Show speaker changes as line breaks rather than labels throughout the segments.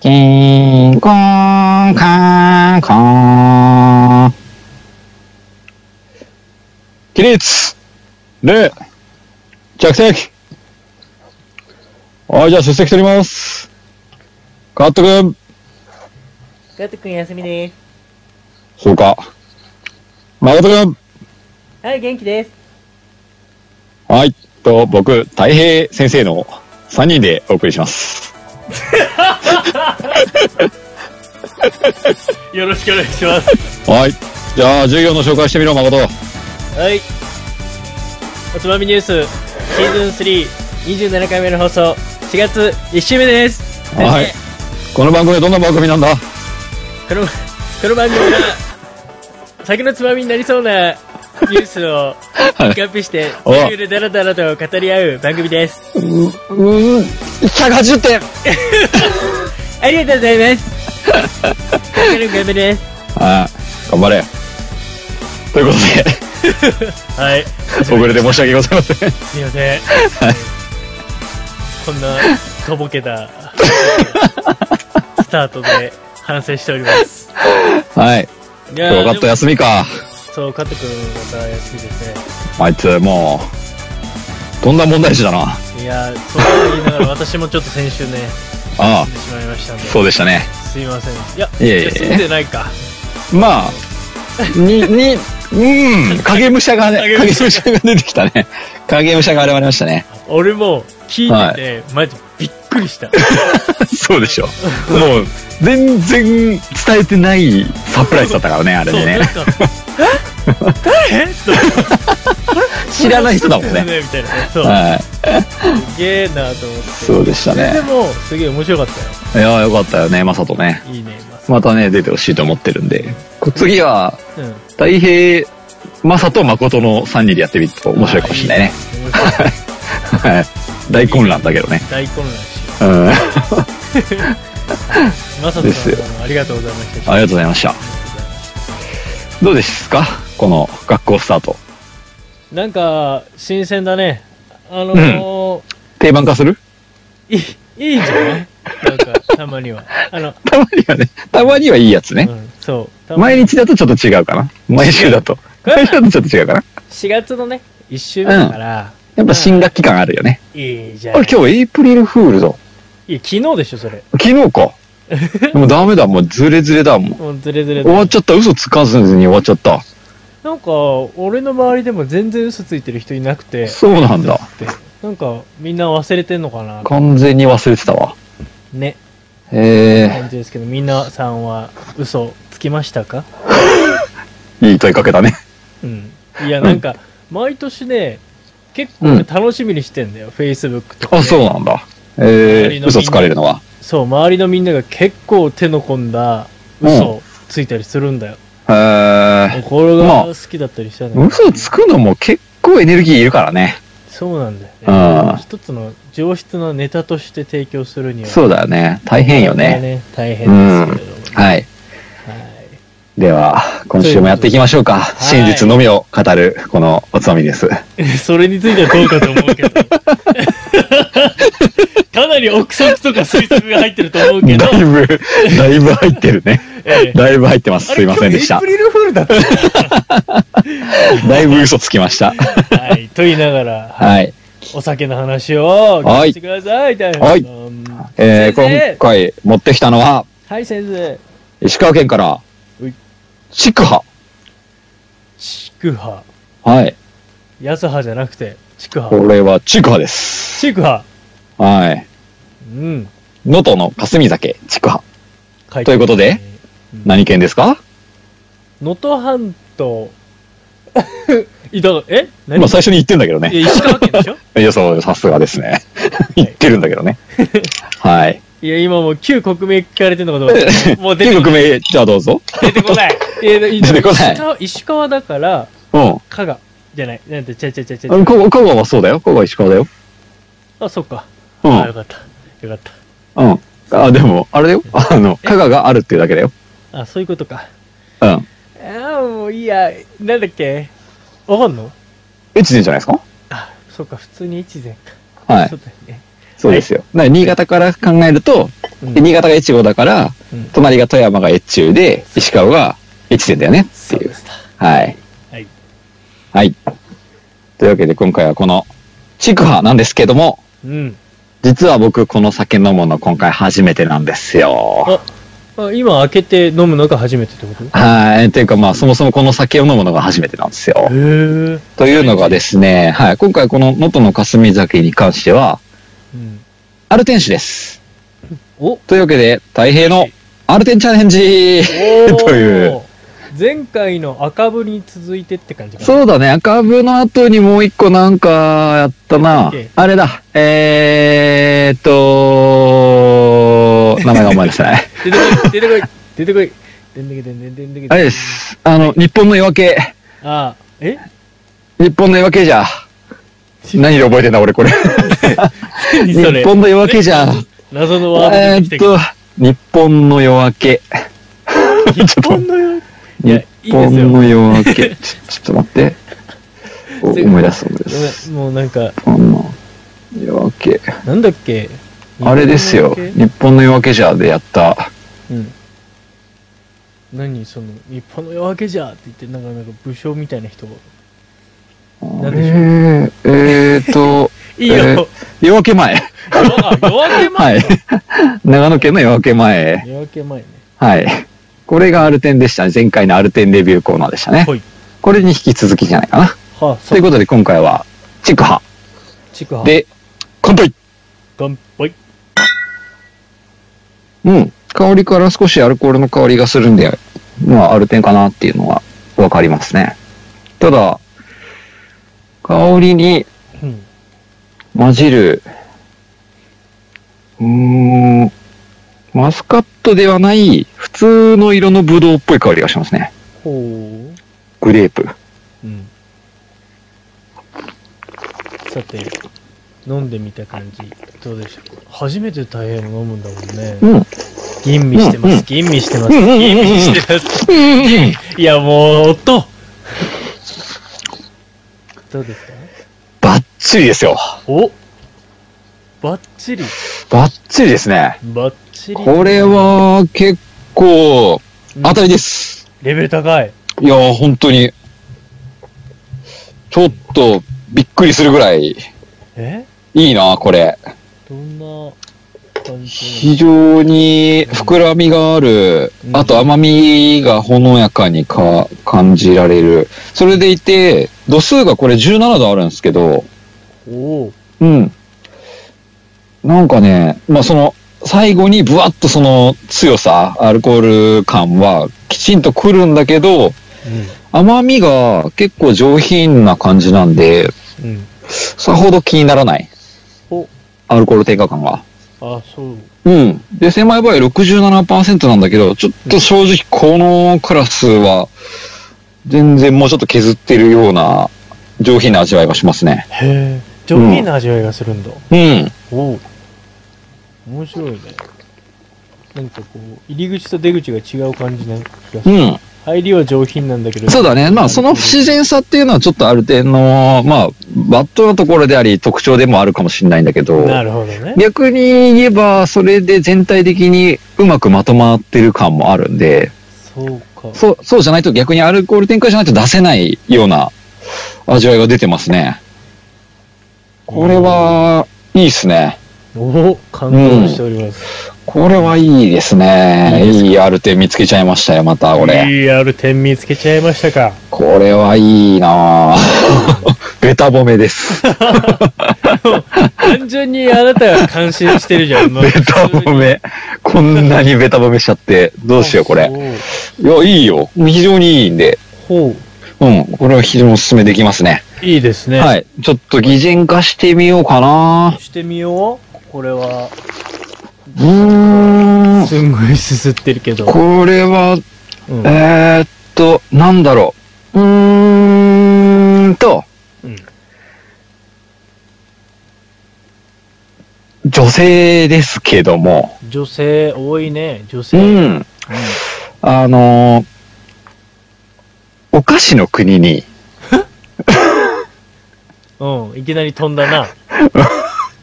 健康確保。
起立礼着席はい、じゃあ出席取ります。カット君
ガット君休みです。
そうか。誠君
はい、元気です。
はい、と、僕、太平先生の3人でお送りします。
よろしくお願いします。
はい。じゃあ、授業の紹介してみろ、誠。
はい。おつまみニュース、シーズン3、27回目の放送、4月1週目です。
はい
先。
この番組はどんな番組なんだ
生。この、この番組 は、先のつまみになりそうなニュースをピックアップして、
お
ゆるだらだらと語り合う番組です。
うん、180点
ありがとうございます。 今回の頑張りです。
はい、頑張れ。ということ
はい。
で、 遅れて申し訳ございません。
すいません。こんな、とぼけ た、スタートで反省しております。
はい。
いや
よかった、
でも
休みか。
そう、カット君また休みですね。
あいつ、もう、とんだ問題児だな。あ
いやー、そう言いながら私もちょっと先週ね、
あ
死ん、でしまいましたんで。
そうでしたね。
すいません。いや、
いえいえ
休んでないか。
まあ、に、に、うん、影武者がね、影
影武
武者が出てきたね。影武者が現れましたね。
俺も聞いてて、マジびっくりした。
そうでしょ。もう、全然伝えてないサプライズだったからね、あれ
そう、
で
なん
ね。
か、え誰
知らない人だもんね。。
みたいなね。そう。
はい。
すげえなと思って。
そうでしたね
でも、すげえ面白かった
いや、よかったよね、まさとね。
よ。いいね、今。
またね、出てほしいと思ってるんで。こ次は、
うん。
大平、まさと誠の3人でやってみると面白いかもしれない ね。
面白い。
はい。大混乱だけどね。
大混乱しよ
うん。あ
う。まさとさんもありがとうございました。
りがとうございました。どうですかこの学校スタート。
なんか、新鮮だね。あのー
定番化する
いい、いいんじゃないなんか、たまには。あの、
たまにはね、たまにはいいやつ
う
ね。
ん、そう。たま
毎日だとちょっと違うかな。毎週 だと。毎週だとちょっと違うかな。
4月のね、1週目だから、
やっぱ新学期感あるよね。
いいじゃん。
あれ今日エイプリルフールだ。
いや、昨日でしょ、それ。
昨日 か。でもダメだ、もうズレズレだ、もう。
もうずれずれ
終わっちゃった、嘘つかずに終わっちゃった。
なんか、俺の周りでも全然嘘ついてる人いなくて、
そうなんだ。
ってなんか、みんな忘れてんのかな
完全に忘れてたわ。
ね、
え
感じですけど、みんなさんは嘘つきましたか
ー、いい問いかけだね。
うん。いや、なんか、毎年ね、結構俺楽しみにしてんだよ、Facebook とか、ね。
あ、そうなんだ。えー、嘘つかれるのは。
そう、周りのみんなが結構手の込んだ嘘ついたりするんだよ。
え
これ
まあ
が好きだったりしたんだけ
ー、
ど
嘘つくのも結構エネルギーいるからね。
そうなんだよ
う
ね
ん。
一つの上質なネタとして提供するには。
そうだよね。大変よね。。
大変ですけれどもね。
はい。
はい
では、今週もやっていきましょうか。
い
真実のみを語る、このおつまみです。
それについ てはどうかと思う けど。かなり憶測とか推測が入ってると思うけど
だ。いぶ、だいぶ入ってるね。
ええ
だいぶ入ってます。すいませんでし
あ
た
れ。今日エイプリルフールだった。
だいぶ嘘つきま した。
はい。と言いながら、
はい。
お酒の話を聞かせてください。
はい
うん
えー、
先
今
生
回持ってきたのは、
はい、先生。
石川県から
うい、
ちくは。
ちくは。
はい。
やすはじゃなくて、ちく
こ
は。
れはちくはです。
ちくは。
はい。
うん。
能登の霞酒、ちくは。
書い
ということで
あるね、
何県ですか
能登半島。 いだえ何
今最初に言ってんだけど
い
ね。
や、石川県でしょ
いや、そう、さすがですね。言ってるんだけどね。はい。
いや、今もう旧国名聞かれてんのかと思った。もう出
で、
て
6名、じゃあどうぞ。
出てこない。いやいや
出てこない
石川石川だから、
うん。
加賀。じゃない。なんて、ちゃちゃちゃちゃ
う。ん、香川香川はそうだよ。香川石川だよ。
あ、そっか。
う
あ、よ
ん。
かった。よかった。
うん。あ、でも、あれだよ。あの、香川があるっていうだけだよ。
あ、そういうことか。
うん。
ああ、もういいや。なんだっけわかんの
越前じゃないですか
あ、そうか、普通に越前か。
はい
そうだよね。
そうですよ。な新潟から考えると、で新潟が越後だから、
うん
隣が富山が越中で、石川が越前だよねって
そう
い
で
う。
した。
はい。
はい。
はい。というわけで今回はこの、シクハなんですけども、
うん。
実は僕この酒飲むの今回初めてなんですよ。
あ今開けて飲むのが初めてってことへ
はい。というかまあそもそもこの酒を飲むのが初めてなんですよ。
え。
というのがですね、はい。今回この能登の霞酒に関しては、
うん。
アルテン酒です。
おお
というわけで、太平のアルテンチャレンジ
ー
という。
前回の赤ぶりに続いてって感じかな。
そうだね、赤部の後にもう一個なんかやったな
え。
あれだ、えーっと、名前が思い出せない。
出てこい、出てこい、出てこい。でんでけでんでんでんでけ
あれで。す。あの、日本の夜明け。
ああ、え
日本の夜明けじゃ。何で覚えてんだ俺これ。
何
日
それ
本の夜明けじゃ。
謎のワード
え
出て
ーっ
きたけど。
と、日本の夜明け。
日本のよ。いや
日本の夜明け。ちょちょっと待って。お
すぐ
思い出す思い出
ご
す。
めんもうなんか、
日本の夜明け。
なんだっけ
あれですよ。
日本の夜明
日本の夜明けじゃでやった。
けうん。何その、日本の夜明けじゃって言って、なんか、なんか武将みたいな人が。なんでしょ
え
う
ー、えーと、
いいよ、
えー 夜明け 前。
夜夜明け前、
はい。長野県の夜明け前。
夜明け前ね。
はい。これがアルテンでしたね。前回のアルテンレビューコーナーでしたね。
はい。
これに引き続きじゃないかな。
はあ、
と
そ
いう
う。
ことで今回は、チクハ
ちくは、
で、乾杯
乾杯。
うん。香りから少しアルコールの香りがするんで、まあ、アルテンかなっていうのはわかりますね。ただ、香りに
うん。
混じる、うーん、マスカットではない、普通の色のブドウっぽい香りがしますね。
ほ
グレープ。
う。うん。さて、飲んでみた感じ、どうでしたか初めて大変飲むんだもんね。
うん。うん
吟味してま
うんう
す、
ん
吟味してます、
うんうんうんうん
吟味してます。
うん
いや、もう、音どうですか
バッチリですよ。
おバッチリ。
バッチリですね。
バッチリ。
これは結構、当たりです。
レベル高い。
いやー、本当に。ちょっと、びっくりするぐらい、
え
いいな、これ。
どんな感じ
非常に膨らみがある
う、ん
あと甘みがほのやかにか感じられる。それでいて、度数がこれ17度あるんですけど、
なのおお。
うん。なんかね、まあその、最後にブワッとその強さ、アルコール感はきちんとくるんだけど、甘みが結構上品な感じなんで、
うん。うん。
さほど気にならない。
お、
アルコール低下感が。
あ、そ
う
う。
ん。で、狭い場合67%なんだけど、ちょっと正直このクラスは、全然もうちょっと削ってるような上品な味わいがしますね。
へえ。上品な味わいがするんだ。
うん。
おお。面白いね。なんかこう、入り口と出口が違う感じな気がす
う
る。
ん。
入りは上品なんだけど。
そうだね。まあ、その不自然さっていうのはちょっとある程度の、まあ、バットなところであり、特徴でもあるかもしれないんだけど、
なるほどね。
逆に言えば、それで全体的にうまくまとまってる感もあるんで、
そうか。
そう、そうじゃないと逆にアルコール展開じゃないと出せないような味わいが出てますね。これは、いいっすね。
おお、感動しております。
これはいいですね。
いいです
いいアルテン見つけちゃいましたよ、また俺。
いいある点見つけちゃいましたか。
これはいいなぁ。 ベタ褒めです。
単純にあなたが感心してるじ ゃん。もう
ベタ褒め。こんなにベタ褒めしちゃって、どうしよう、これ。。いや、いいよ。非常にいいんで。
ほう。
うん、これは非常にお勧めできますね。
いいですね。
はい。ちょっと擬人化してみようかな
してみよう。これは、
うーん。
すんごいすすってるけど。
これは、
うん
えー、っと、なんだろう。うーんと、
うん
女性ですけども、
女性多いね。女性。
う
うん
ん、あのーお菓子の国に、
うん。いきなり飛んだな。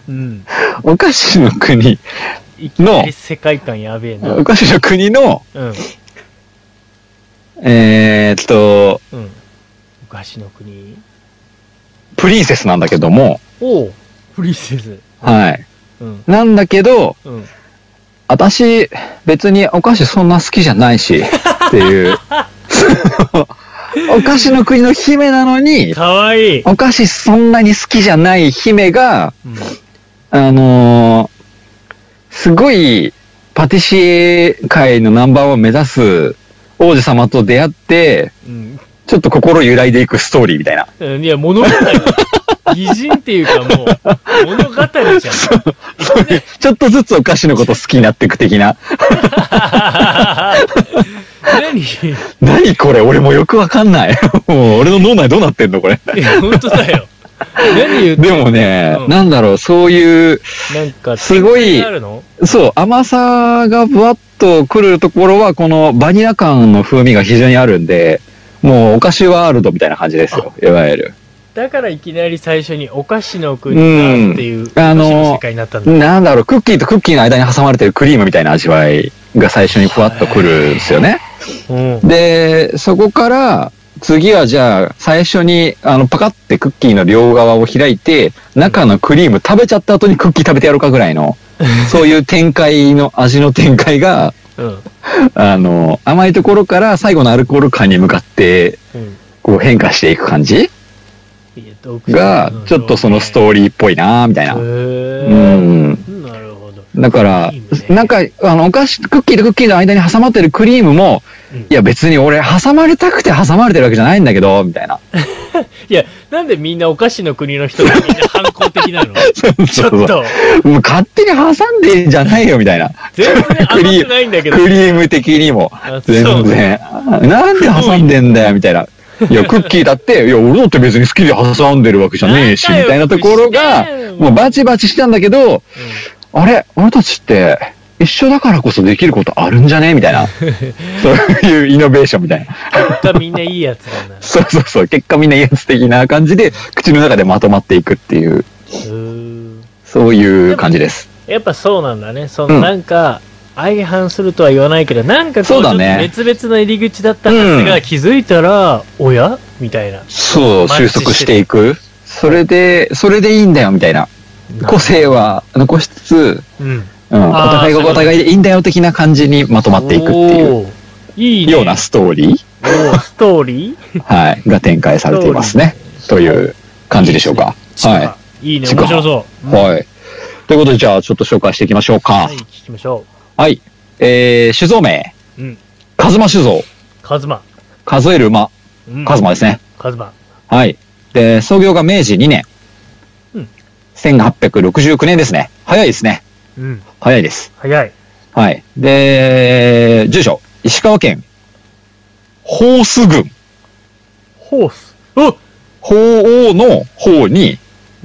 うん。
お菓子の国、
いきなり世界観やべえな。
お菓子の国の、
うん。
えーっと、
うん。お菓子の国。
プリンセスなんだけども、
おうプリンセス。
はい。
うん。
なんだけど、
うん。
私、別にお菓子そんな好きじゃないし、って いう。お菓子の国の姫なのに、
かわいい。
お菓子そんなに好きじゃない姫が、
うん。
あのーすごいパティシエ界のナンバーワンを目指す王子様と出会って、
うん
ちょっと心揺らいでいくストーリーみたいな。
うん。いや、物語。擬人っていうかもう、物語じゃん。
ち ょっとずつお菓子のこと好きになっていく的な。
何
何これ俺もよくわかんない。 もう俺の脳内どうなってんのこれ。
いや本当だよ。何言って
でもね、
うん
なんだろう、そういう、
なんか、
すごい
展開あるの
そう、甘さがぶわっとくるところは、このバニラ感の風味が非常にあるんで、もうお菓子ワールドみたいな感じですよ、いわゆる。
だからいきなり最初にお菓子の国だっていう、
んあの
お菓子の世界になったんだ。
なんだろう、クッキーとクッキーの間に挟まれてるクリームみたいな味わいが最初にふわっとくるんですよね。
うん。
で、そこから、次はじゃあ、最初に、あの、パカってクッキーの両側を開いて、中のクリーム食べちゃった後にクッキー食べてやろうかぐらい の、そういう展開の、味の展開が、
うん。
あの、甘いところから最後のアルコール感に向かって、
うん。
こう変化していく感じ
いや独自
が
の、
ちょっとそのストーリーっぽいなみたいな。
へ
う
ー
ん。
なるほど。
だから
いいね、
なんか、あの、お菓子、クッキーとクッキーの間に挟まってるクリームも、
うん
いや別に俺挟まれたくて挟まれてるわけじゃないんだけど、みたいな。
いや、なんでみんなお菓子の国の人がみんな反抗的なの ちょっと、
もう勝手に挟んでんじゃないよ、みたいな。
全然甘くないんだけ ど。
クリーム的にも
あ。
全
そう
然。なんで挟んでんだよ、みたい な。いや、クッキーだって、いや、俺だって別に好きで挟んでるわけじゃねえし、
仲
み
良く
たいなところが
してよ、
もうバチバチしたんだけど、
う
あれ俺たちって、一緒だからこそできることあるんじゃねみたい な。そういうイノベーションみたいな。
ん結果みんないいやつだな。う
そうそうそう。結果みんなやつ的な感じで、口の中でまとまっていくっていう、
ーん
そういう感じです。
やっぱそうなんだね。そ
うん
のなんか、相反するとは言わないけど、なんかこ
そう
う、
だね
別々の入り口だったはず
う
が
ん
気づいたら、おやみたいな。
そう、
マ
収
ッチしてる
束していく。それで、それでいいんだよ、みたいな。個性は残しつつ、
うん。
うん、お
あー
互いがお互いでいいんだよ的な感じにまとまっていくっていう
おーいいね。
ようなストーリー、
おーストーリー。
はい、が展開されていますね。という感じでしょうか。はい
いいね、
ちか
面白そう。
い。
うん
はい。ということで、じゃあ、ちょっと紹介していきましょうか
はい、。聞きましょ
はい。えー、酒造名。
う。うん。
カズマ酒造。
カズマ。
数える馬。
うん
カズマですね。
カズマ。
はい。で、創業が明治2年。
うん
1869年ですね。早いですね。
うん。
早いです。
早い。
はい。で、住所。石川県。ホース郡。
ホース。お
法王の方に、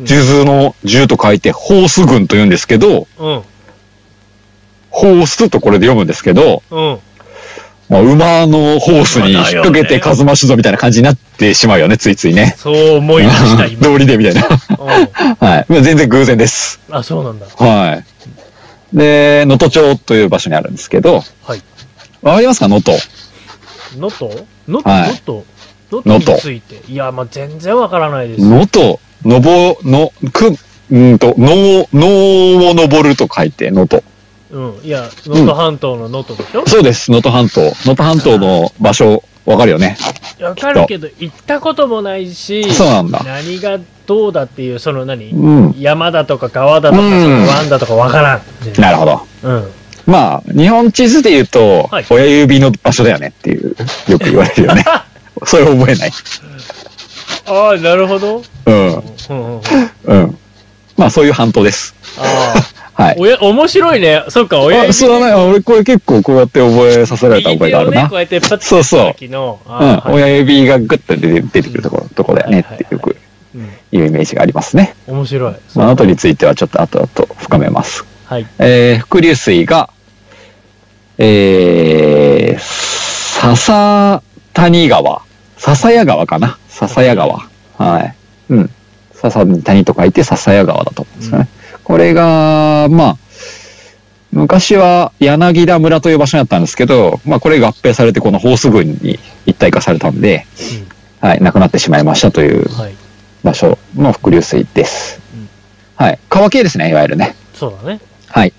数珠の銃と書いて、ホース軍と言うんですけど、
うん。
ホースとこれで読むんですけど、
うん。
まあ、馬のホースに引っ掛け
そうだよね
てカズマ酒造みたいな感じになってしまうよね、ついついね。
そう思いました、今。
道理でみた いな。
う
はい。まあ全然偶然です。
ん。あ、そうなんだ。
はい。で、能登町という場所にあるんですけど、
はい。
わかりますか能登。
のとのと
はい
のとのとについて。いや、まあ、全然わからないです。
能登、のぼ、の、く、うんと、能を、能を登ると書いて、能登。
うん。いや、能登半島の能登でしょ
そうです、能登半島。能登半島の場所、わかるよね。
わかるけど、行ったこともないし、
そうなんだ。
何がどうだっていう、その何
うん。
山だとか川だとか、
うん
その湾だとかわからん。
なるほど。
うん。
まあ、日本地図で言うと、
はい
親指の場所だよねっていう、よく言われるよ ね。それ覚えない。
ああ、なるほど。
うん。
う んうんうん。
うん。まあ、そういう半島です。
ああ。
はい。
おや、面白いね。そっか、親
あ、
指。
そうだね。俺、これ結構こうやって覚えさせられた覚えがある
右手を
な
ねこ。うやってパッ
そうそう
と時の、
う
あ
ん。
ーはい
親指がグッと出て出てくるところ、とこだよねってよく
うん
いうイメージがありますね。
面白い。
その後についてはちょっと後々深めます。
はい。
えー、伏流水が、えー、笹谷川。笹谷川かな笹谷川。はい。うん。笹谷と書いて笹谷川だと思うんですよね。これが、まあ、昔は柳田村という場所にあったんですけど、まあこれ合併されてこのホース郡に一体化されたんで、はい、なくなってしまいましたという
はい。
場所の伏流水です。
うん
はい。川系ですね、いわゆるね。
そうだね。
はい。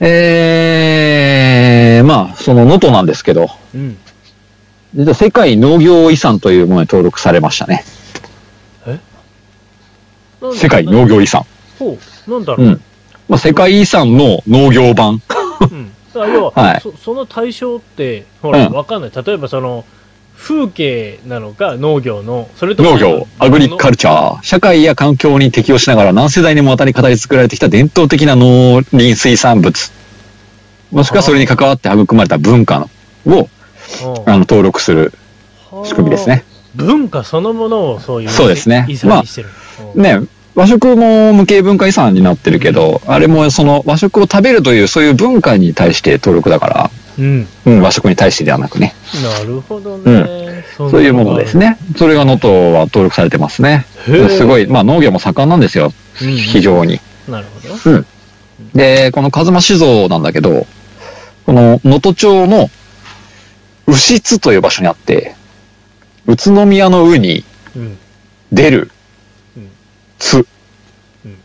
えー、まあ、その能登なんですけど、
うん。
実は世界農業遺産というものに登録されましたね。世界農業遺産。
ほう、なんだ
う
ろう。
ん。まあ、世界遺産の農業版。
うん。だから要は、
はい
そその対象って、ほら、
うん
わかんない。例えばその、風景なのか、農業の、それとも
農業、アグリカルチャー、社会や環境に適応しながら何世代にもわたり語り作られてきた伝統的な農林水産物。もしくはそれに関わって育まれた文化のを、あの、登録する
うん
仕組みですね。
文化そのものをそういう
そうですね
遺産にしてる。うん
ね、和食も無形文化遺産になってるけど、あれもその和食を食べるというそういう文化に対して登録だから、
うん。
うん、和食に対してではなくね、
なるほどね。そん
そ
なのが
ういうものです。ね。それが能登は登録されてますね。す
い。
ごい、まあ農業も盛んなんですよ、
うん
非常に。
なるほど。
で、この風間酒造なんだけど、この能登町の牛津という場所にあって、宇都宮の宇に
うん。
出る
うん
津
うん。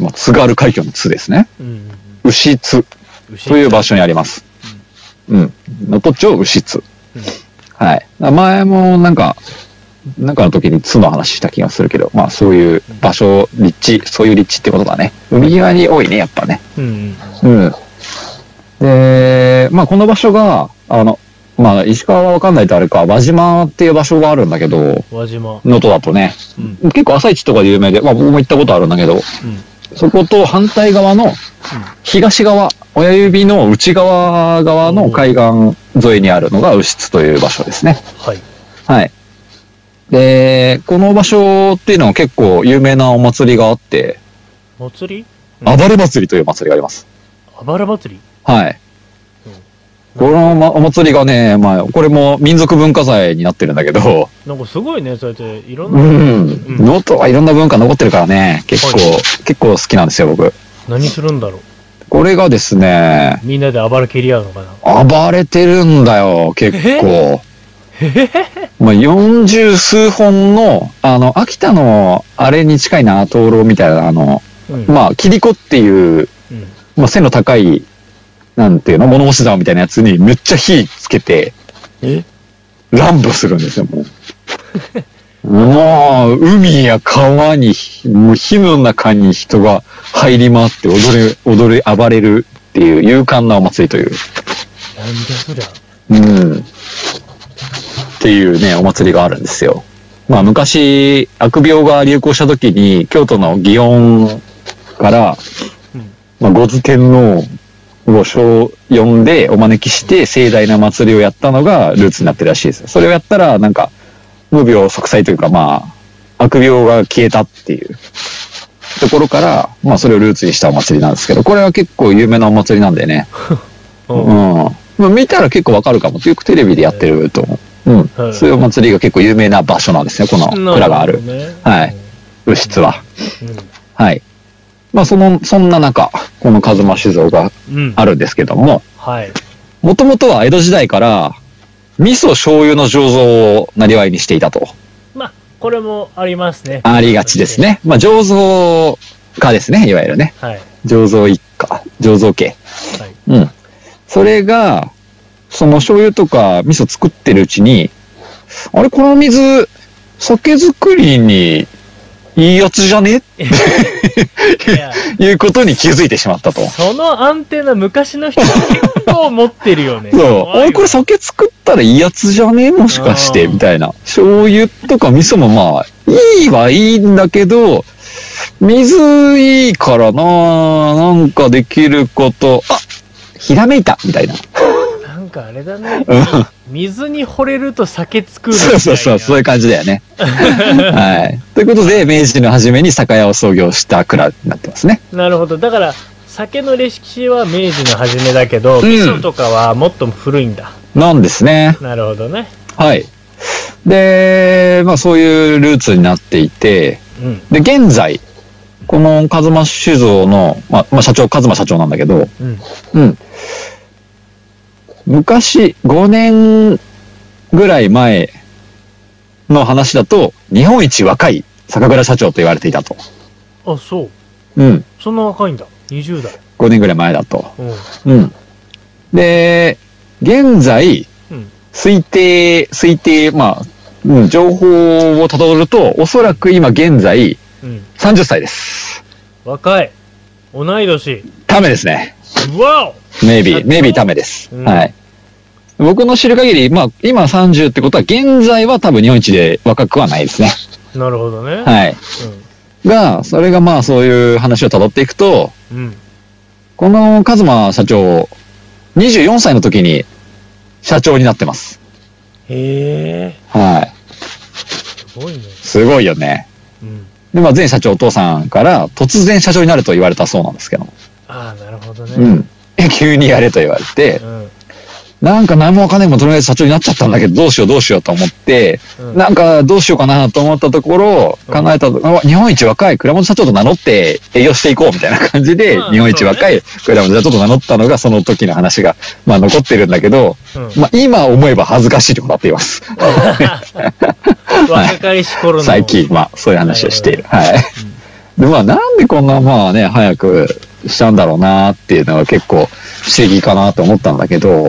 まあ、津軽海峡の津ですね。
うん。
牛津。という場
所。
所にあります。うん。能登町牛津
うん。
はい。前もなんか、なんかの時に津の話した気がするけど、まあそういう場所、立地、そういう立地ってことだね。海際に多いね、やっぱね。
うん。
うん。で、まあこの場所が、あの、まあ石川はわかんないとあれか、輪島っていう場所があるんだけど、
輪島。
能登だとね、
うん。
結構朝市とかで有名で、まあ僕も行ったことあるんだけど、
うん。
そこと反対側の東側、親指の内側側の海岸沿いにあるのが牛津という場所ですね。
はい。
はい。で、この場所っていうのは結構有名なお祭りがあって、
祭りうん
暴れ祭りという祭りがあります。
あばら祭り
はい
うん。
このまお祭りがね、まあ、これも民族文化財になってるんだけど、
なんかすごいね、そうやって、いろん
う
な、
ん。能登はいろんな文化残ってるからね、結構、
は
結構好きなんですよ、僕。
何するんだろう。
これがですね、
みんなであばら蹴り合うのかな。
暴れてるんだよ、結構。まあ、40数本の、あの、秋田の、あれに近いな、灯籠みたいな、あの、
うん。
まあ、キリコっていう、
うん。
まあ、背の高い、なんていうの、物干し竿みたいなやつにめっちゃ火つけて、
え
乱舞するんですよ、もう。もう、海や川に、もう火の中に人が入り回って踊れ、踊れ、暴れるっていう勇敢なお祭りという。
なんじゃそりゃ。
うん。っていうね、お祭りがあるんですよ。まあ昔、悪病が流行した時に、京都の祇園から、
うん
まあ、五津天皇を小呼んでお招きして盛大な祭りをやったのがルーツになってるらしいです。それをやったら、なんか、無病息災というか、まあ、悪病が消えたっていうところから、まあそれをルーツにしたお祭りなんですけど、これは結構有名なお祭りなんでね、
うん。
うん。まあ、見たら結構わかるかも。よくテレビでやってると思う。うん。
はい
そういうお祭りが結構有名な場所なんですね、この蔵がある、
なほどね
はい。物質は。
う
はい。まあ、その、そんな中、この風間酒造が
ん。うん。
あるんですけども、
はい。
もともとは江戸時代から、味噌醤油の醸造をなりわいにしていたと。
まあ、これもありますね。
ありがちです。ね。まあ、醸造家ですね、いわゆるね。
はい。
醸造一家、醸造家。
はい。
うん。それが、その醤油とか味噌作ってるうちに、あれ、この水、酒造りにいいやつじゃねっ
い や、
ていうことに気づいてしまったと。
そのアンテナ昔の人結構持ってるよね。
そう。
怖い
あ
よ
れ、これ酒作ったらいいやつじゃねもしかして、
うん
みたいな。醤油とか味噌もまあ、いいはいいんだけど、水いいからななんかできること、あひらめいたみたいな。
なんかあれだね。
うん
水に惚れると酒作るみたい
そう
な。
そうそう、そういう感じだよね。はい。ということで、明治の初めに酒屋を創業した蔵になってますね。
なるほど。だから、酒のレシピは明治の初めだけど、
ん
味噌とかはもっと古いんだ。
なんですね。
なるほどね。
はい。で、まあそういうルーツになっていて、
うん。
で、現在、このカズマ酒造の、まあ、まあ、社長、カズマ社長なんだけど、
うん。
うん。昔、5年ぐらい前の話だと、日本一若い酒蔵社長と言われていたと。
あ、そう。
うん。
そんな若いんだ。20代。
5年ぐらい前だと。
うん。
うん。で、現在、
うん。
推定、推定、まあ、うん、情報をたどると、おそらく今現在、
うん。
30歳です。
若い。同い年。
ためですね。
わ
メイビ
社
ー、
長
メイビーためです。
うん
はい。僕の知る限り、まあ、今30ってことは、現在は多分日本一で若くはないですね。
おなるほどね。
はい。が、それがまあ、そういう話を辿っていくと、
うん。うん。
このカズマ社長、24歳の時に社長になってます。
へえ。
はい。
すごいね。
すごいよね。
うん。
で、まあ、前社長お父さんから突然社長になると言われたそうなんですけど。
ああ、なるほどね。
う。ん。 急にやれと言われて、
うん。
なんか何もわかんないもん、とりあえず社長になっちゃったんだけど、どうしようどうしようと思って、
うん
なんかどうしようかなと思ったところ、
うん
考えたと、あ日本一若い倉本社長と名乗って営業していこうみたいな感じで、
まあ
日本一若い倉本社長と名乗ったのがその時の話が、まあ残ってるんだけど、
うん。
まあ今思えば恥ずかしいことになっています。
若かりし頃の。
最近、まあそういう話をしている。はい。
うん。
で、まあなんでこんなまあね、早くしたんだろうなっていうのは結構不思議かなと思ったんだけど、うん。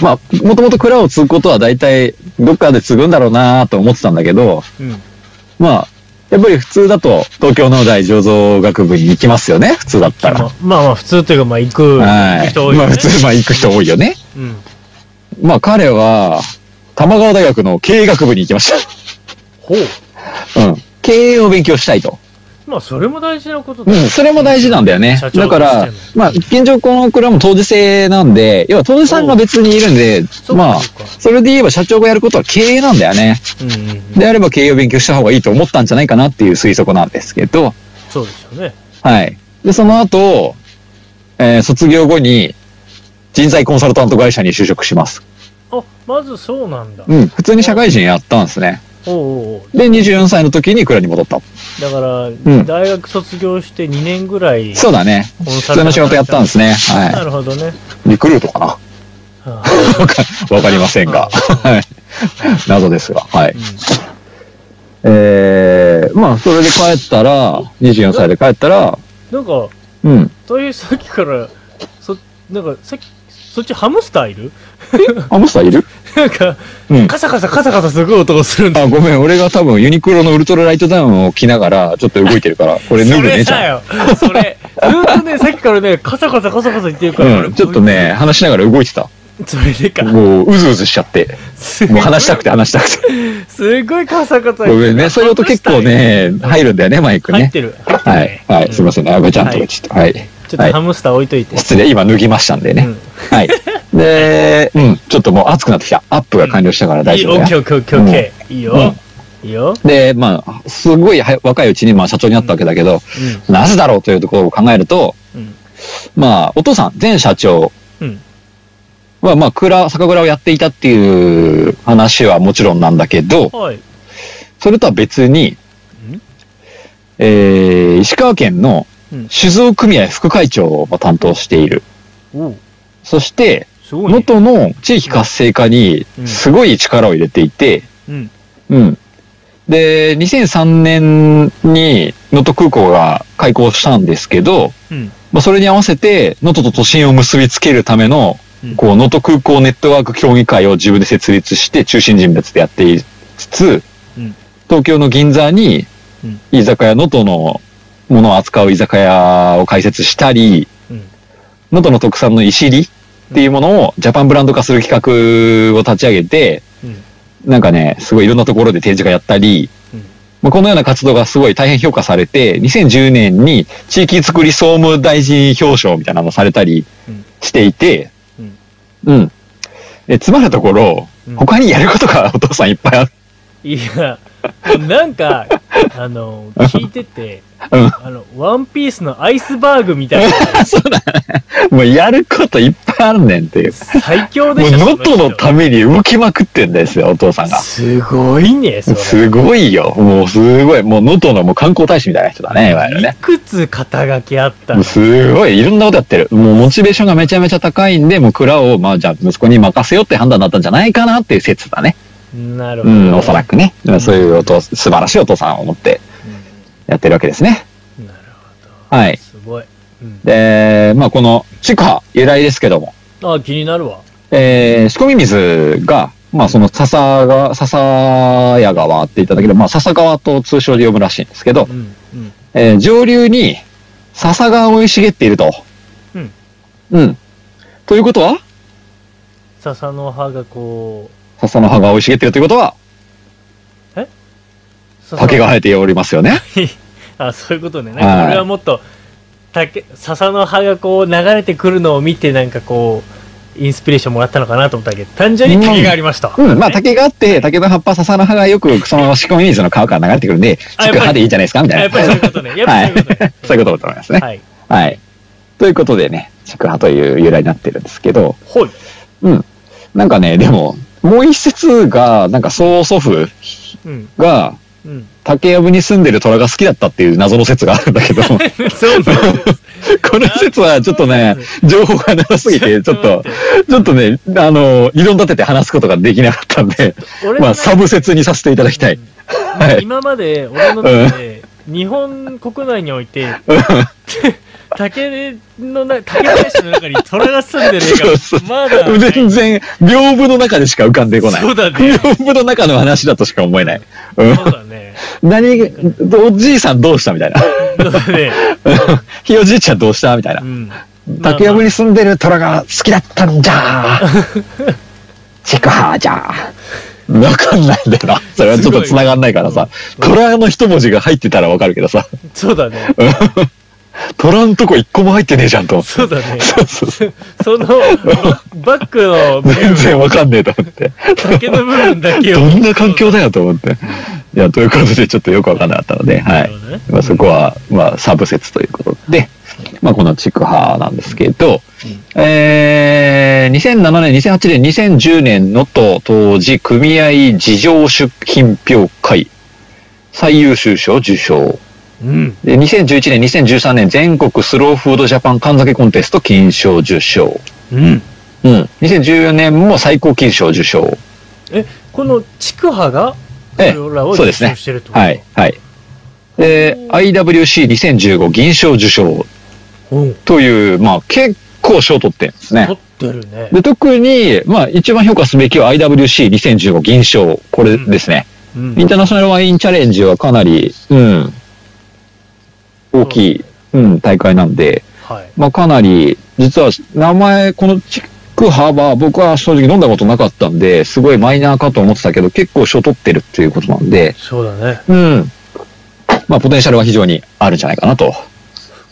まあ、もともと蔵を継ぐことは大体、どっかで継ぐんだろうなと思ってたんだけど、
うん。うん。
まあ、やっぱり普通だと、東京農大醸造学部に行きますよね、普通だったら。
ま
は
あまあまあ、普通というか、まあ、行く
い。
人多い
ま
よ
あ
ね
普。通、まあ行く人多いよね。
うん。
まあ彼は、玉川大学の経営学部に行きまし
ほう。
た。うん。経営を勉強したいと。
まあ、それも大事なこと
う
だ
ん、それも大事なんだよね
社。長
だから
とし、ての
まあ、現状この蔵も当事制なんで、要は当事さんが別にいるんで、
そうか
まあ
そうか、
それで言えば社長がやることは経営なんだよね。
うんうんうん。
であれば経営を勉強した方がいいと思ったんじゃないかなっていう推測なんですけど、
そうですよね。
はい。で、その後、えー卒業後に人材コンサルタント会社に就職します。
あ、まずそうなんだ。
うん、普通に社会人やったんですね。
おうおうおう
で、24歳の時に蔵に戻った。
だから、
ん
大学卒業して2年ぐらい、
そうだね。
コン
普通
サルタント
の仕事やったんですね。
な
は
るほどね。
い。リクルートかな
は
わか わかりませんが。はい。謎ですが。はい。
あ
えー、まあ、それで帰ったら、24歳で帰ったら、
うんなんか、
うん。
というさっきから、そ、なんか、さっき、そっちハムスターいる
あ、モスターいる
なんか、
うん。
カサカサカサカサすごい音がするんだ。
あ、ごめん、俺が多分ユニクロのウルトラライトダウンを着ながら、ちょっと動いてるから、これ脱ぐね、ち
それだ
ゃん。
よ。それ。ずっとね、さっきからね、カサカサカサカサ言ってるから、
うん、ちょっとね、話しながら動いてた。
それでか。
もう、うずうずしちゃって。
すご
もう
い
話したくて話した くて。
すごいカサカサ。
ごめんね、そういう音結構ね、入るんだよね、マイク
入っ
ね。
てる。入ってる
は
ね
い。はい、すいませんね。あべちゃんと
は
か
い
ちょっと。はい。
ちょっとハムスター置いといて。
失礼、今脱ぎましたんで
う
ね。
ん
はい。で、うん、ちょっともう熱くなってきた。アップが完了したから大丈
い
夫
いオッ
だ
ケ
よ。
ーオッケーオッケーオッケー。いいよ。いいよ。
で、まあ、すごいは若いうちに、まあ、社長になったわけだけど、なぜだろうというところを考えると、
うん。うん。
まあ、お父さん、前社長
うん。
は、まあ、蔵、酒蔵をやっていたっていう話はもちろんなんだけど、
はい。
それとは別に、
うん
えー、石川県の
うん
酒造組合副会長を担当している。
おう
そして、
すごいね。
元の地域活性化に
うん
すごい力を入れていて、
うん。
うん。で、2003年に能登空港が開港したんですけど、
うん。
まあ、それに合わせて、能登と都心を結びつけるための
うん、
こう、能登空港ネットワーク協議会を自分で設立して、中心人物でやっていつつ
うん、
東京の銀座に
うん、
居酒屋、能登のものを扱う居酒屋を開設したり、
うん。
能登の特産の石りっていうものをジャパンブランド化する企画を立ち上げて、
うん。
なんかね、すごいいろんなところで展示がやったり、
うん
まあ、このような活動がすごい大変評価されて、2010年に地域づくり総務大臣表彰みたいなのをされたり
うん
していて、
うん
うん。え、つまるところ、
う ん
他にやることがお父さんいっぱいある。
いや、なんか、あの、聞いてて、あの、ワンピースのアイスバーグみたいな、
もうやることいっぱいあんねんっていう。
最強で
もう
しょ。
能登
そ
のために動きまくってんですよ、お父さん
人
が。
すごいね、それ。
すごいよ。もうすごい。もう能登のもう観光大使みたいな人だね、いわゆる
い
ね。
くつ肩書きあった
も
の
う すごい。いろんなことやってる。もうモチベーションがめちゃめちゃ高いんで、もう蔵を、まあじゃあ息子に任せようって判断だったんじゃないかなっていう説だね。
なるほ
う
ど。
ん、おそらくね。そういうお父、素晴らしいお父さんを持ってやってるわけですね。
うん。なるほど。
はい
すごい。うん
で、まあこの、シクハ由来ですけども、
あ、気になるわ。
えー仕込み水が、まあその笹が、笹谷川って言ったんだけど、まあ笹川と通称で呼ぶらしいんですけど
う、ん、うん。
えー上流に笹が生い茂っていると。
うん。
うん。ということは、
笹の葉がこ
笹の葉が生い茂っているということは、
う、笹
竹が生えておりますよね。
あ、そういうことね。なんか
はい
俺はもっと、竹、笹の葉がこう流れてくるのを見て、なんかこう、インスピレーションもらったのかなと思ったけど、単純に竹がありました。
うん。まあ竹があって、竹の葉っぱ、笹の葉がよくその仕込み水の川から流れてくるんで、
あやっぱり
竹葉でいいんじゃないですかみ
あ
た
や
い
っぱり
な。
そういうことね。やっぱりそういうことね。
そういうことだと思いますね。
はい。
はい。ということでね、竹葉という由来になってるんですけど、
ほい。
なんかね、でも、もう一説が、なんか曽祖父
うん。
が、
うん。
竹やぶに住んでる虎が好きだったっていう謎の説があるんだけ ど、こ
そうな んです
の説はちょっとね、情報がなさすぎて、ちょっと、
待
ちょっとね、あの、理論立てて話すことができなかったんで、
て俺の
まあ、サブ説にさせていただきたい。 はい
今まで、俺の中で、日本国内において、竹のな、竹林の中に虎が住んでる
そうそう
が、まだな い、
全然、屏風の中でしか浮かんでこない。
そうだね。
屏風の中の話だとしか思えない。うん
そうだね。
何、おじいさんどうしたみたいな。
そうだね。
ひいおじいちゃんどうしたみたいうな。
ん。
竹やぶに住んでる虎が好きだったんじ ゃー。シクハーじゃー。わかんないんだよな。それはちょっと繋がんないからさ。
すごいうん
虎の一文字が入ってたらわかるけどさ。
そうだね。
虎のとこ一個も入ってねえじゃんと思って。
そうだね。
そうそうそう。
その、バックの部
全
分、
然わかんねえと思って。
竹の部分だけを。
どんな環境だよと思って。いや、ということでちょっとよくわかんなかったので、は
ないる。ほどね
まあ、そこは、まあ、サブ説ということで、まあ、このチクハなんですけど、えー、2007年、2008年、2010年のと当時、組合事情出品評会、最優秀賞受賞。
うん。
で、2011年、2013年、全国スローフードジャパン神崎コンテスト金賞受賞。
うん。
うん。2014年も最高金賞受賞。
この、竹葉が、
ええ
それらを
そうですね
実証してるってこと
はい。。はい。で、IWC2015 銀賞受賞
うん。
という、まあ、結構賞取ってるんですね。
取ってるね。
で、特に、まあ、一番評価すべきは IWC2015 銀賞。これですね。
うん
インターナショナルワインチャレンジはかなり、うん、大きい、うん、大会なんで、
はい。
まあ、かなり、実は、名前、このチックハーバー、僕は正直飲んだことなかったんで、すごいマイナーかと思ってたけど、結構賞取ってるっていうことなんで、
そうだね。
うん。まあ、ポテンシャルは非常にあるんじゃないかなと。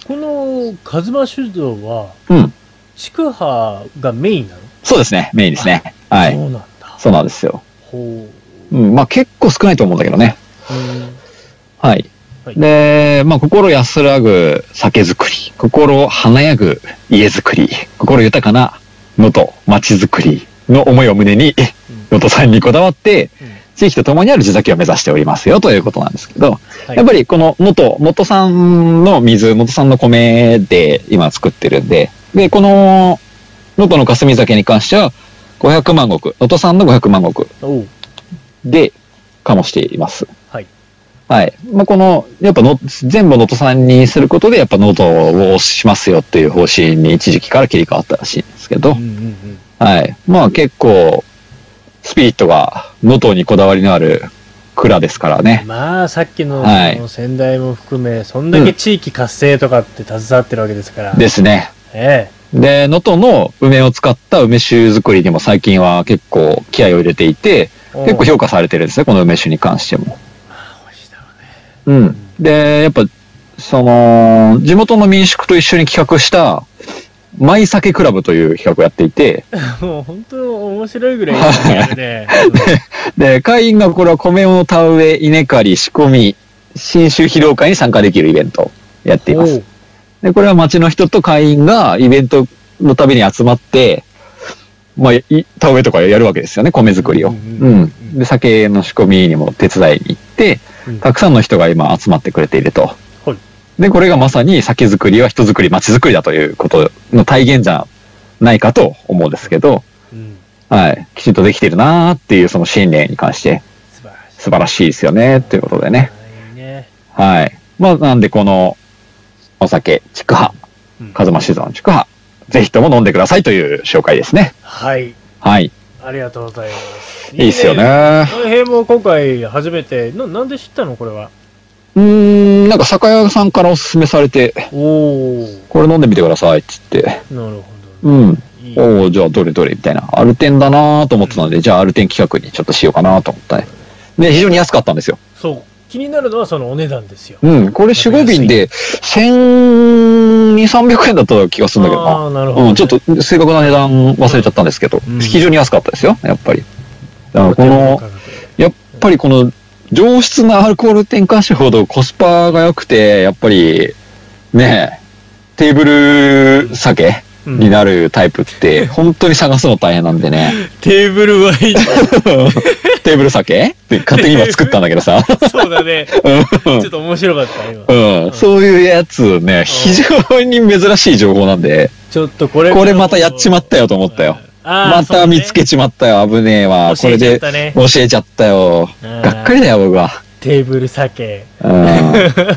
この、カズマ酒造は、
うん。
竹葉がメインなの
そうですね、メインですね。はい。
そうなんだ。
そうなんですよ。
ほ
うん、まあ、結構少ないと思うんだけどね。
う。うん。
はい。
はい
で、まあ、心安らぐ酒造り、心華やぐ家づくり、心豊かな能登町づくりの思いを胸に、能登さんにこだわって、
うん
地域と共にある地酒を目指しておりますよということなんですけど、
はい
やっぱりこの能登、能登さんの水、能登さんの米で今作ってるんで、で、この能登の霞酒に関しては、500万石、能登さんの500万石
おう。
で、醸しています。
はい。
はい。まあ、この、やっぱの、全部能登さんにすることで、やっぱ能登をしますよっていう方針に一時期から切り替わったらしいんですけど、
うんうんうん。
はい。まあ結構、スピリットが能登にこだわりのある蔵ですからね。
まあ、さっきの、
はい
その先代も含め、そんだけ地域活性とかって携わってるわけですから。
ですね。
え
で、能登の梅を使った梅酒作りにも最近は結構気合を入れていて、
え。
結構
評
評価されてるんですね、この梅酒に関しても。
価しいだろうね。
うん。で、やっぱ、その、地元の民宿と一緒に企画した、マイ酒クラブという企画をやっていて、
もう本当面白いぐらいですよ ね。うん
で、会員がこれは米の田植え、稲刈り、仕込み、新酒披露会に参加できるイベントをやっています。で、これは町の人と会員がイベントのたびに集まって、まあ、い田植えとかやるわけですよね、米作りを。
う
うんん
うんうん
で、酒の仕込みにも手伝いに行って、
うん
たくさんの人が今集まってくれていると。
はい
で、これがまさに酒作りは人作り、町作りだということの体現じゃないかと思うんですけど、
うん
はい、きちんとできてるなーっていうその信念に関して
素晴らしい。
素晴らしいですよね、ということでね。
はいいね。
はい。まあ、なんでこのお酒、筑波、
うん
風間酒造の筑波、ぜひとも飲んでくださいという紹介ですね。
はい。
はい。
ありがとうございます。
いいっすよね。。
大平も今回初めて、ななんで知ったのこれは。
うーん、なんか酒屋さんからおすすめされて、
おお。
これ飲んでみてくださいって言って、
なるほど。
うん。
いい。
おおじゃあどれどれみたいな。アルテンだなーと思ってたので、じゃあアルテン企画にちょっとしようかなと思ったね。で、非常に安かったんですよ。
そう。気になるのはそのお値段ですよ。
うん。これ4、5瓶で、1200、300円だった気がするんだけどな。
ああ、なるほどね。
うん、ちょっと正確な値段忘れちゃったんですけど、
うん
非常に安かったですよ、やっぱり。だからこの、
お手頃価格
やっぱりこの上質なアルコール添加酒ほどコスパが良くて、やっぱり、ねえ、テーブル酒
うん
になるタイプって、本当に探すの大変なんでね。
テーブルワイン。
テーブル酒って勝手に今作ったんだけど さ。
そうだね。
うん
ちょっと面白かった、今。
うん、そういうやつね、非常に珍しい情報なんで、
ちょっとこれ。
これまたやっちまったよと思ったよ。
あー。
また見つけちまったよ、危ねえわ。こ
そうね
れで
教えちゃったね
教えちゃったよ。
うん
がっかりだよ、僕は。
テーブル酒。
うん。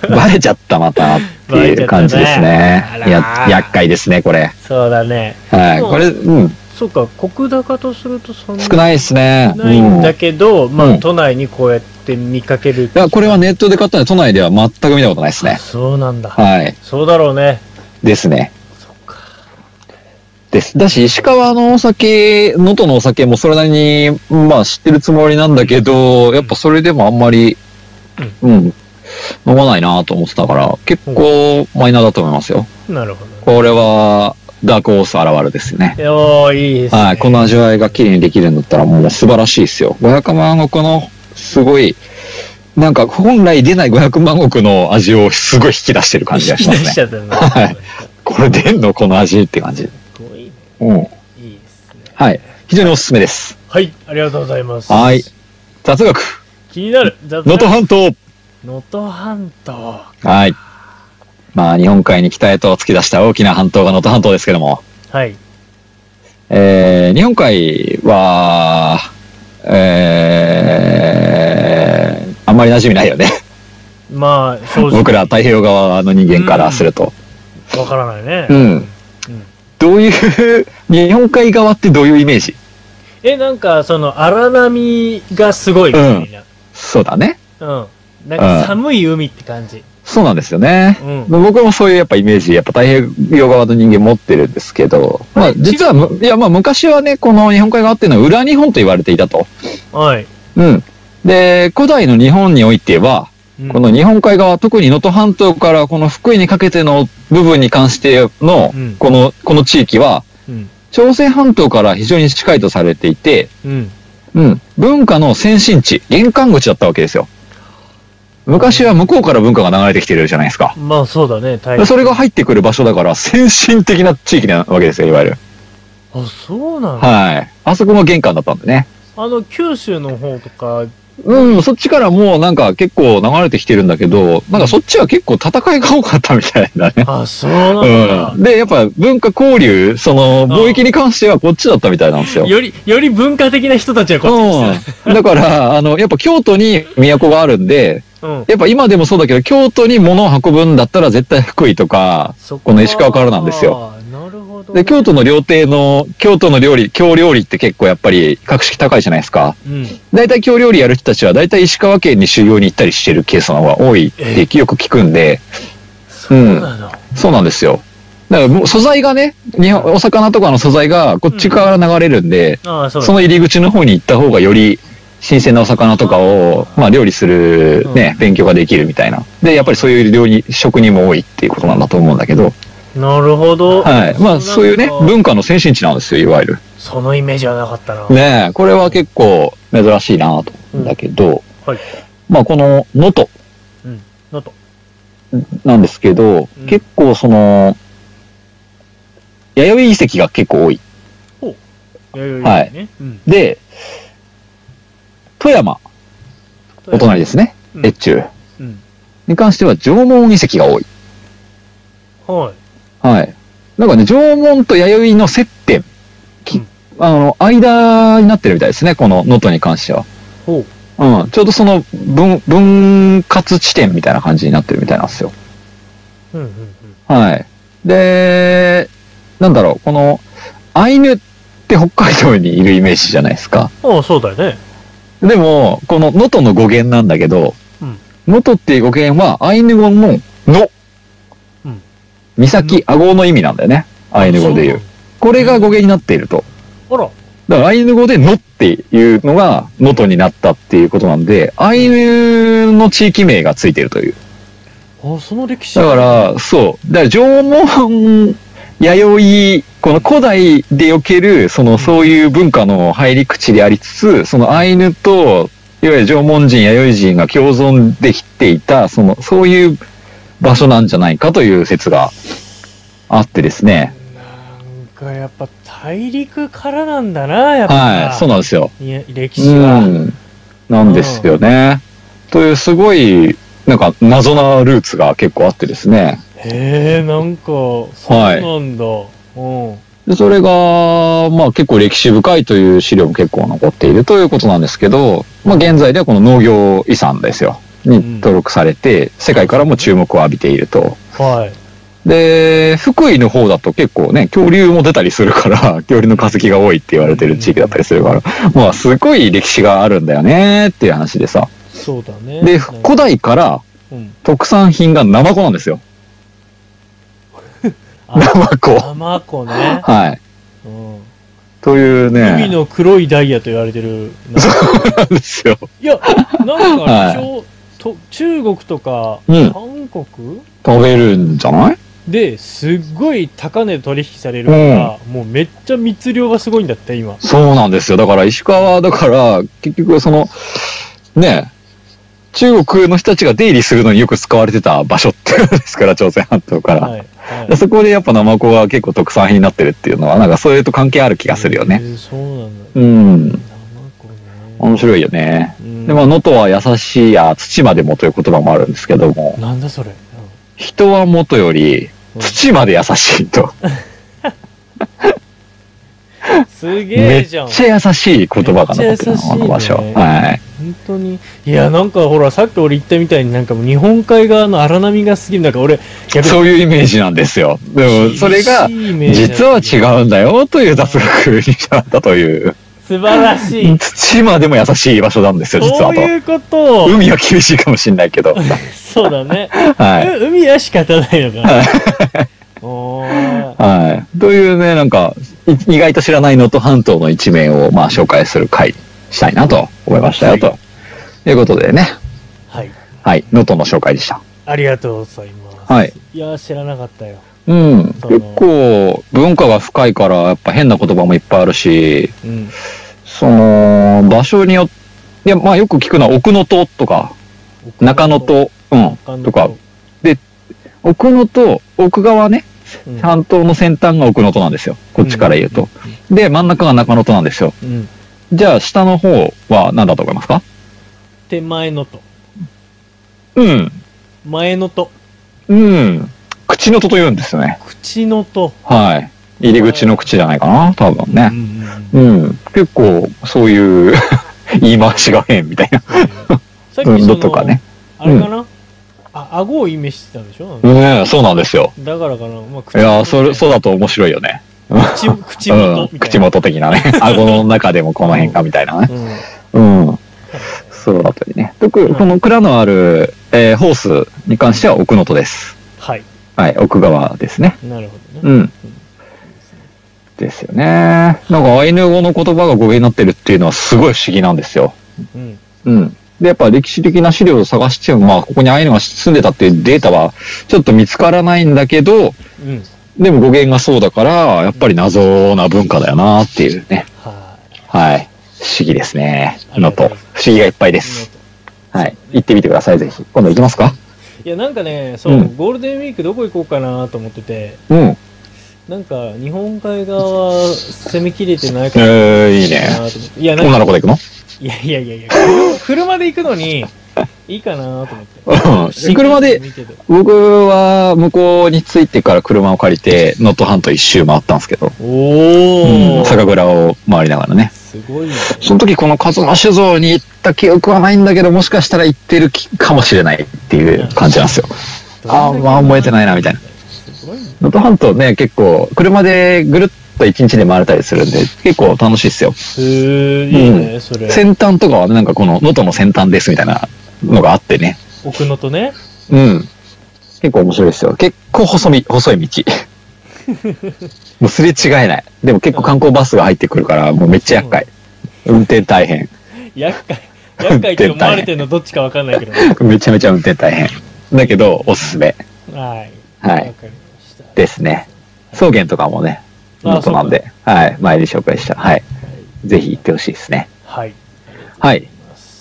バレちゃった、また。っていう感じですね
バレちゃった。ねあ
や
ら、
厄介ですね、これ。
そうだね。
はい。
そう
これ、うん。
そうか、国高とするとそんな
少ないですね。う
ないん
ん。
だ
い
けど、ま
う
あ、
ん
都内にこうやって見かける。
や、これはネットで買ったんで、都内では全く見たことないですね。
そうなんだ。
はい。
そうだろうね。
ですね。
そっか。
です。だし、石川のお酒、能登のお酒もそれなりに、まあ知ってるつもりなんだけど、やっぱそれでもあんまり、うん、飲まないなと思ってたから、結構マイナーだと思いますよ。
なるほどね。
これは、ダークホース現るですね。
おー、いいですね。
はい、この味わいが綺麗にできるんだったらもう素晴らしいですよ。500万石のすごい、なんか本来出ない500万石の味をすごい引き出してる感じがしま
引き出し
す
ち
ね。
ゃった な。
はいこれ出んのこの味って感じ。
すごいね。
うん。
いいですね。
はい。非常におすすめです。
はい、ありがとうございます。
はい。雑学、
気になる。能
能登半島。
能登半島。
はい。まあ、日本海に北へと突き出した大きな半島が能登半島ですけども、
はい。
えー、日本海は、えー、あんまり馴染みないよね。
まあ、正
僕
直、
ら太平洋側の人間からすると。
わからないね。
うん。どういう、日本海側ってどういうイメージ
え、なんか、その、荒波がすごいみたいな。
そうだね。
うん。なんか、寒い海って感じ。
そうなんですよね。
うん。
僕もそういうやっぱイメージ、やっぱ太平洋側の人間持ってるんですけど、まあ実はむ、いやまあ昔はね、この日本海側っていうのは裏日本と言われていたと。
はい。
うん。で、古代の日本においては、
うん
この、日本海側、特に能登半島からこの福井にかけての部分に関しての
うん、
この、この地域は、
うん。
朝鮮半島から非常に近いとされていて、
うん。
うん。文化の先進地、玄関口だったわけですよ。昔は向こうから文化が流れてきてるじゃないですか。
まあ、そうだね、大変
それが入ってくる場所だから、先進的な地域なわけですよ、いわゆる。
あ、そうなの、
はい。あそこも玄関だったんでね。
あの、九州の方とか、
うん、そっちからもうなんか結構流れてきてるんだけど、なんかそっちは結構戦いが多かったみたいだね。
あ、そうなんだ
う。ん。で、やっぱ文化交流、その
ん
貿易に関してはこっちだったみたいなんですよ。
より、より文化的な人たちはこっちに来
うん。だから、あの、やっぱ京都に都があるんで、
た。うん。
やっぱ今でもそうだけど、京都に物を運ぶんだったら絶対福井とか、
そっ
この石川からなんですよ。
あーなるほど、
で、京都の料亭の、京都の料理、京料理って結構やっぱり格式高いじゃないですか。
うん。
大体京料理やる人たちは大体石川県に修行に行ったりしてるケースの方が多いってよく聞くんで、
そうなの。
そうなんですよ。だからもう素材がね、日本、お魚とかの素材がこっちから流れるんで、
ああ、そう
その入り口の方に行った方がより新鮮なお魚とかを、まあ料理するね、勉強ができるみたいな。で、やっぱりそういう料理、職人も多いっていうことなんだと思うんだけど、
うなるほど。
はい。まあ、そういうね、文化の先進地なんですよ、いわゆる。
そのイメージはなかったな。
ねえ、これは結構珍しいなと思うんだけど、
はい。
まあ、この能登
うん。のと。
なんですけど、
うん
結構その、弥生遺跡が結構多い。
やいやい
は
やね。うん。
で、富山、お隣ですね、
うん
越中
うん。
に関しては縄文遺跡が多い。
はい。
はい。なんかね、縄文と弥生の接点、き
うん
あの、間になってるみたいですね、この能登に関しては。
ほう。
うん、ちょうどその分、分割地点みたいな感じになってるみたいなんですよ。
うんうんうん。
はい。で、なんだろう、この、アイヌって北海道にいるイメージじゃないですか。
ああ、そうだよね。
でも、この能登の語源なんだけど、
うん
能登っていう語源はアイヌ語のの、
うん
岬、顎の意味なんだよね。アイヌ語で言う。これが語源になっていると。
そうなの。
だからアイヌ語でのっていうのが能登になったっていうことなんで、アイヌの地域名がついてるという。
あら。ああ、その歴史。
だか、ら、そう。だから縄文、弥生、この古代でおける、その、そういう文化の入り口でありつつ、そのアイヌと、いわゆる縄文人、弥生人が共存できていた、その、そういう場所なんじゃないかという説があってですね。
なんかやっぱ大陸からなんだな、やっぱ。
はい、そう
の。
なんですよ。
歴
う
史は。
ん。なんですよね。という、すごい、なんか、謎なルーツが結構あってですね。
へえ、なんか、そうなんだ。うん。
で、それが、まあ結構歴史深いという資料も結構残っているということなんですけど、まあ現在ではこの農業遺産ですよ。に登録されて、世界からも注目を浴びていると。
はい。
で、福井の方だと結構ね、恐竜も出たりするから、 恐竜の化石が多いって言われてる地域だったりするから、まあすごい歴史があるんだよねっていう話でさ。
そうだね。
で、
なんか
古代から
うん。
特産品がナマコなんですよ。
あ
ナマコ。
浜子ね。
はい。
うん。
というね。
海の黒いダイヤと言われてる。
なんですよ。
いや、なんか
は
一
い
応、と中国とか、
うん
韓国
食べるんじゃない
ですっごい高値で取引されるから、もうめっちゃ密漁がすごいんだって、今。
そうなんですよ。だから石川は、だから、結局その、ねえ、中国の人たちが出入りするのによく使われてた場所っていうことですから、朝鮮半島から。
はい。はい
そこでやっぱナマコが結構特産品になってるっていうのは、なんかそういうと関係ある気がするよね。
えーそうなんだ。
うん。
生子ね。
面白いよね。
うん
で、まあ、能登は優しいや土までもという言葉もあるんですけども、
なんだそれ。
人はもとより土まで優しいと。
うんすげ
め
え
っ
じゃん。
ちゃ優しい言葉が残ってる
め
の、
っちゃ優しい
こ
ね
の場所。はい。
本当に。いや、なんかほら、さっき俺言ったみたいになんかもう日本海側の荒波が過ぎる。なんか俺、逆
そういうイメージなんですよ。でも、それが、実は
う。
違うんだよという脱力にしたんだと いう。
素晴らしい。
土までも優しい場所なんですよ、実
そ
は
う
と。
いうことを。
海は厳しいかもしれないけ ど。
そうだね。
はい。
う海は仕方ないのかな。 おー
はい。というね、なんか、い意外と知らない能登半島の一面を、まあ、紹介する回したいなと思いましたよ、
はい
と。いうことでね。
はい。
はい。能登の紹介でした。
ありがとうございます。
はい。
いや、知らなかったよ。
うん。
そう
結構、文化が深いから、やっぱ変な言葉もいっぱいあるし、
うん。
その、場所によって、いや、まあ、よく聞くのは奥能登とか、中野。と、うん、
中野
とか、奥野と奥側ね、
うん
半島の先端が奥野となんですよ。こっちから言うと。。で、真ん中が中野となんですよ。
うん。うん
じゃあ、下の方は何だと思いますか
手前のと。
うん。
前のと。
うん。口のとと言うんですよね。
口のと。
はい。入り口の口じゃないかな多分ね
う。んうんうん
うん。結構、そういう 言い回しが変みたいな。
さ
う
っきそ
ん、
の
のとかね。。
あれかなあ、顎を意味してたんでしょ
ねえそうなんですよ。
だからかな。まあ、口
いやー、それ、そう
う。
だと面白いよね。
口口元
うん。
みたい
口
な。
元的 なね。顎の中でもこの辺かみたいなね。
うん。
うん。そうだったりね。特
うん
この蔵のある、えーホースに関しては奥能登です。
はい。
はい、奥側ですね。
なるほどね。
うん。ですよね。なんかアイヌ語の言葉が語源になってるっていうのはすごい不思議なんですよ。
うん。
うん。で、やっぱ歴史的な資料を探しても、まあ、ここにアイヌが住んでたっていうデータはちょっと見つからないんだけど、
うん。
でも語源がそうだから、やっぱり謎な文化だよなっていうね。
はい。
はい。不思議ですね。
あり
の
がと
と、
うござい
不
ます
思議がいっぱいです。はい。行ってみてください、ぜひ。今度行きますか
いや、なんかね、そう、
うん
ゴールデンウィークどこ行こうかなと思ってて、
うん。
なんか、日本海側は攻め切れてないかな
えー、いいね。
と思って。いや、なん
女
か、
の子で行くの
いやいやいやいや、車で行くのに、いいかなと思って。
うん。車で、
見てて
僕は向こうに着いてから車を借りて、能登半島一周回ったんですけど、う
お
ん、
ー、
酒蔵を回りながらね。
すごいね。
その時この数馬酒造に行った記憶はないんだけど、もしかしたら行ってるきかもしれないっていう感じなんですよ。あーまあ覚えてないなみたいな。
すごいね。
能登半島ね、結構、車でぐるっと一日で回れたりするんで、結構楽しいっすよ。
へえ、いいね、それ。
先端とかはね、なんかこの能登の先端ですみたいなのがあってね。
奥のとね。
うん。結構面白いですよ。結構細み、細い道。もうすれ違えない。でも結構観光バスが入ってくるから、もうめっちゃ厄介。運転大変。
厄介。厄介って思われてるのどっちかわかんないけど。
めちゃめちゃ運転大変。だけど、おすすめ。
はい。
はい。
わかりました。
ですね。草原とかもね、
あ
元なんで、はい。前に紹介した。はい。ぜひ行ってほしいですね。
はい。
はい。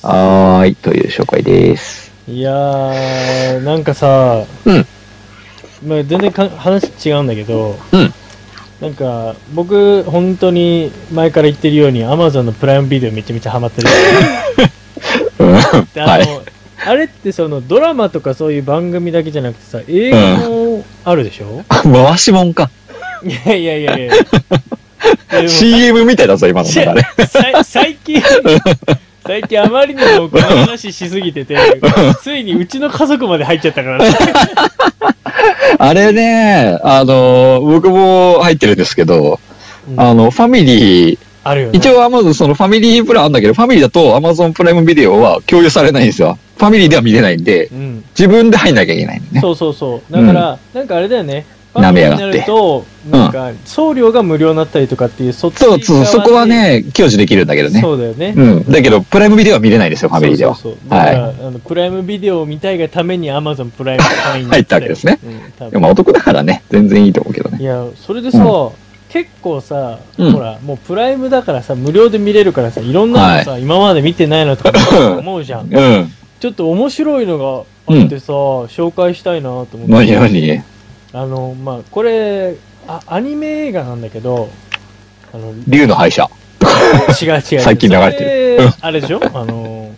はーい。という紹介です。
いやー、なんかさ、
うん
まあ、全然か話違うんだけど、
うん
なんか、僕、本当に前から言ってるように、Amazon のプライムビデオめちゃめちゃハマってる。
うん
であ
は
の、
い。
あれってそのドラマとかそういう番組だけじゃなくてさ、映画もあるでしょ、
回しもんか。
いやいやい やいや。でも
CM みたいだぞ、今の流 れ。
さ最近、最近あまりにもこの話しすぎてて、ついにうちの家族まで入っちゃったからね。
あれね、あの、僕も入ってるんですけど、
う ん
あの、ファミリー、
あるよね。
一応 Amazon そのファミリープランあんだけど、ファミリーだと Amazon プライムビデオは共有されないんですよ。ファミリーでは見れないんで、
うん。
自分で入んなきゃいけないんでね。
そうそうそう。だから、なんかあれだよね。ファ
舐
ミ
め
リー
や
に
が
な
って
ると、なんか送料が無料になったりとかっていう、そっち
そ
側
う
で
そう、そこは、ね、享受できるんだけどね。
そうだよね。
うん。だけど、プライムビデオは見れないですよ、ファミリーでは。
そうそうそうだから、あのプライムビデオを見たいがために Amazon プライム会員にな
入ったわけですね。
うん、多
でも
分
まあ、男だからね、全然いいと思うけどね。
いや、それでさ、結構さ、
うん
ほら、もうプライムだからさ、無料で見れるからさ、いろんなのさ、今まで見てないのとか思うじゃん。
うん。
ちょっと面白いのがあってさ、紹介したいなと思っ
何
て。
何
あの、まあ、これ、あ、アニメ映画なんだけど、あの、違う
竜の敗者。
違 う。
最近流れてるうん
そあれでしょあの、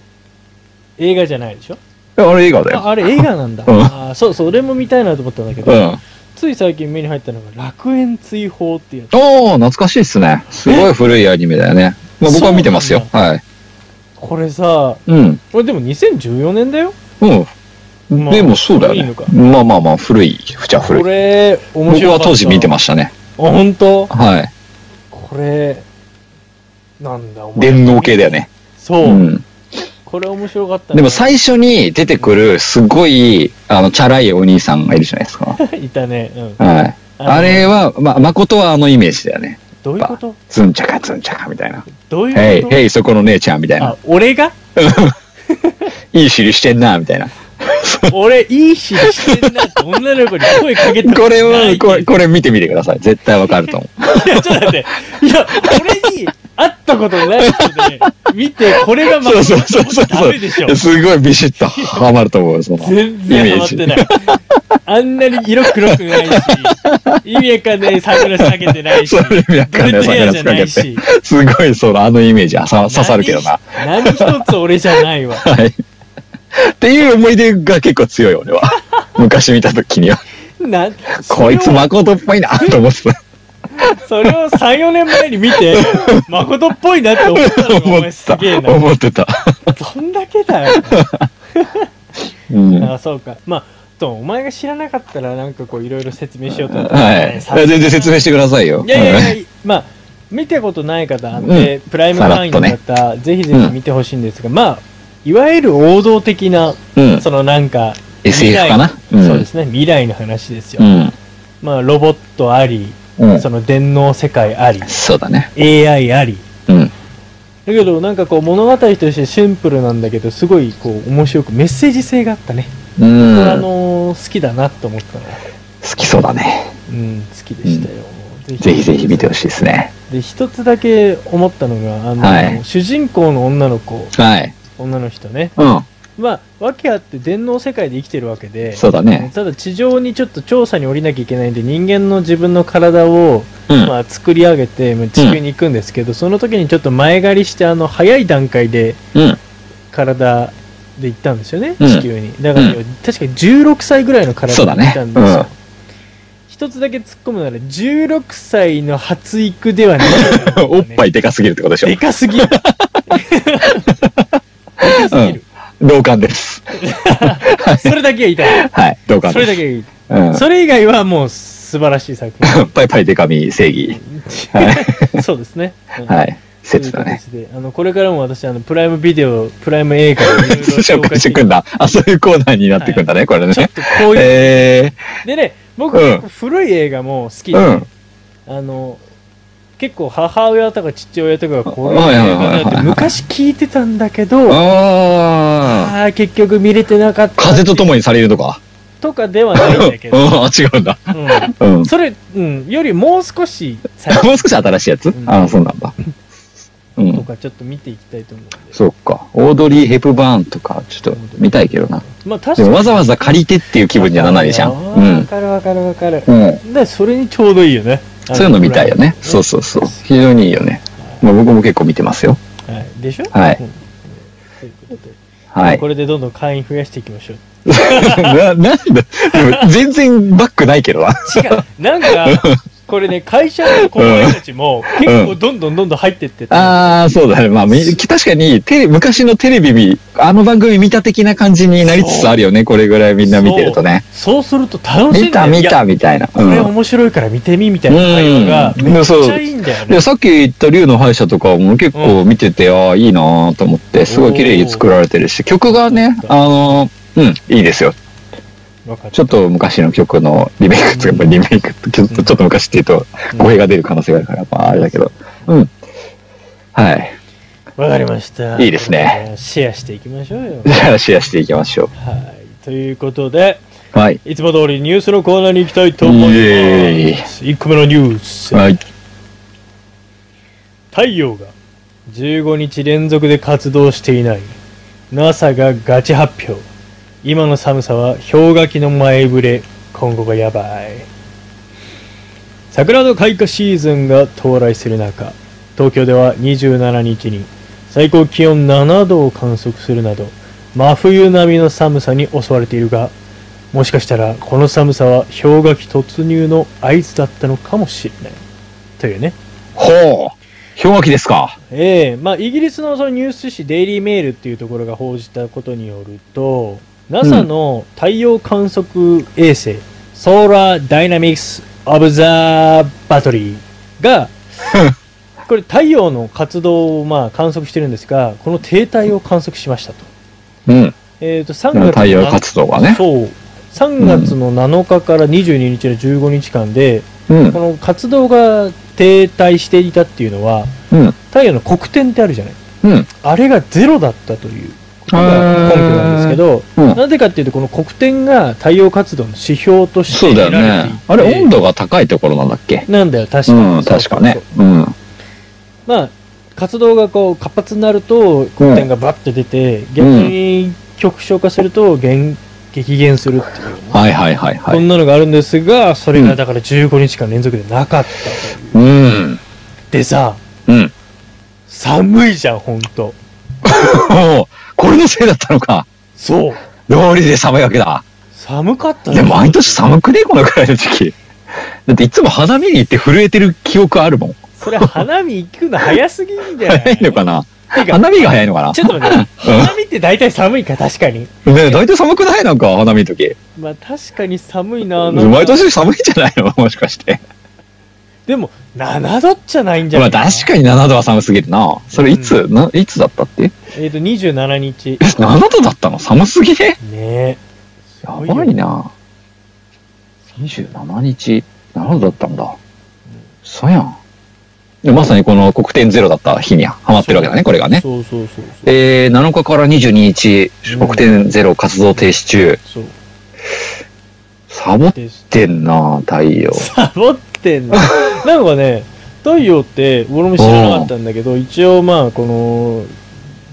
映画じゃないでしょ
あれ映画だよ。
ああれ映画なんだ。
うん
あそう、それも見たいなと思ったんだけ
う
ど、
ん。
つい最近目に入ったのが楽園追放っていうやつ。
おー、懐かしいっすね。すごい古いアニメだよね。まあ僕は見てますよ
そ。
はい。
これさ、
うん。
これでも2014年だよ
うん。
まあ
でもそうだよ
古いの
ね
か。
まあまあまあ、古い、ふちゃ古
こ
い。
れ、面
僕
白かった。
は当時見てま
し
したね。
た。あ、本当
はい。
これ、なんだ、お前。
電脳系だよね。
そうう、
ん。
これ面白かったな
でも最初に出てくる、すごい、あの、チャラいお兄さんがいるじゃないですか。
いたね。うん。
はい。
の
あれは、まあ、誠はあのイメージだよね。
どういうこと
ズンチャカズンチャカみたいな。
どう
へ
い
いう
こと
へい、そこの姉ちゃんみたいな
あ。、俺が
いい尻してんな、みたい な。
俺、いいしし てんなって女の子に声かけた
これは、これ、
こ
これ見てみてください。絶対わかると思う。
れ。いや、ちょっと待って。いや、俺に会ったことない人で、見て、これがま
そうそうそうそう
ダメでしょ。
すごいビシッとハマると思う、その。
全然ハマってない。あんなに色黒くないし、意味わかんないサングラスかけてないし、
そういう意味わかんないサングラスかけて。すごい、その、あのイメージ、あさ刺さるけどな。。
何何一つ俺じゃないわ。
はい。っていう思い出が結構強い、俺 は。昔見た時には。
なん
こいつ
それを
誠っぽいな、と思ってた。
それを3、4年前に見て、誠っぽいなって思ったのがお
思
前
っ
すげえ
てた。
な。
思ってた。
どんだけだよ。
うん。
あ、そうか。まあ、とお前が知らなかったらなんかこういろいろ説明しようと思った
はい。いや全然説明してくださいよ。
いやい
は
やいや、まあ、見たことない方なんで、プライム会員の方、ぜひぜひ見てほしいんですが、まあ、いわゆる王道的な、
うん。
そのなんか、
SF かなう
未来
ん
そうですね、未来の話ですよ。
うん。
まあ、ロボットあり、
うん
そ。の電脳世界あり、
そうだね。
AI あり。
うん。
だけど、なんかこう、物語としてシンプルなんだけど、すごい、こう、面白く、メッセージ性があったね。
う
これあ
ん。
のー好きだなと思ったの。
好きそうだね。
うん、好きでしたよ、ぜ
ぜひぜひ見てほしいですね。
で一つだけ思ったのがあの、
はい
主人公の女の子
はい。
女の人ね
うん。
まあ訳あって電脳世界で生きてるわけで
そうだね。
ただ地上にちょっと調査に降りなきゃいけないんで人間の自分の体を、
うん。
まあ、作り上げてまあ地球に行くんですけど、その時にちょっと前借りしてあの早い段階で
うん。
体で行ったんですよね、
うん
地球にだから、
うん
確かに16歳ぐらいの体
そう
で
だ
行
ね
ったんですよ、
うん
一つだけ突っ込むなら16歳の発育ではない、
おっぱいでかすぎるってことでしょ
で。かすぎるでかすぎる、
同感です。
それだけは言いたい
はい。同感
それだ
で
け
す。
は言いたい、
うん。
それ以外はもう素晴らしい作品
パイパイデカミ正義。
そうですね、うん
はい。説だね。
という形であのこれからも私あのプライムビデオプライム映画を いろいろ
紹
紹
介
介
し
してて
いくんだ。あ、そういうコーナーになっていくんだね、これ
ちょっ
ね。
とこういう、
え
でね僕
うん
結構古い映画も好き
ー。
で、
うん。
あの結構母親とか父親とかがこういう映
はいはいはい
画
はい
だって昔聞いてたんだけど
ああ。
ああ結局見れてなかった
風と共にされるとか。
とかではないんだけ
う
ど、
ん、あ違うんだ。
う
うん。も
ん、それ、うん、よりもう少し最
う少し新しいやつ
ん
あそうなんだ。う
と
ん。
かちょっと見ていきたいと思うんで
そうか。オードリー・ヘプバーンとか、ちょっと見たいけどな。
まあ確か
で
に
もわざわざ借りてっていう気分にはならないじゃん。う
わ
ん。
かるわかるわかる
うん。
でそれにちょうどいいよね
そういうの見たいよね。そうそうそう。非常にいいよね。まあ僕も結構見てますよ。
う、はい、でしょ
はい
うんということで
はい。
これでどんどん会員増やしていきましょう
な、なんだでも全然バックないけ どな。
違う。 なんか、これね、会社の後輩たちも、結構どんどんどんどん入ってってて、
ああ、そうだね。まあ、み確かにテレ、昔のテレビ見、あの番組見た的な感じになりつつあるよね。これぐらいみんな見てるとね。
そうすると楽しい
見
んだ
た
よ。
見
いや
たみたいな。
こ
うん
れ面白いから見てみみたいな会話が、
うん
めっちゃいいんだよ
い
ね
や。さっき言った竜の歯医者とかも結構見てて、ああ、いいなーと思って、すごい綺麗に作られてるし、曲がね、あのーうん、いいですよ。
わかる
ちょっと昔の曲のリメイクとか、リメイクってちょっと、ちょっと昔って言うと、語弊が出る可能性があるから、まあ、あれだけど。うん。はい。
わかりました。
いいですね。。
シェアしていきましょうよ
じゃあ、シェアしていきましょ
はい。ということで、
う。はい。
いつも通りニュースのコーナーに行きたいと思いま
イエ
す。1個目のニュース。
はい。
太陽が15日連続で活動していない NASA がガチ発表今の寒さは氷河期の前触れ今後がやばい桜の開花シーズンが到来する中東京では27日に最高気温7度を観測するなど真冬並みの寒さに襲われているがもしかしたらこの寒さは氷河期突入の合図だったのかもしれないというね
ほう。氷河期ですか。
ええまあ、イギリスのそのニュース誌デイリー・メールっていうところが報じたことによると NASA の太陽観測衛星、ソーラー・ダイナミクス・オブ・ザ・バトリー がこれ太陽の活動をまあ観測してるんですがこの停滞を観測しましたと,、
うん。
えー、と3月の
太陽活動がね。
そう3月の7日から22日の15日間で、
うん
こ。の活動が停滞していたっていうのは
うん。
太陽の黒点ってあるじゃない
うん。
あれがゼロだったということが根拠なんですけど、
うん。
なぜかっていうと、この黒点が太陽活動の指標として
そうだよ
見られてい
ね
て。
あれ、温度が高いところなんだっけ
なんだよ、確かに。
うん、確かね
そうそう。
うん。
そうまあ、活動がこう活発になると黒点がバッて出て、逆に極小化すると減激減するっていう、
はいはいはいは
こ
い。
んなのがあるんですが、それがだから15日間連続でなかったという。
うん。
でさ、
うん。
寒いじゃん、ほんと。
おうこれのせいだったのか。
そう。
道理で寒いわけだ。
寒かった
でも毎年
い。
寒くねこのくらいの時期。だっていつも花見に行って震えてる記憶あるもん。
それ花見行くの早すぎんじゃない
早いのかな
てか、
花見が早いのかな
ちょっと待って、花見って大体寒いか、確かに。
ねえ、大体寒くないなんか、花見の時。
まあ確かに寒いななんか
毎年寒いんじゃないの もしかして。
でも、7度じゃないんじゃ
ま
な
あ
い
確かに7度は寒すぎるな。それいつ、ないつだったって
えっ、と、27日
え、。7度だったの寒すぎね
ねえ。す
や
ご
ばい
よ。
な。27日、7度だったんだ。そうやん。でまさにこの黒点ゼロだった日にはまってるわけだね、これがね。
そうそうそうそう。
えー、7日から22日、黒点ゼロ活動停止中。
そう。
サボっ
でして
んな太陽。
サボって んのなんかね太陽って俺も知らなかったんだけど一応まあこの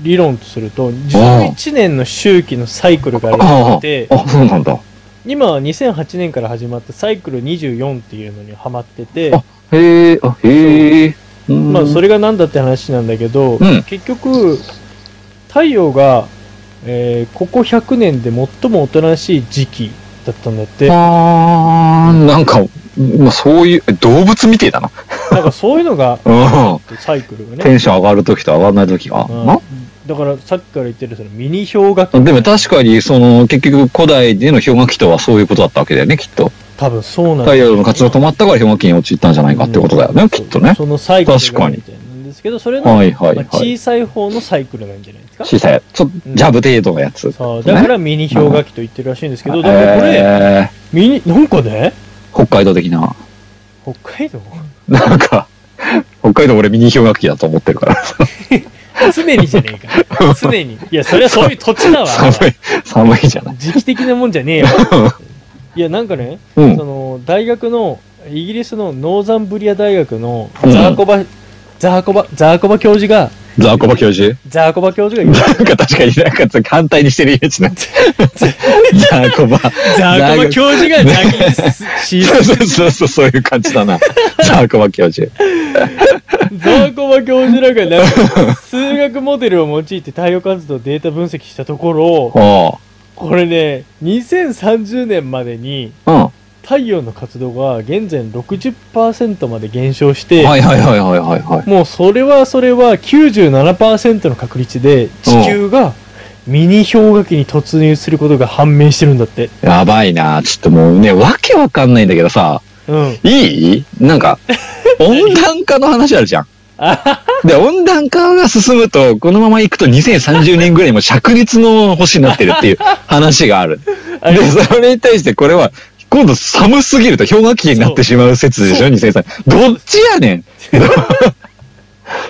理論とすると11年の周期のサイクルがあるって言って
あ、そうなんだ。
今は2008年から始まったサイクル24っていうのにハマってて
あへえ、あ、へえ。
まあそ
れ、
れが何だって話なんだけど、
うん
結局太陽が、えーここ100年で最もおとなしい時期だったんだって
あー、なんか、まあ、そういう、動物みてえだな。
なんかそういうのが
うん。
サイクルがね
テンション上がるときと上がらないときが。
うん
な
だからさっきから言ってるそのミニ氷河期
でも確かに、その、結局古代での氷河期とはそういうことだったわけだよね、きっと。
多分そうなんだ
太陽の活動が止まったから氷河期に陥ったんじゃないかってことだよね、きっとね。
そのサイクル
確か
が
に
みたいなんですけどそれの、
はいはい
ま
は
あ、
い。
小さい方のサイクルなんじゃないですか
小さい、ちょっと、ジャブ程度のやつ。
そうだからミニ氷河期と言ってるらしいんですけど、だからこれ、
え
ミニなんかね
ー北海道的な。
北海道
なんか、北海道俺ミニ氷河期だと思ってるから。
常にじゃねえ か。常に。いや、そりゃそういう土地だわ。
寒い、寒いじゃない。
時期的なもんじゃねえよ。いや、なんかね、
うん。
その、大学の、イギリスのノーザンブリア大学のザーコバ、ザーコバ、ザーコバ教授が、
ザーコバ教授
ザーコバ教授が言
な
う、
んか確かになんか反対にしてるや つね。ザーコバ。
ザーコバ教授がザギス、シ
そうそうそうそう、そういう感じだな。ザーコバ教授。
ザーコバ教授らがなんか、数学モデルを用いて太陽活動をデータ分析したところ、
お
これね、2030年までに、
うん。は
太陽の活動が現在の60%まで減少し
い
て、
はいはいはいはいはい。
もうそれはそれは97%の確率で地球がミニ氷河期に突入することが判明してるんだって。
やばいなちょっともうね、わけわかんないんだけどさ、
うん。
いいなんか、温暖化の話あるじゃん。で、温暖化が進むと、このまま行くと2030年ぐらいにもう灼熱の星になってるっていう話がある。
あれ
で、それに対してこれは、今度寒すぎると氷河期になってしまう説でしょ、2030どっちやねん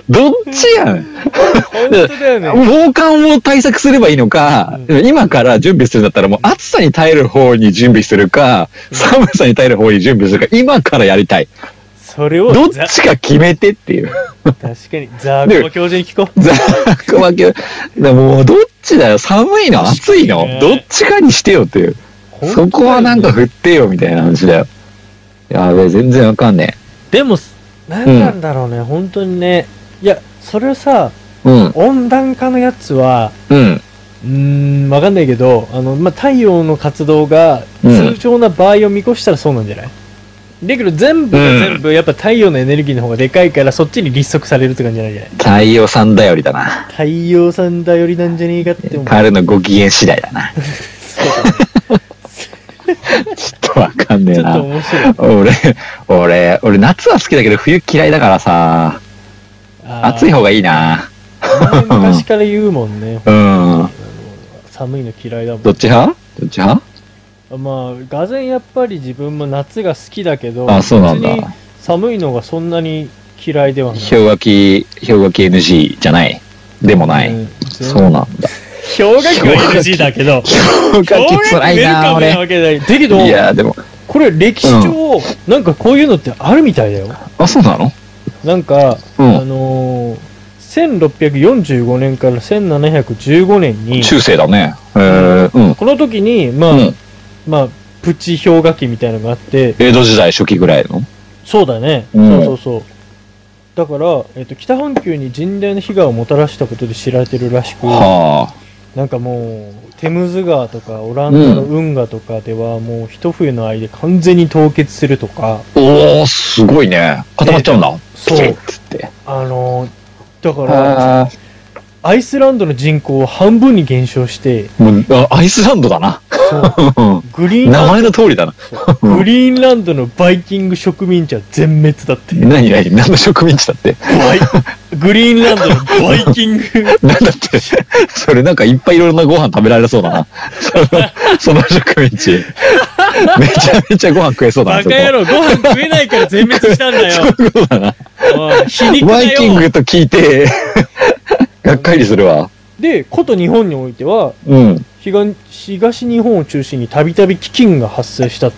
どっちやねん
本当だよね。
防寒を対策すればいいのか、今から準備するんだったらもう暑さに耐える方に準備するか、寒さに耐える方に準備するか、今からやりたい。
それを
どっ
ザ
ちか決めてっていう。
確かにザーコバ教授に聞こう。
ざくわけ。でもうどっちだよ寒いの暑いの
確かにね
どっちかにしてよっていう。そこはなんか
本当だよね
振ってよみたいな話だよ。やべえ、全然わかんね
でも、なんなんだろうね、本当にね。いや、それさ、
え。うん、
温暖化のやつは、
うん、
うーん、わかんないけど、あの、まあ、太陽の活動が
うん
通常な場合を見越したらそうなんじゃない、だけど全部が
うん
全部、やっぱ太陽のエネルギーの方がでかいから、そっちに立足されるって感じじゃないじゃない
太陽さん頼りだな。
太陽さん頼りなんじゃねえかって思う。
彼のご機嫌次第だな。 ちょっとわかんね
ち
え
ょっと
な。
面白い。
俺、俺、俺夏は好きだけど冬嫌いだからさ、暑い
い。
方がいいな。
お前昔から言うもんね。
うん。
寒いの嫌いだもん。
どっち派どっち派
まあ、がぜんやっぱり自分も夏が好きだけど、
あそうなんだ
別に寒いのがそんなに嫌いではない。
氷河期、氷河期 NG じゃない。でもな
う
い。
ん
そうなんだ。
氷河期は NG だけど、
氷河期辛いな、
俺。
俺。
わけないだけ
い
ど、
や、でも、
これ歴史上、なんかこういうのってあるみたいだよ。
あ、そうなの
なんか、
うん
あのー、1645年から1715年に、
中世だね。えー、うん。
この時に、まあ、
うん
まあ、プチ氷河期みたいなのがあって、
江戸時代初期ぐらいの
そうだね。
うん
そうそうそう。だから、えっと、北半球に甚大な被害をもたらしたことで知られてるらしく、
は
なんかもう、テムズ川とかオランダの運河とかでは、もう一冬の間で完全に凍結するとか、
あ。おー、すごいね。固まっちゃうんだ。
そう
ピチッつって。
あのーだから、
あ
アイスランドの人口を半分に減少して、
ーもう、あアイスランドだな。
そう
うん
グリーン
名
ラン
前の通りだな。
ド、グリーンランドのバイキング植民地は全滅だって。
何何何の植民地だって。
バイグリーンランドのバイキング。
なんだって、それなんかいっぱいいろんなご飯食べられそうだな。その、その植民地。めちゃめちゃご飯食えそうだな、
バカ
そこ。
野郎、ご飯食えないから全滅したんだよ。
そういうことだな。
おい皮肉
バ
だ
イキン
よ。
グと聞いて、がっかりするわ。
で、こと日本においては、
うん。
ひ東東日本を中心にたびたび飢饉が発生したと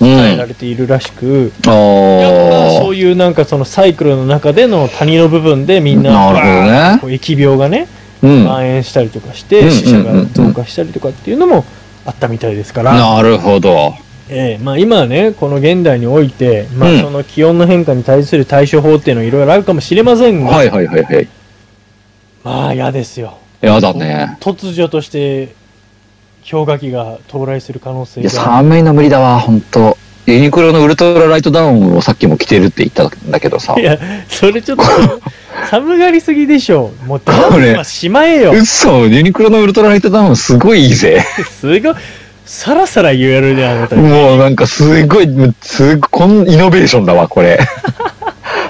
うん。
伝え
あ
られているらしく、やっぱそ
あ。
ういうなんかそのサイクルの中での谷の部分でみん
な
な
るほどね
バーンこう疫病がね
うん。
蔓延したりとかし
うん
て
うんうんうん
死者が増加したりとかっていうのもあったみたいですから、
なるほど。
ええまあ、今はねこの現代において、ま
う
あ、
ん
その気温の変化に対する対処法っていうのはいろいろあるかもしれませんが、
はいはいはいはい。
まあ嫌ですよ
やだね。
突如として氷河期が到来する可能性
いや、
が
寒いの無理だわ、ほんと。ユニクロのウルトラライトダウンをさっきも着てるって言ったんだけどさ
い。やそれちょっと寒がりすぎでしょもうダ
こ
ウ
れ
ンはしまえよ
嘘ユニクロのウルトラライトダウンすごいいいぜ。
すごいさらさら言えるねあなた
もうなんかすごい、すごい、こんイノベーションだわ、 これ。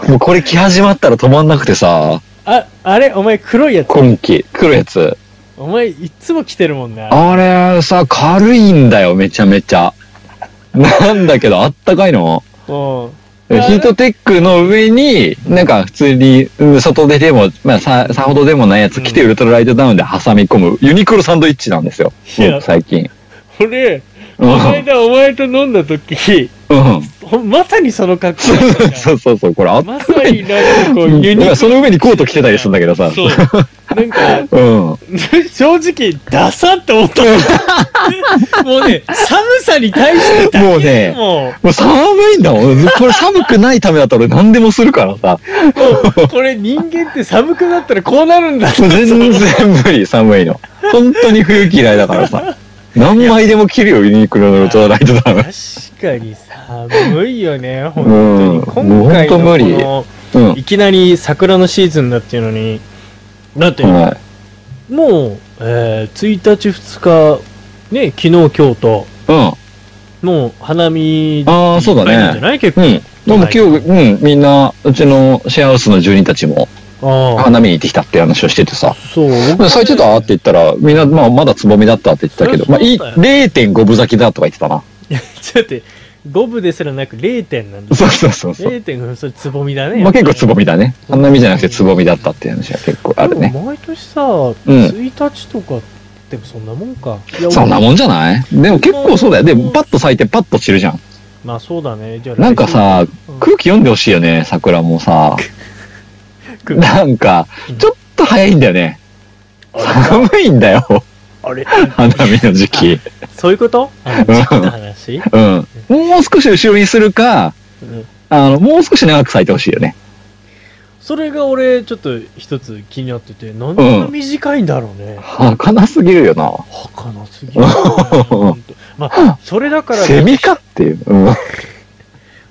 もうこれ着始まったら止まんなくてさ、
ああれお前黒いやつ
今季、黒いやつ。
お前いっつも着てるもんねあれ
あれさ、軽いんだよ、めちゃめちゃ。なんだけど、あったかいの。
うん
ヒートテックの上に、なんか普通に、うん外ででも、まあさ、さほどでもないやつ着て、
うん
ウルトラライトダウンで挟み込む、ユニクロサンドイッチなんですよ。
いや
僕最近。
俺
う
こ
ん。う
の間お前と飲んだ時
ん。
ほんまさにその格好だったじ ゃ
そうそうそう、これあっ
んまさになんかこう
うん
ユニ
なんか
ーク
その上にコート着てたりするんだけどさ。
そうなんか
うん。
正直、ダサって思ったもん。もうね、寒さに対してだけ
もうね
でも
もう寒いんだもん。これ寒くないためだったら俺何でもするからさ。
もうこれ人間って寒くなったらこうなるんだって。
全然無理、寒いの。本当に冬嫌いだからさ。何枚でも着るよ、ユニクロのウルトラライトダウン。
確かに寒いよね、本
うん
当に。今回の
もう本当無理
こ
うん
の、。いきなり桜のシーズンだっていうのに、だって、
はい。
もう、えー1日、2日、ね、昨日、今日と、
うん。
もう花見、
ああ、そうだ
なんじ
ね。
ゃない結
う
構。
ん。でも今日、うん、みんな、うちのシェアハウスの住人たちも
ああ、
花見に行ってきたって話をしててさ。
そう。
咲いて たって言ったら、みんな、まあ、まだつぼみだったって言ってたけど、
そり
まあ、
ゃそう
い
だよ
0.5分咲きだとか言ってたな。
いや、ちょっと待って、5分ですらなく0点なん だ。
そうそうそうそう。
0.5、それつぼみだね。
まあ結構つぼ
み
みだね。花見じゃなくてつぼみだったっていう話は結構あるね。
毎年さ、1日とか、でもそんなもんか。いや
そんなもんじゃないでも結構そうだよ。で、パッと咲いてパッと散るじゃん。
まあそうだね。じゃあ
なんかさ、空気読んでほしいよね、桜もさ。
空気
なんか
うん、
ちょっと早いんだよね。寒いんだよ、
あれ
花見の時期。
そういうこと あの
うん
ちょっと話
うん。もう少し後ろにするか、
うん
あの、もう少し長く咲いてほしいよね。
それが俺、ちょっと一つ気になってて、なんでこんな短いんだろうね。
儚すぎるよな。
儚すぎるよね。ほんとまあ、それだから、
セミかっていう。うん。うん。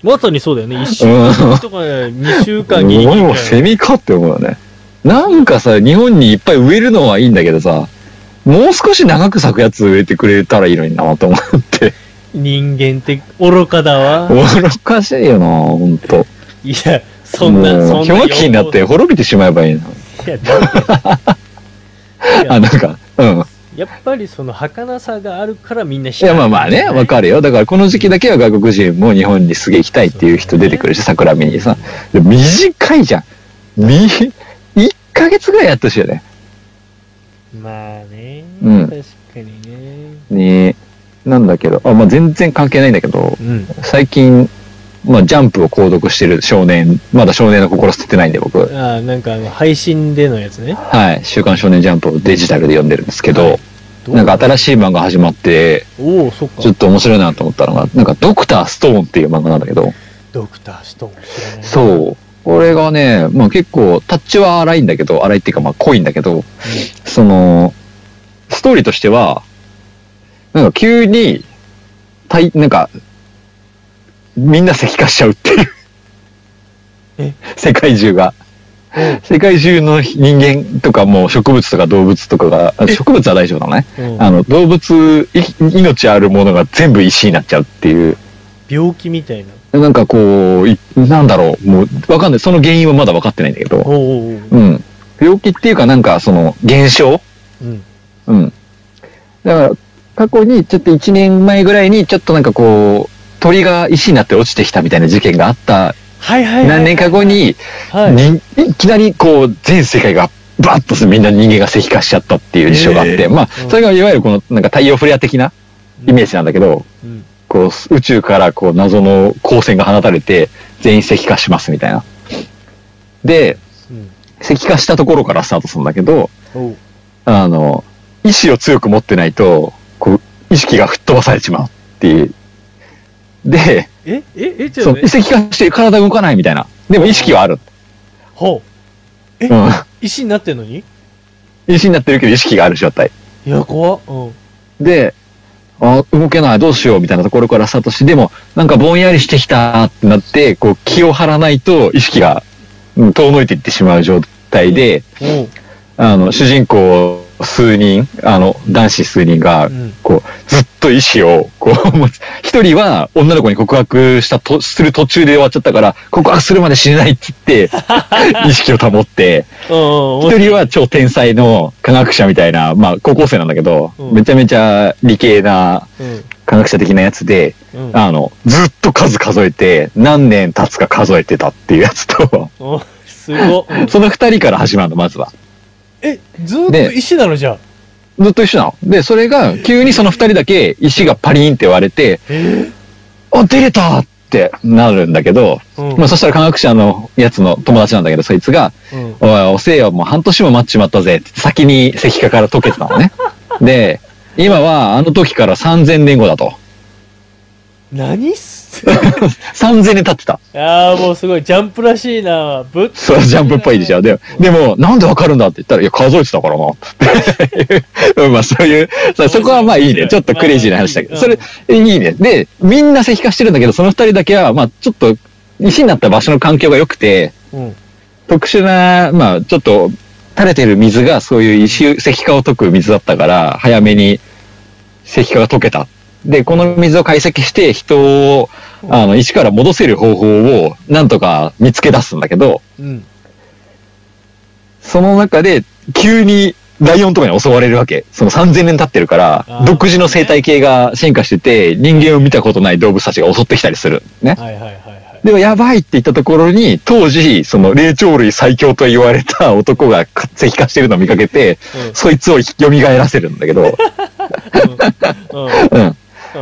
まさにそうだよね。1週
す
間とか2週間に
ごいもうセミかって思うよね。なんかさ、日本にいっぱい植えるのはいいんだけどさ、もう少し長く咲くやつ植えてくれたらいいのになと思 って。
人間って愚かだわ。
おかしいよな、ほんと。
いや、そんな、
も
そ
うん氷
な要望。
河期になって滅びてしまえばいいの。
いや。
あ、
だってい
な
や
んか、うん。
やっぱりその儚さがあるからみんない
や、まあまあね、わかるよ。だからこの時期だけは外国人も日本にすげえ行きたいっていう人出てくるし、桜見にさ。でも短いじゃん。み、1ヶ月ぐらいやってほしいよね。
まあね、
うん
確かにね。
ねなんだけど、あ、まあ全然関係ないんだけど、
うん。
最近、まあジャンプを購読してる少年、まだ少年の心捨ててないんで僕、
ああ、なんかあの配信でのやつね。
はい、週刊少年ジャンプをデジタルで読んでるんですけど、
どう
なんか新しい漫画始まって、
おお、そっか
ちょ。っと面白いなと思ったのが、なんかドクターストーンっていう漫画なんだけど、
ドクターストーン知らない。う。
そう。これがね、まあ結構タッチは荒いんだけど、荒いっていうかまあ濃いんだけど、その、ストーリーとしては、なんか急に、たい、なんか、みんな石化しちゃうっていう。
え
世界中が。世界中の人間とかもう植物とか動物とかが、植物は大丈夫なのね。
うん
あの、動物、い命あるものが全部石になっちゃうっていう。
病気みたいな。
なんかこう、いなんだろう、もう、わかんない。その原因はまだ分かってないんだけど。
おうおうおう
うん。病気っていうかなんかその、現象
うん。
うん。だから、過去にちょっと1年前ぐらいに、ちょっとなんかこう、鳥が石になって落ちてきたみたいな事件があった
はいはいはい。
何年か後に、
はい。
にいきなりこう、全世界がバッとすみんな人間が石化しちゃったっていう事象があって、
ええ
まあ、
うん
それがいわゆるこの、なんか太陽フレア的なイメージなんだけど、
うん
こう、宇宙からこう、謎の光線が放たれて、全員石化しますみたいな。で、
うん
石化したところからスタートするんだけど、
おう
あの、意志を強く持ってないと、こう、意識が吹っ飛ばされちまうっていう。で、
えええち
そ
ょっ
う、
と
遺
ね
跡化して体動かないみたいな。でも意識はある。
ほ う
うん。
石になってんのに
意識になってるけど意識がある状態。
いや怖っうん
で、あ動けない、どうしようみたいなところからスタートして、でも、なんかぼんやりしてきたってなって、こう気を張らないと意識がうん遠のいていってしまう状態で、
おう
あの、主人公数人、あの、男子数人が
う、ん
こう、ずっと意志を、こう、 持つ一人は女の子に告白したと、する途中で終わっちゃったから、告白するまで死ねないって言 って、意識を保って、
うんうん
一人は超天才の科学者みたいな、まあ高校生なんだけど、
うん
めちゃめちゃ理系な
うん
科学者的なやつで、
うん
あの、ずっと数数えて、何年経つか数えてたっていうやつと、
おすごっうん
その二人から始まるの、まずは。
えずーっと
で
石なのじゃあ
ずっと一緒なの。で、それが、急にその二人だけ石がパリーンって割れて、
え
あ、出れたってなるんだけど、
うん
まあそしたら科学者のやつの友達なんだけど、そいつが、
うん
おい、遅えよ、もう半年も待っちまったぜって、先に石化から溶けてたの ね。で、今はあの時から3000年後だと。
何っす
3000年経ってた。
ああもうすごいジャンプらしいなぶっ
そう、ジャンプっぽいでしょ。でも、でもなんでわかるんだって言ったら、いや、数えてたからな。ってまあ、 そういう、さそこはまあいいね。ちょっとクレイジーな話だけど。それ、いいね。で、みんな石化してるんだけど、その二人だけは、まあ、ちょっと、石になった場所の環境が良くて、
うん
特殊な、まあ、ちょっと、垂れてる水がそういう石、石化を溶く水だったから、早めに石化が溶けた。で、この水を解析して、人を、あの、石から戻せる方法を、なんとか見つけ出すんだけど、
うん
その中で、急に、ライオンとかに襲われるわけ。その3000年経ってるから
あー、
独自の生態系が進化してて、人間を見たことない動物たちが襲ってきたりする。ね。
はいはいはいはい
でもやばいって言ったところに、当時、その霊長類最強と言われた 男が石化してるのを見かけて、そいつを蘇らせるんだけど、
うん
うん。
うんう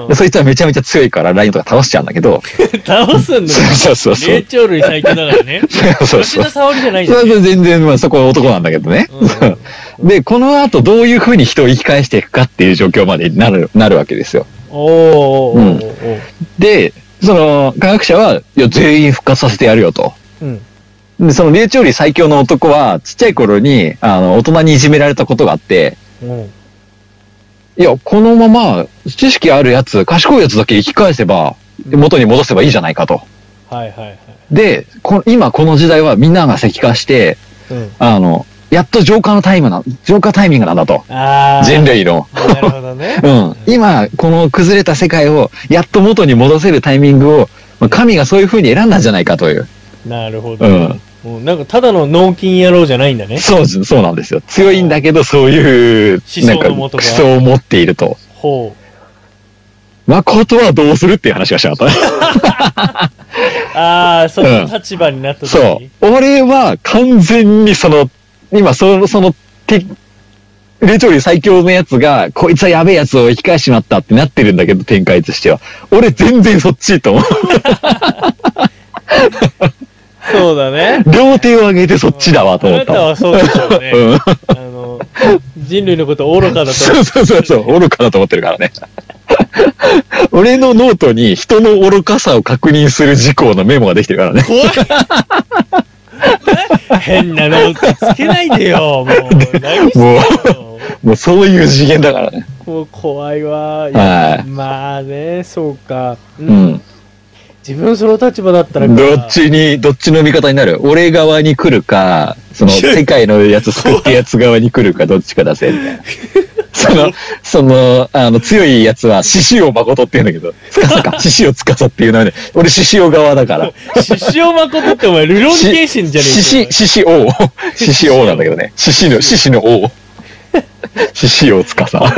で
ん
そいつはめちゃめちゃ強いからライオンとか倒しちゃうんだけど、
倒すんだ
そうそうそうそう。
霊長類最強だからね
そう
吉
そう
田。沙保里じゃないん
そ
だ
れ
ね
は全然、まあそこは男なんだけどね。
うんうん
で、この後どういうふうに人を生き返していくかっていう状況までなる、なるわけですよ。
おーおーおーおー
で、その科学者は、いや、全員復活させてやるよと。
うん
で、その霊長類最強の男は、ちっちゃい頃に、あの、大人にいじめられたことがあって、
うん
いや、このまま、知識あるやつ、賢いやつだけ生き返せば、元に戻せばいいじゃないかと。
はいはいはい
で、こ今この時代はみんなが石化して、
うん
あの、やっと浄化のタイムな、浄化タイミングなんだと。
ああ
人類の。
なるほどね
うん。今、この崩れた世界を、やっと元に戻せるタイミングを、まあ神がそういう風に選んだんじゃないかという。
なるほどねもうなんかただの脳筋野郎じゃないんだね
そうです、そうなんですよ。強いんだけど、そういう、
思想の
なん
元
か、
が
苦想を持っていると。
ほ
誠はどうするっていう話がしたかった。
うああその立場になった時
そ
に
う。俺は完全にその、今、その、その、て、霊長類最強のやつが、こいつはやべえやつを生き返しまったってなってるんだけど、展開としては。俺全然そっち と思
そうだね
う。両手を上げてそっちだわと思っ
あなた
た。
はそうでしょうね。
うん。
あの、人類のことを愚かだ
そう
と。
そうそうそう、愚かだと思ってるからね。 俺のノートに人の愚かさを確認する事項のメモができてるからね。
怖い変なのつけないで よ、もう。何してんの
もうそういう次元だからね。
もう怖いわ。い
は
や
い
まあね、そうか。う
うんん。
自分その立場だったらか
どっちに、どっちの味方になる俺側に来るか、そ の、
いや
世界のやつ救ってやつ側に来るか、どっちか出せ、み たいな。その、その、あの、強いやつは、獅子王誠って言うんだけど、つかさ か、獅子王つかさっていうのはね、俺獅子王側だから。
獅子王誠ってお前、ルロンケーシンじゃねえ
獅子、獅子王。 獅子王なんだけどね。獅子の、獅子の王。獅子王つかさ。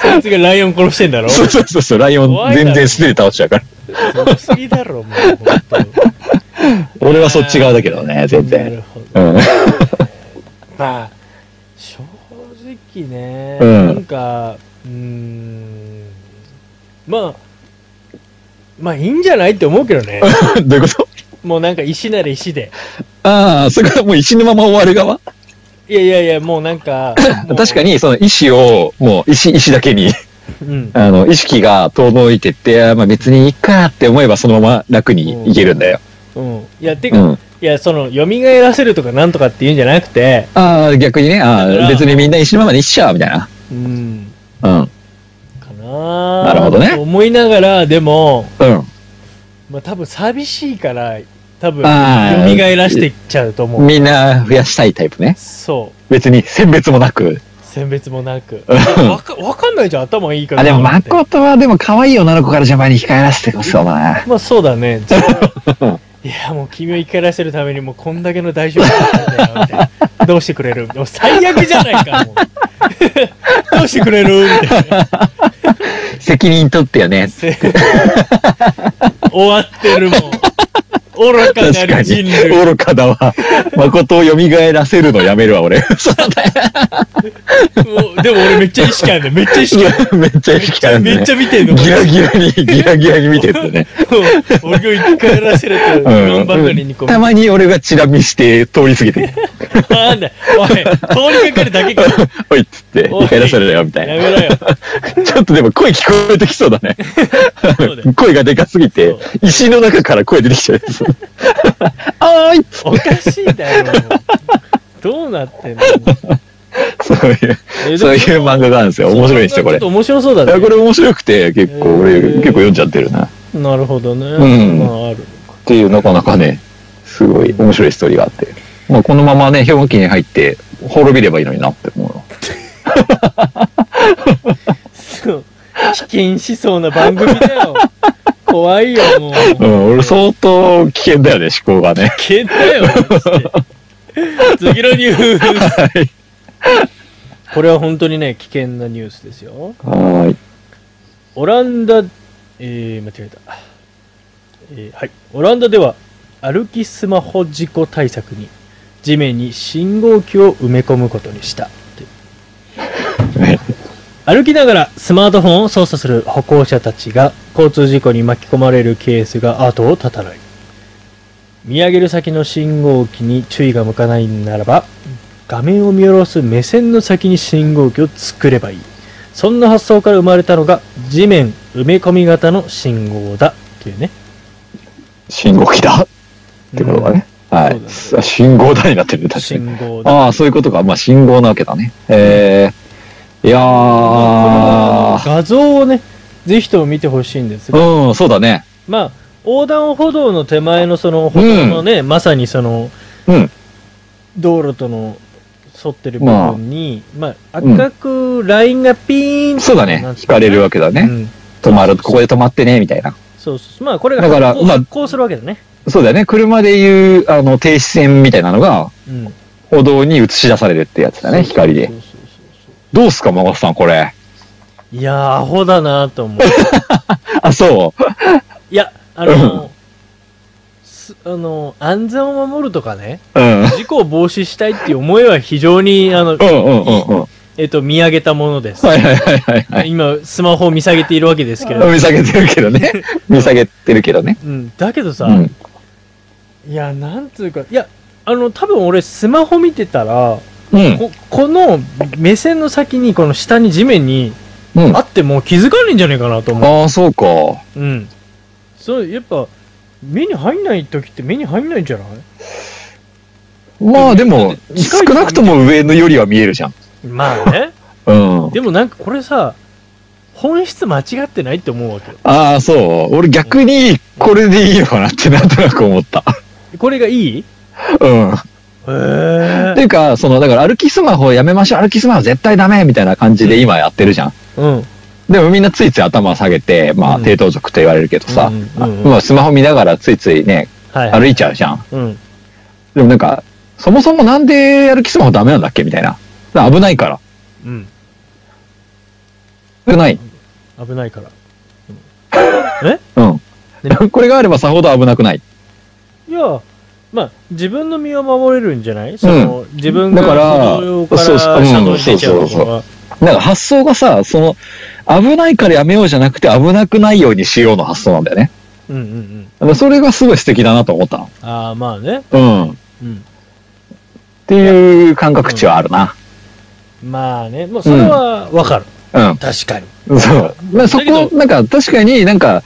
そいつがライオン殺してんだろ
そうそうそうそう、ライオン全然素手で倒しちゃうから。
強すぎだろ、もう。本当に
俺はそっち側だけどね、全
なる
然。
ほど。
うん。
まあ、正直ね、
うん
なんか、うーん、まあ、まあいいんじゃないって思うけど ね。
どういうこと
もうなんか石なら石で。
ああ、それからもう石のまま終わる側。
いやいやいや、もうなんか
確か
に。
に、その石を、もう石、石だけ に、
うん。
あの、意識が遠のいてって、あーまあ別にいいかって思えばそのまま楽にいけるんだよ。
うん。いや、て
う
か、
ん。
いや、その、蘇らせるとかなんとかって言うんじゃなくて、
ああ、逆にね、あ
だか
あ、
ら
別にみんな石のままにしちゃう、みたいな。
うん。
うん。
かな
なるほどね
と思いながら、でも、
うん。
まあ多分寂しいから、多分、蘇
あー
らしていっちゃうと思う。
みんな増やしたいタイプね。
そう。
別に選別もなく。
選別もなく。
うん
わかわかんないじゃん、頭いいから。
あ、でも
なんて
誠はでも可愛い女の子から邪魔に控えらせてほしそうだな。
まあそうだ ね。いや、もう君を怒らせるためにもうこんだけの大丈夫だよ、みたいな。どうしてくれる もう最悪じゃないか、もう。どうしてくれる みたいな。
責任取ってよね。
せ終わってるもん。愚かな
確か
る
に。
人類。
愚かだ わ。誠を蘇らせるのやめるわ、俺。そうだよ。
もうでも俺めっちゃ意識あるね。めっちゃ意識ある。
めっちゃ意識あるね。
めっちゃ見てんの
ギラギラに、ギラギラに見てるね。
もう俺を怒らせると、
う
頑
ん
張るのにこう。
たまに俺がチラ見して通り過ぎて、
なんだ、おい、通りかかるだけか。
おいっつって、
おい
見返らせるよ、みた
や
いな。
めろよ。
ちょっとでも声聞こえてきそうだね。
そうだよ
声がでかすぎて
そ、
石の中から声出てきちゃうやつ。あーいっつ
おかしいだろ。どうなってんの
そういう、そういう漫画があるんですよ。面白いんですよ、こ
ちょ
れ。
っと
い
面白そうだ
や、
ね。
これ面白くて、結構、
へ
俺、
ー
結構読んじゃってるな。っ
なるほどね。
うん
まあ、ある。
ていう、なかなかね、すごい面白いストーリーがあって。まあ、このままね、兵庫県に入って、滅びればいいのになって思うの。
そう。危険しそうな番組だよ。怖いよ、もう。
うん、俺相当危険だよね、思考がね。
危険 だよ、マジで次のニュース。
はい。
これは本当にね、危険なニュースですよ。
はーい。
オランダ、えー、間違えた。えーはい。オランダでは、歩きスマホ事故対策に、地面に信号機を埋め込むことにした。
はい
歩きながらスマートフォンを操作する歩行者たちが交通事故に巻き込まれるケースが後を絶たない見上げる先の信号機に注意が向かないならば画面を見下ろす目線の先に信号機を作ればいいそんな発想から生まれたのが地面埋め込み型の信号だというね
信号機だってことだね。は
そう
い。
だね
さ信号だになってるね、確かに。
信号だ
ああ、そういうことか。まあ、信号なわけだね。えー、いや
まあ
ー、
この画像をねぜひとも見てほしいんですが
うん、そうだね。
まあ、横断歩道の手前のその歩道のね、まさにその、
うん
道路との沿ってる部分に、まあ、赤くラインがピーンと
そうだね。引かれるわけだね。
けうん、
止まる、ここで止まってね、みたいな。
そうそうそう。まあ、これが
だから
こう
まあ
こうするわけだね。
そうだよね。車でいう、あの、停止線みたいなのが、
うん。そう
歩道に映し出されるってやつだね、
そうそう
光
そ
で
う。そうそ
どうすか、マゴさん、これ。
ういやー、アホだなと思う。
あ、そう。
いや、あの、すあの、安全を守るとかね、
うん。うん
事故を防止したいっていう思いは非常に、あの、
うんうんうん。
えっと、見上げたものです。
はいはいはいはいはい。
今、スマホを見下げているわけですけれども
見下げてるけど ね。見下げてるけどね。
うん、だけど
う
さ、
ん。
いや、なんつうか、いや、あの、多分俺、スマホ見てたら、
うん。
ここの目線の先に、この下に地面に
うん。
あっても気づかねえんじゃねえかなと思
ああ、そうか。
う。うん。そう、やっぱ、目に入んない時って目に入んないんじゃない
まあでも、
近い
少なくとも上のよりは見えるじゃん。
まあね。
うん。
でもなんかこれさ、本質間違ってないって思うわけよ。
ああ、そう。俺逆に、これでいいのかなってなんとなく思った。
これがいいへ
うん。
え
っていうか、その、だから歩きスマホやめましょう、歩きスマホ絶対ダメみたいな感じで今やってるじゃん。
うん。
でもみんなついつい頭下げて、まあ
うん
低等族と言われるけどさ、
うん
あ
うん
まあスマホ見ながらついついね、
はい。
歩いちゃうじゃん。
うん。
でもなんか、そもそもなんで歩きスマホダメなんだっけみたいな。だから危ないから。
うん。
危ない。
危ないから。
うん。これがあればさほど危なくない。
いや、まあ、自分の身を守れるんじゃないその、自分が
だから
歩道から
そうそううん
車道に出ちゃう
そ
と
うそう
かは、
なんか発想がさ、その、危ないからやめようじゃなくて危なくないようにしようの発想なんだよね。
うんうんうん。
だからそれがすごい素敵だなと思ったの。
ああ、まあね。
うん。っ
うん。
ていう感覚値はあるな。
まあね。もうそれはわかる。
うん。
確かに。
そう。まあ、そ
だ
こ、なんか確かになんか、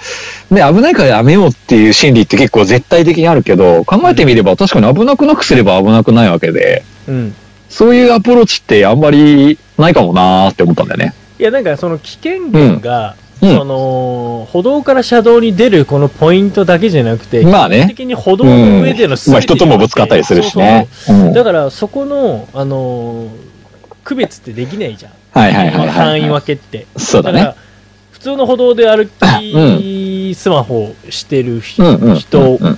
ね、危ないからやめようっていう心理って結構絶対的にあるけど、考えてみれば確かに危なくなくすれば危なくないわけで、
うん。
そういうアプローチってあんまりないかもなーって思ったんだよね。
いや、なんかその危険源が、
うん
その、歩道から車道に出るこのポイントだけじゃなくて、
まあ
基本
ね。
的に歩道
う
の
ん。
上での
まあ人ともぶつかったりするしね。う
そうそうそうんだからそこの、あのー区別ってできないじゃん。
はいはいはいは
範囲
い。
分けって。
そうだね
から。普通の歩道で歩
う
き、スマホしてる人
うんうん。う
人
ん
が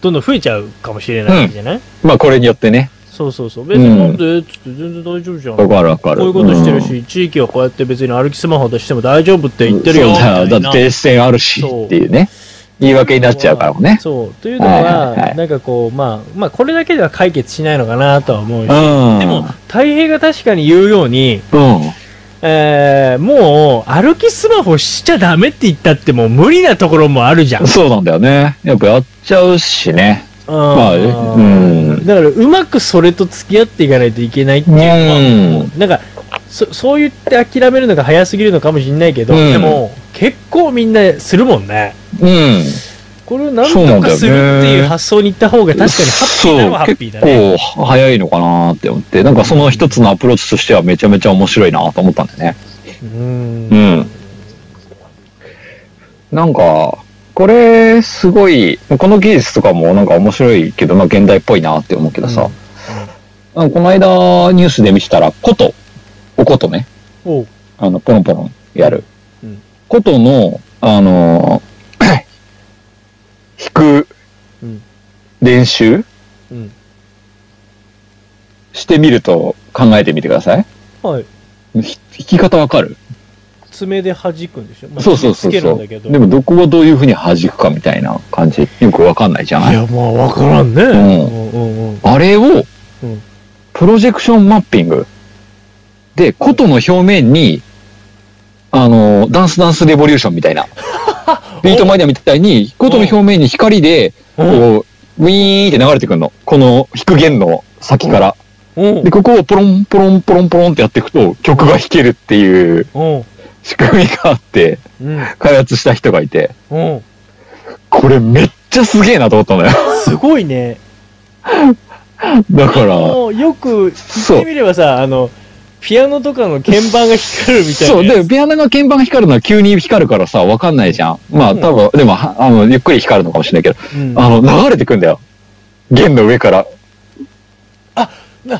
どんどん増えちゃうかもしれないわけじゃない、
まあこれによってね。
そうそうそう。別になんでっつって全然大丈夫じゃん。
わ
こ
かるわかる。
ういうことしてるし、地域はこうやって別に歩きスマホ出しても大丈夫って
うん、
言ってるよ。
そうだ
みた
だ
いな
って、視線あるし
そう
っていうね。言い訳になっちゃうからもね。
そう。というの
はいはいは
は、
い
なんかこう、まあ、まあ、これだけでは解決しないのかなとは思うし
う、ん。
でも、太平が確かに言うように、
うん。
えー、もう、歩きスマホしちゃダメって言ったってもう無理なところもあるじゃん。
そうなんだよね。やっぱやっちゃうしね。まあ、う
うん
ん。
だから、うまくそれと付き合っていかないといけないっていうのは、
うん
なんか、そ、そう言って諦めるのが早すぎるのかもしれないけど、
うん
でも、結構みんなするもんね。
うん。
これをなん
そうな
と
んだ
か
よね
するっていう発想に行った方が確かにハッピーなのはハ
そ
ッ
う
ピーだね。
結構早いのかなって思って、なんかその一つのアプローチとしてはめちゃめちゃ面白いなと思ったんだよね。
うん
うん。なんか、これ、すごい、この技術とかもなんか面白いけど、まあ現代っぽいなって思うけどさ、あのこの間ニュースで見てたら、琴、お琴ね、
おう
あの、ポロンポロンやる
うん。
琴、の、あの ー弾く
うん
練習
うん
してみると考えてみてください。
はい。
ひ弾き方わかる
爪で弾くんでしょ、まあ
そうそうそう
爪つけ
そ
るん
う。
だけ
で
ど。
もどこがどういうふうに弾くかみたいな感じ。よくわかんないじゃない
いや、まあ、わからんね。うんうんうん。
あれを
うん、
プロジェクションマッピングで、琴の表面に、あの、ダンスダンスレボリューションみたい な、ビートマニアみたいに、琴の表面に光で、
うん
こう、ウィーンって流れてくるの。この弾く弦の先から。
うん
で、ここをポロンポロンポロンポロンってやっていくと、曲が弾けるっていう
うん
仕組みがあって、
うん
開発した人がいて、
うん。
これめっちゃすげえなと思ったのよ。
すごいね。
だから、
もうよく言ってみればさ、あの、ピアノとかの鍵盤が光るみたいな。
そう、で、、ピアノの鍵盤が光るのは急に光るからさ、わかんないじゃん。まあ、
うん
多分、でも、はあの、ゆっくり光るのかもしれないけど、
うん、
あ
あ
の、流れてくんだよ。弦の上から、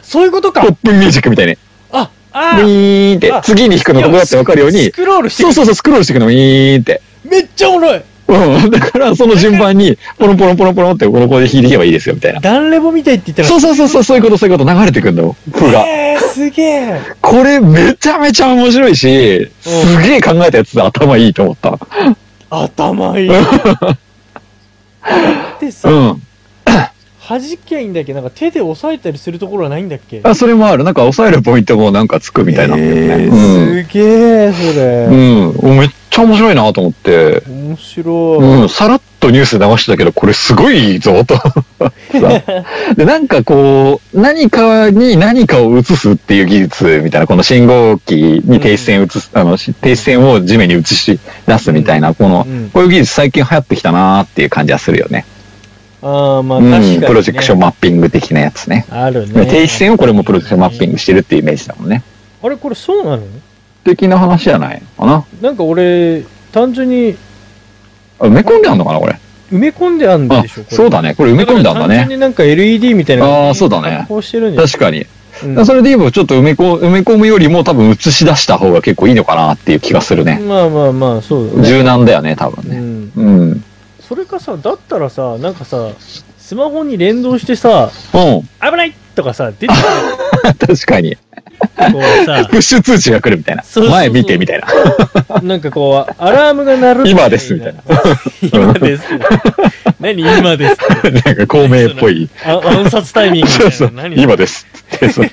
そういうことか
ポップミュージックみたいに。
あ、
ウ
あー
ィーンって
あ、
次に弾くのどこだってわかるよう
いやス
に、
クロールして
そうそうそう、スクロールしていくの、ウィーンって。
くめっちゃおもろい
うん、だから、その順番に、ポロンポロンポロンポロンって、この子で弾いていけばいいですよ、みたいな。
ダンレボみたいって言ったら、
そうそうそうそう、そういうこと、そういうこと、流れてくんだよ、譜が。
えー、すげえ。
これ、めちゃめちゃ面白いし、すげえ考えたやつだ、頭いいと思った。
頭いい。で さ、
うん。
弾きゃいいんだっけなんか手で押さえたりするところはないんだっけ
あ、それもある。なんか抑えるポイントもなんかつくみたいなんだよね。
えー
うん
すげえ、それ。
うん。めっちゃ面白いなと思って。
面白い。
うん。さらっとニュースで流してたけど、これすごいぞ、 と。さで、なんかこう、何かに何かを移すっていう技術みたいな、この信号機に停止線移す、あの、し停止線を地面に移し出すみたいな、この、
うん
こういう技術最近流行ってきたなーっていう感じはするよね。
ああ、まあ
う
確かに、
ん。
ね。
プロジェクションマッピング的なやつね。
あるね。
停止線をこれもプロジェクションマッピングしてるっていうイメージだもんね。
あれ、これそうなの
的な話じゃないのかな。
なんか俺、単純に
あ埋め込んであんのかな、これ。
埋め込んであるん
あ
でしょ、これ。
そうだね。これ埋め込んだんだ
単純
ね。
になんか LED みたいな
あーそうだね
こうしてるんじゃない
確かに。
うん
それで言えば、ちょっと埋めこ埋め込むよりも多分映し出した方が結構いいのかなっていう気がするね。
まあまあまあ、そうだね。
柔軟だよね、多分
う
ね。
ん。
うん。うん。
それかさ、だったらさ、なんかさ、スマホに連動してさ、危ないとかさ、出てく
確かに。
るこうさ
プ、 ッシュ通知が来るみたいな
そうそう。そう
前見てみたいな。
なんかこう、アラームが鳴る。
今ですみたいな。
今です。なんか何今ですって
なんか孔明っぽい。
あ暗殺タイミングみたい
そ
な
うそう。
何
今です。ってそう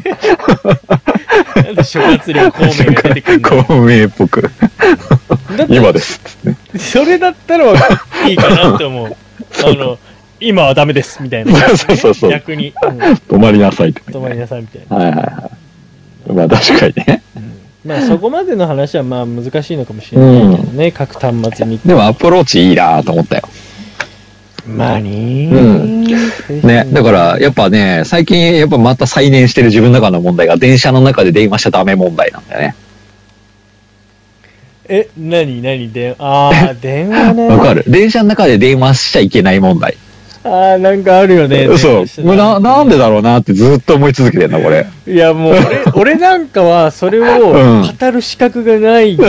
なんで諸葛亮孔明が出てくるんだ
孔明っぽく。
だって
今です。ね
それだったらいいかなっ て思う。あの、今はダメです、みたいな。
そうそうそう
逆に、うん
止まりなさいって。
止まりなさい、みたいな。
はいはいはい。まあ確かにね。
まあ、そこまでの話はまあ難しいのかもしれないけどね、各端末に。
でもアプローチいいなと思ったよ。
まあね
うね。だから、やっぱね、最近やっぱまた再燃してる自分の中の問題が電車の中で電話しちゃダメ問題なんだよね。
え、なになにで、ああ、 電話ね。
わかる電車の中で電話しちゃいけない問題。
ああ、なんかあるよね。
そう。
電話してた
な、なんでだろうなってずっと思い続けてんだ、これ。
いや、もう、俺、俺なんかは、それを語る資格がな い。
そ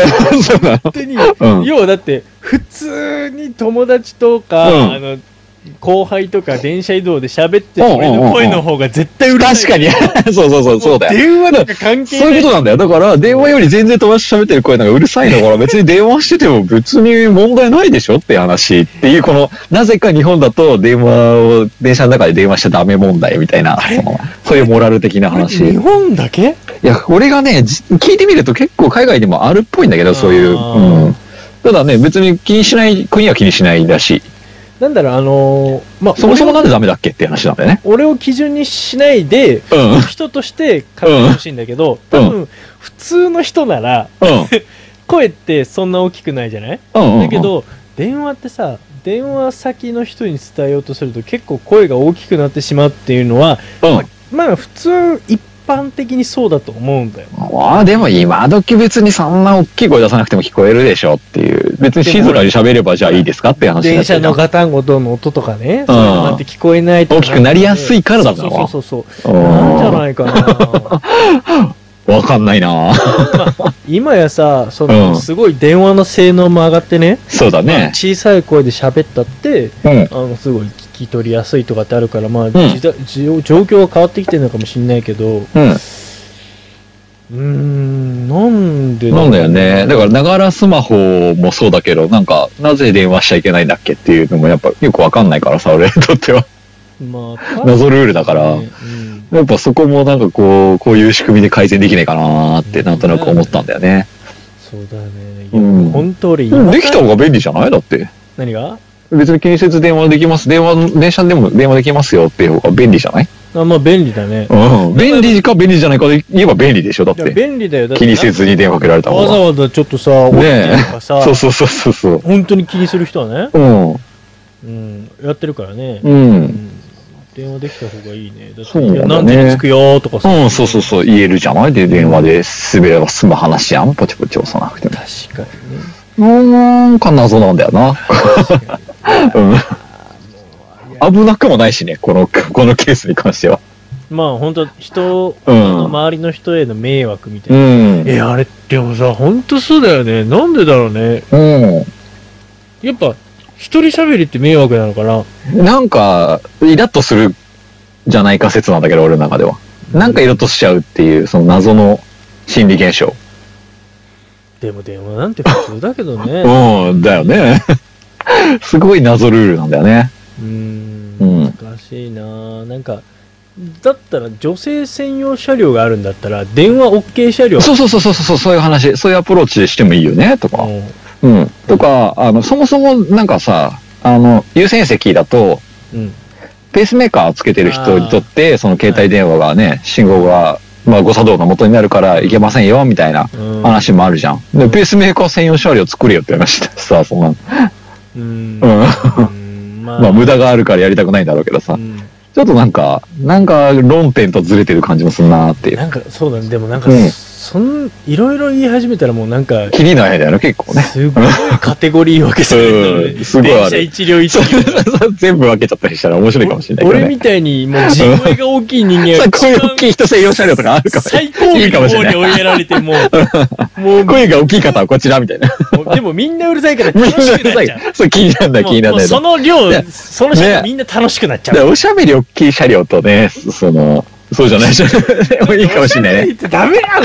うなの
本当に、
うん
要はだって普通に友達とか、
うん
あの後輩とか電車移動で喋ってる俺
うんうんうんう
の
ん
声の方が絶対うるさい
確かに。 そうそうそう、そうだよ。
電話なんか関係
そう
ない
いうことなんだよ。だから、電話より全然友達と喋ってる声なんかうるさいのから、別に電話してても別に問題ないでしょって話っていう、この、なぜか日本だと電話を、電車の中で電話しちゃダメ問題みたいな、そのそういうモラル的な
これ日
話。い
本だけ
や、これがね、じ聞いてみると結構海外でもあるっぽいんだけど、そういう。
あー
うん。ただね、別に気にしない、国は気にしないらしい。
なんだろうあのーまあ
そもそもなんでダメだっけって話なんだよね。
俺を基準にしないで
うん。
人として考えてほしいんだけど、多分普通の人なら
うん。
声ってそんな大きくないじゃない
うんうん。
だけ、ど、電話ってさ、電話先の人に伝えようとすると結構声が大きくなってしまうっていうのは、
うん。
まあ普通一般的にそうだと思うんだよ。
まあでも今時別にそんな大きい声出さなくても聞こえるでしょっていう。別に静かに喋ればじゃあいいですかって話にな
電
って
車
るじゃ
の
ん
ガタンゴトンの音とかね、
うん
そういうのって聞こえないと
大きくなりやすいからだ
そ
ろ
う
う
そ
な
うそうそう
う
そ
ん
う。なんじゃないかな。
わかんないな
今やさ、その、
うん
すごい電話の性能も上がってね、
そうだね。
小さい声で喋ったって、
うん。
あの、すごい聞き取りやすいとかってあるから、まあ、
ん
時代じょ状況は変わってきてるのかもしれないけど、
う
うーん、なんで
ん。なんだよね。だから、ながらスマホもそうだけど、なんか、なぜ電話しちゃいけないんだっけっていうのもやっぱよくわかんないからさ、俺にとっては。
まあ、
謎ルールだから。
ねうん
やっぱそこもなんかこう、こういう仕組みで改善できないかなーってなんとなく思ったんだよね。
そうだね。
う
いや、
ん
本当俺
うん
今、
できた方が便利じゃないだって。
何が
別に建設電話できます。電話、電車でも電話できますよっていう方が便利じゃない
あ、まあ便利だね。
うん。便利か便利じゃないかで言えば便利でしょ、だっ
いや、
て。
便利だよ。だって
気にせずに電話かけられた
わ
方
ざ
が。
わざちょっとさ、
ね
俺とかさ
え。、そうそうそうそうそう。
本当に気にする人はね、
うん。
うん、やってるからね。
う。
うんん電話できた方がいいね。だって
そうなん
い
だ
や
ね
何時に着くよとかさ。
うん、そうそうそう、言えるじゃないで、電話で滑れば済む話やん。ポチポチ押さなくても。
確かにね。
なんか謎なんだよな。うん。危なくもないしね、この、このケースに関しては。
まあ本当人、
うん
周りの人への迷惑みたいうな。
ん。
え、あれ、でもさ、本当そうだよね。なんでだろうね。
うん。
やっぱ、一人喋りって迷惑なのかな
なんか、イラッとするじゃないか説なんだけど、俺の中では。なんかイラッとしちゃうっていう、その謎の心理現象。
でも電話なんて普通だけどね。
うん、だよね。 すごい謎ルールなんだよね。
うーん、
うん
難しいなぁなんか、だったら女性専用車両があるんだったら、電話 OK 車両。
そうそうそうそうそう、そういう話、そういうアプローチしてもいいよね、とか。
うん
うん。とか、あの、そもそもなんかさ、あの、優先席だと、
うん。
ペースメーカーつけてる人にとって、その携帯電話がね、信号が、まあ誤作動の元になるからいけませんよ、みたいな
うん。
話もあるじゃん。
う
で、
ん
ペースメーカー専用車両作れよって話だしさ、そんな。
うん。
うん
うんま
まあ、無駄があるからやりたくないんだろうけどさ
う。ん
ちょっとなんか、なんか論点とずれてる感じもするなーっていう。
なんか、そうだね。でもなんか、
うん
そん、いろいろ言い始めたらもうなんか、
気になるんだよね、結構 ね。
すごいカテゴリー分けされるの
う
ね
んすごいあ
電
る
車一両一
そう
両。
全部分けちゃったりしたら面白いかもしれないけど
俺
ね。
みたいにもう人声が 大きい人間
さ
は
あ、声が大きい人専用車両とかあるかも
最高位
いいか
の
もし
方
れない
に追いやられてもう、もう
声が大きい方はこちらみたいな。
もうでもみんなうるさいから
みん
楽
な
しくなっちゃう。
さ、 そう気になるんだ、気にな
もうもう
るんだ
そ
よね。
の量、
ね
その人
ね
みんな楽しくなっち
だか
ゃ
ら
う。
おしゃべり大きい車両とね、その、そう じゃないじゃん。でもいいかもしれないね。
ってダメな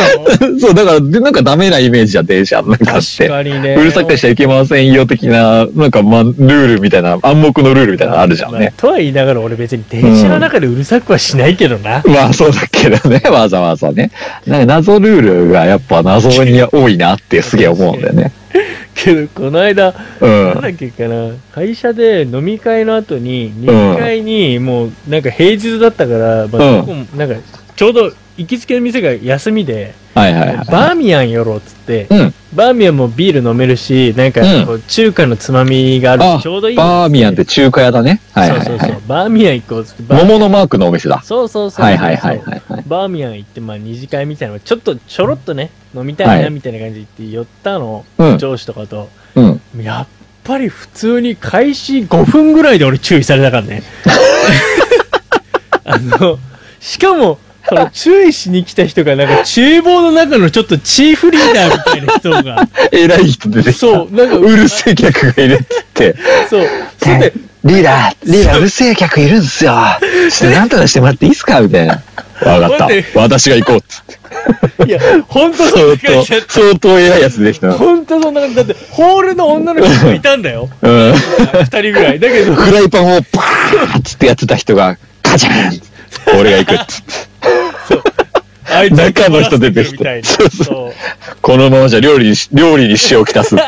の
そう、だから、でなんかダメなイメージじゃん、電車。なんかあって。
確かにね。
うるさくしちゃいけませんよ的な、なんかまあ、ルールみたいな、暗黙のルールみたいなのあるじゃん
まあ
ね。
とは言いながら俺別に電車の中でうるさくはしないけどな。
まあそうだけどね、 わざわざね。なんか謎ルールがやっぱ謎に多いなってすげえ思うんだよね。
けど、この間、
う
なんだっけかな、会社で飲み会の後に、飲み会にもうなんか平日だったから、まあ
うん
どこもなんかちょうど行きつけの店が休みで、
はいはいはい。
バーミヤン寄ろうっつって、
うん
バーミヤンもビール飲めるし、なんかこう中華のつまみがある
あ
し、ちょうどいい。
バーミヤンって中華屋だね。はいはい
そう
は
そう
い
そう。バーミヤン行こうっつって、バー
桃のマークのお店だ。
そうそうそう。
はいはいはいはいはい。
バーミヤン行って、まあ、二次会みたいなのちょっとちょろっとね、飲みたい
は
ないみたいな感じで言って寄ったの、
うん
上司とかと。
うん。
やっぱり普通に開始5分ぐらいで俺注意されたから ね。あの、しかも、その注意しに来た人がなんか厨房の中のちょっとチーフリーダーみたいな人 が、
偉い人出てきた。
そう、なんか、
うるせえ客がいるって言って。
そう、それで、
リーダー、リーダー、うるせえ客いるんすよ。ちょっとなんとかしてもらっていいっすかみたいな。わかった
待っ。
私が行こうっつって。
いや、本当そん
相
な感じだっ
当、相当偉いやつできた
た。。本当そんな感じだって、ホールの女の子がいたんだよ。
うん。
二人ぐらい。だけど、
フライパンをパーンつってやってた人が、カチャーンっつって俺が行くっつって。
あいつ
中の人出てき
みたい
て
な。
そうそう
そう。
このままじゃ料理にし、料理に塩をきたすっつっ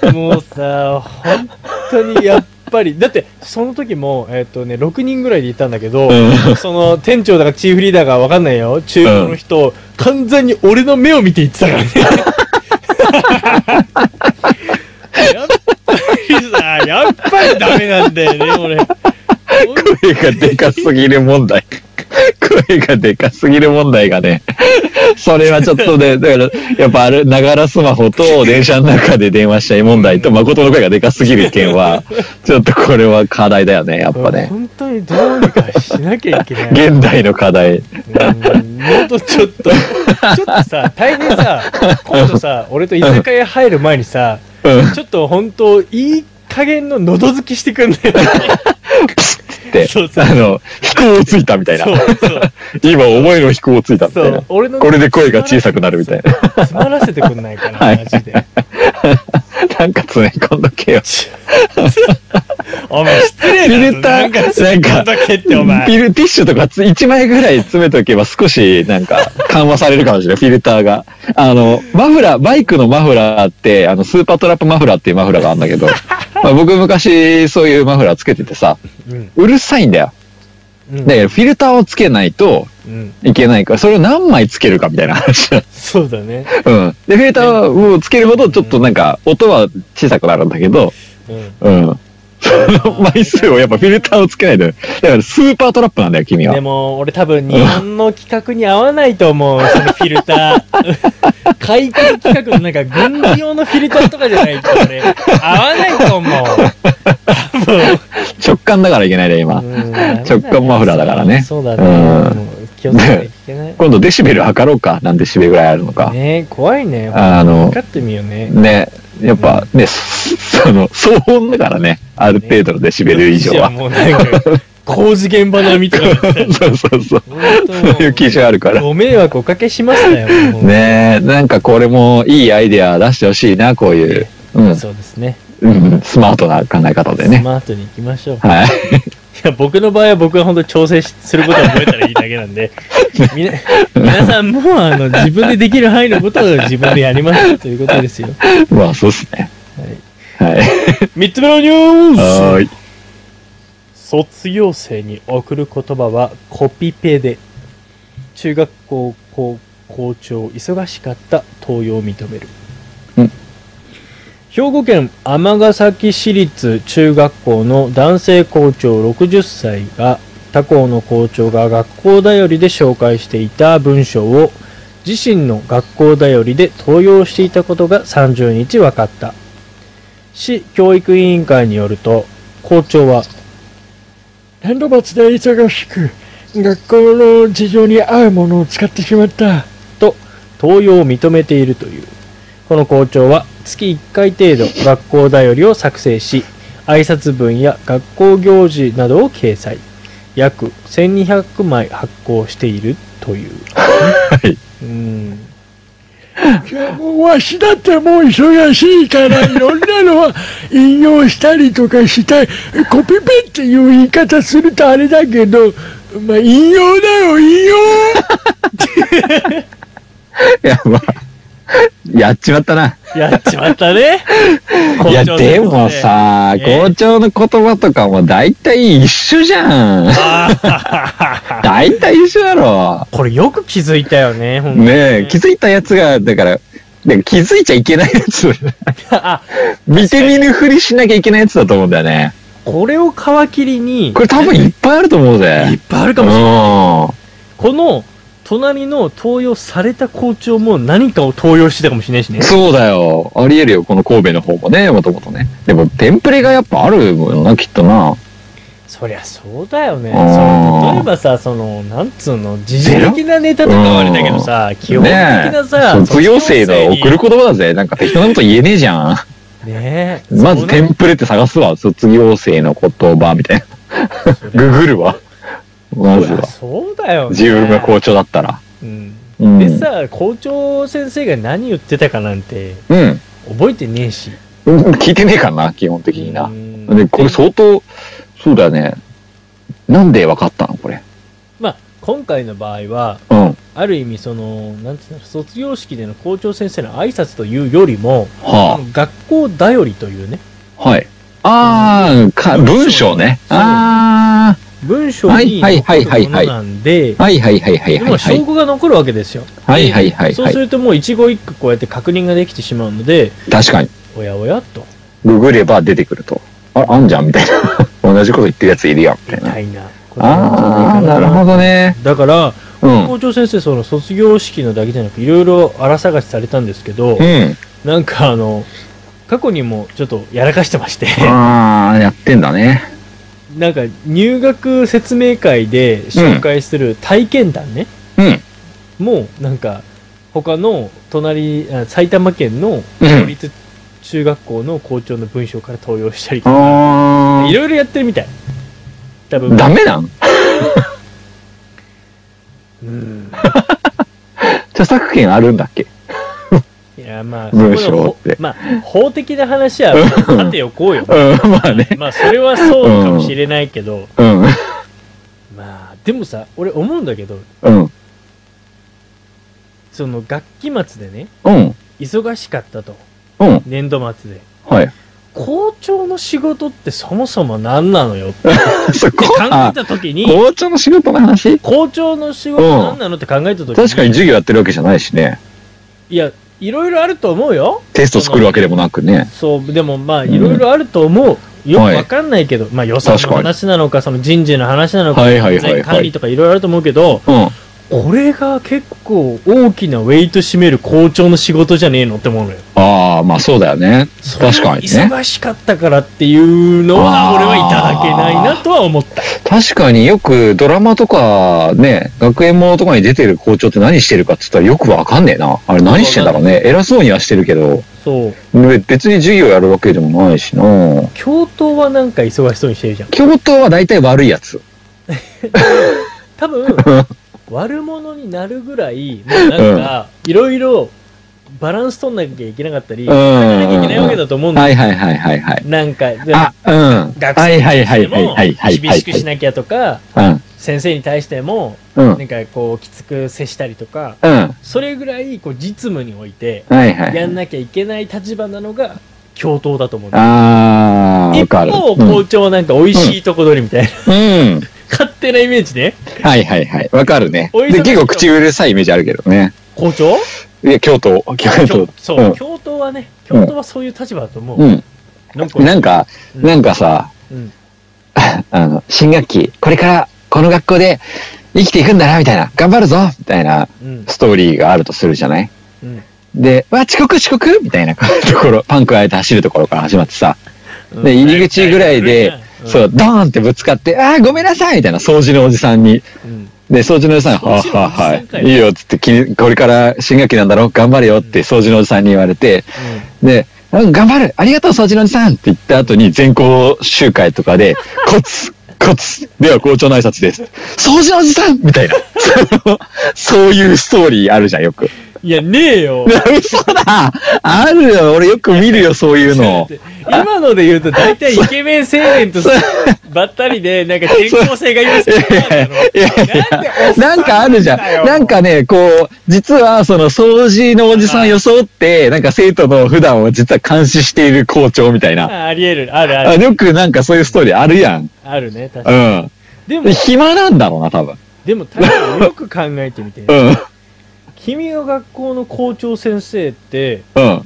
て。
もうさ、本当にやっぱり、だって、その時も、えっ、とね、6人ぐらいでいたんだけど、
うん
その店長だかチーフリーダーがわかんないよ、中古の人、完全に俺の目を見て言ってた からね。やっぱりさ、やっぱりダメなんだよね、俺。
声がでかすぎる問題。声がでかすぎる問題がね。それはちょっとね、だから、やっぱある、ながらスマホと電車の中で電話しちゃい問題と、誠の声がでかすぎる件は、ちょっとこれは課題だよね、やっぱね。
本当にどうにかしなきゃいけない。
現代の課題。
うんもっとちょっと、ちょっとさ、大変さ、今度さ、俺と居酒屋入る前にさ、
うん。
ちょっと本当、いい加減の喉好きしてくんだよね。
って
そう、そう
あの、飛行をついたみたいな
そ。うそう。
今、思いの飛行をついたみ
そ
たいうな。
俺の
これで声が小さくなるみたいな。
つまらせてくんないかな、
はい
マジで。
なんか詰め込んどけよ。
お前失礼だ
入
ろ
れた、
な
なんん
か
か、
なんだけってお前。
フィルティッシュとかつ1枚ぐらい詰めとけば少しなんか緩和されるかもしれない、フィルターが。あの、マフラー、バイクのマフラーって、あの、スーパートラップマフラーっていうマフラーがあるんだ けど、まあ僕昔そういうマフラーつけててさ、
うん
うるさいんだよ。
うん
だけどフィルターをつけないと
うん。
いけないから、それを何枚つけるかみたいな話 だ
そうだね。
うん。で、フィルターをつけるほどちょっとなんか音は小さくなるんだけど、
うん。
うん。 その枚数をやっぱフィルターをつけないと。だからスーパートラップなんだよ、君は
で。も、俺多分日本の企画に合わないと思う、そのフィルタ ー。海外企画のなんか軍事用のフィルターとかじゃないと俺、合わないと思う。多分。
直感だからいけないね、今。
うん
直感マフラーだからね
そうだね。
うん
もう気をつけないといけない。
今度デシベル測ろうか。何デシベルぐらいあるのか。
ね怖いね。
あの
測ってみようね。
ね。やっぱね、その、騒音だからね。ある程度のデシベル以上は。
もうなんか、工事現場並みとか。
そうそうそう。そういう基準あるから。
ご迷惑おかけしましたよ。もう。
ねなんかこれもいいアイデア出してほしいな、こういう。うん。
そうですね。
うん、スマートな考え方で
ス
ね。
マートに行きましょう。い
はい。
や、僕の場合は僕は本当調整しすることを覚えたらいいだけなんで、みな、皆さんもあの、自分でできる範囲のことを自分でやりましょうということですよ。
まあ、そうっすね。はい。
三つ目のニュー
はー
ス
い。
卒業生に送る言葉はコピペで中学校校校長忙しかった登用を認める、
うん
兵庫県尼崎市立中学校の男性校長60歳が他校の校長が学校頼りで紹介していた文章を自身の学校頼りで登用していたことが30日分かった市教育委員会によると校長は
年度末で忙しく、学校の事情に合うものを使ってしまった。
と登用を認めているというこの校長は月1回程度学校だよりを作成し挨拶文や学校行事などを掲載約1200枚発行しているという。
い
うん。
もうわしだってもう忙しいから、いろんなのは引用したりとかしたい。コピペっていう言い方するとあれだけど、まあ、引用だよ、引用
や、まあ、やっちまったな。
やっちまったね。
いや、でもさ、
ええ
校長の言葉とかも大体一緒じゃん。
あー。
大体一緒だろ。
これよく気づいたよね、ほんとに
ねえ、気づいたやつが、だから、だから気づいちゃいけないやつ。
あ、
見て見ぬふりしなきゃいけないやつだと思うんだよね。
これを皮切りに、いっ
これ多分いっぱいあると思うぜ。
ぱいあるか
う
もしれない。
ん。
この、隣の登用された校長も何かを登用してたかもしれないしね。
そうだよ。ありえるよ。この神戸の方もね、もともとね。でも、テンプレがやっぱあるもんな、きっとな。
そりゃそうだよね。
あー
その例えばさ、その、なんつうの、時事的なネタとかはあれだけどさ、基本的
ね
なさ、
卒業生の送る
る。
言葉だぜ。なんか適当なこと言えねえじゃん。
ねえ。
まず
そう
テ
ね
ンプレって探すわ。卒業生の言葉みたい な。ググるわ。まず
そりゃ
は。
そうだよね。
自分が校長だったら。
うん。
うん。
でさ、校長先生が何言ってたかなんて、
うん。
覚えてねえし。
うん聞いてねえからな、基本的にな。
うん
で、これ相当、そうだよね。なんで分かったのこれ。
まあ、今回の場合は、
うん。
ある意味、その、なんつうの、卒業式での校長先生の挨拶というよりも、あ
は
の学校だよりというね、
あ。はい。ああ、か、文章ね。
そう
あ
文章に
はいは
残
い
る
はいはい
ものなんで
あ。、はいはいはいはい
で
はい
も
は
証
い。
拠が残るわけですよ。
はいはいはい
そう
は
す
い。
るともう一期一句こうやって確認ができてしまうので、
確かに。
おやおやと、
ググれば出てくると。あ、あんじゃんみたいな。 同じこと言ってるやついるやん、みた
み
いな。
たいなこと
ああ、
んじゃ
ない
か
るほどね。
だから、
うん。
校長先生、その卒業式のだけじゃなく、いろいろ荒探しされたんですけど、
うん。
なんかあの、過去にもちょっとやらかしてまして、
ああ、やってんだね。
なんか入学説明会で紹介する体験談ね、
うん。
もうなんか他の隣あ埼玉県の
う
公
ん。
立中学校の校長の文章から登用したりとか
あ
いろいろやってるみたい多
あ、
分
ダメなん
うん
著作権あるんだっけ
いやまあ
文
そこの
章って
ほまあ法的な話はさておこうよ
うん、まあね。
まあそれはそうかもしれないけど、
うん。
まあでもさ俺思うんだけど
うん。
その学期末でね
うん。
忙しかったと
うん。
年度末で
はい。
校長の仕事ってそもそも何なのよって
そ
考
こ
え
あ
た時に、
校長の仕事の話
校長の仕事何なのって考えた時に、
確かに授業やってるわけじゃないしね。
いや、いろいろあると思うよ。
テスト作るわけでもなくね。
そう、でもまあ、
ん
いろいろあると思う。よく
はい
わかんないけど、まあ予算
確
の
かに
話なのか、その人事の話なのか、
はいはいはいはい
財管理とかいろいろあると思うけど、
うん。
これが結構大きなウェイト占める校長の仕事じゃねえのって思うのよ。
ああ、まあそうだよね。確かに
そん
ね。
な忙しかったからっていうのは、
あー
俺はいただけないなとは思った。
確かによくドラマとかね、学園ものとかに出てる校長って何してるかって言ったらよくわかんねえな。あれ何してんだろうね。偉そうにはしてるけど、
そう。
べ別に授業やるわけでもないしな。
教頭はなんか忙しそうにしてるじゃん。
教頭は大体悪いやつ。
多分悪者になるぐらいもうなんかいろいろバランス取んなきゃいけなかったり、
うん
考えなきゃいけないわけだと思うんだよ
はいはいはいはいはい。
なんかで
あ、うん。
学
はいはいは
生
い
に
はいはいはい。
しても厳しくしなきゃとか
うん。
先生に対しても
うん。
なんかこうきつく接したりとか
うん。
それぐらいこう実務において
はいはい。
やんなきゃいけない立場なのが教頭だと思うんだよ
ああ、わ
一
かる。
方校長はなんか美味しいとこ取りみたいな
うん。うん
勝手なイメージね
はいはいはい。わかるね。
お忙しい
で、結構口うるさいイメージあるけどね。
校長
いや、京都、京
教
都。
そううん教頭はね教頭はそういう立場だと思う
うん。
なんか、
なんか、
うん
なんかさ、
うん、
あの、新学期、これからこの学校で生きていくんだな、みたいな、頑張るぞ、みたいな
うん、
ストーリーがあるとするじゃない
うん、
で、わ、遅刻遅刻みたいな ところ、パンクあえて走るところから始まってさ、
うん
で、入り口ぐらいで、そう、、ドーンってぶつかって、ああ、ごめんなさいみたいな、掃除のおじさんに
うん、
で、掃除のおじさん、は
掃除
あ
の
は
お
あ
じさんか
はいい、いいよっつってきに、これから新学期なんだろ頑張れよって掃除のおじさんに言われて、で、 うん、頑張るありがとう、掃除のおじさんって言った後に全校集会とかで、コツ、こつ。では校長の挨拶です。掃除のおじさんみたいな。 そのそういうストーリーあるじゃん、よく。
いや、ねえ よ。
嘘だあるよ、俺よく見るよ、そういうの。
今ので言うと、大体イケメン青年とばったりで、なんか転校生がいますけど、
いやいや、なんかあるじゃん。なんかね、こう、実はその掃除のおじさん装って、なんか生徒の普段を実は監視している校長みたいな。
あありえる、あるあ
あ
る。
よくなんかそういうストーリーあるやん。
あるね、確かに。
うん。
でも
で、暇なんだろうな、多分。
でも、確かによく考えてみて、
うん。
君の学校の校長先生って、
うん。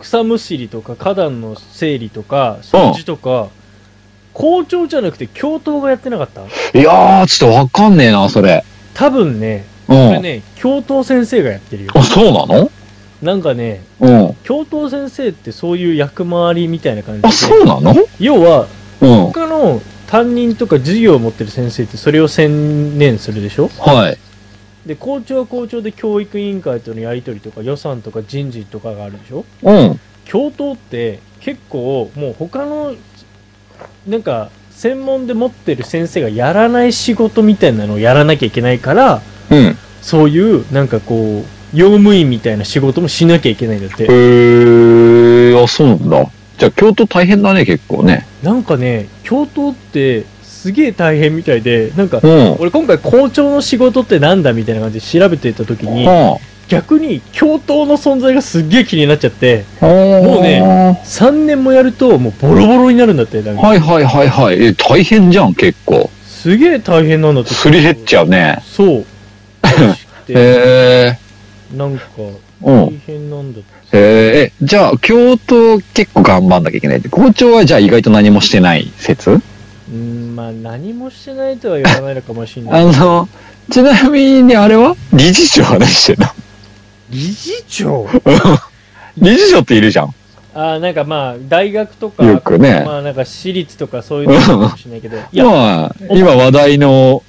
草むしりとか花壇の整理とか掃除とか、校長じゃなくて教頭がやってなかった
いやー、ちょっとわかんねえな、それ。
多分ね
う
これ
ん。
ね教頭先生がやってるよ
あ、そうなの
なんかね
うん。
教頭先生ってそういう役回りみたいな感じで
あ、そうなの
要は
うん。
他の担任とか授業を持ってる先生ってそれを専念するでしょ
はい。
で校長は校長で教育委員会とのやり取りとか予算とか人事とかがあるでしょ
うん。
教頭って結構もう他のなんか専門で持ってる先生がやらない仕事みたいなのをやらなきゃいけないから
うん。
そういうなんかこう用務員みたいな仕事もしなきゃいけないんだっ
へ
て
ー、あ、そうなんだ。じゃあ、京都大変だね、結構ね。
なんかね教頭ってすげえ大変みたいでなんか
うん。
俺今回校長の仕事ってなんだみたいな感じで調べてた時に
は
逆に教頭の存在がすっげえ気になっちゃって
あ、も
もうね3年もやるともうボロボロになるんだってなんか
はいはいはいはい。え、大変じゃん、結構。
すげえ大変なんだって
すり減っちゃうね。
そう。らしくて
へえ。
なんか、
うん。
大変なんだって。
へえ、えじゃあ、教頭結構頑張んなきゃいけないって。校長はじゃあ意外と何もしてない説
うーん、まあ、何もしてないとは言わないのかもしれない。
あの、ちなみにあれは理事長は何してん の
理事長
理事長っているじゃん。
あーなんかまあ、大学とか、
よくね
まあ、なんか私立とかそういうのかもしれ ないけど、いや、
まあ、今話題の、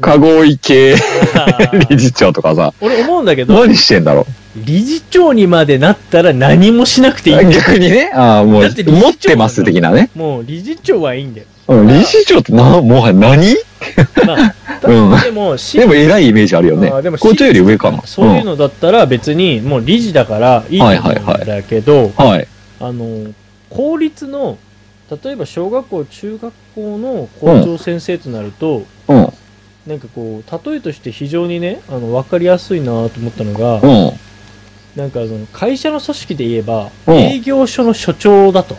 籠池
あー
理事長とかさ、
俺思うんだけど、
何してんだろ
理事長にまでなったら何もしなくていい。
う。逆にね、ああ、もう、
だって理事長
持ってます的なね。
もう、理事長はいいんだよ。
うん理事長ってな、もはや何
まあ、
うん
でも、私
でも偉いイメージあるよね
あーでも。
校長より上かな。
そういう
の。
のだったら別に、もう理事だからいいと思うんだけど、
はい。
あの公立の例えば小学校中学校の校長先生となると、
うん。
なんかこう例えとして非常にねあの分かりやすいなと思ったのが、
うん。
なんかその会社の組織で言えば、
うん
営業所の所長だと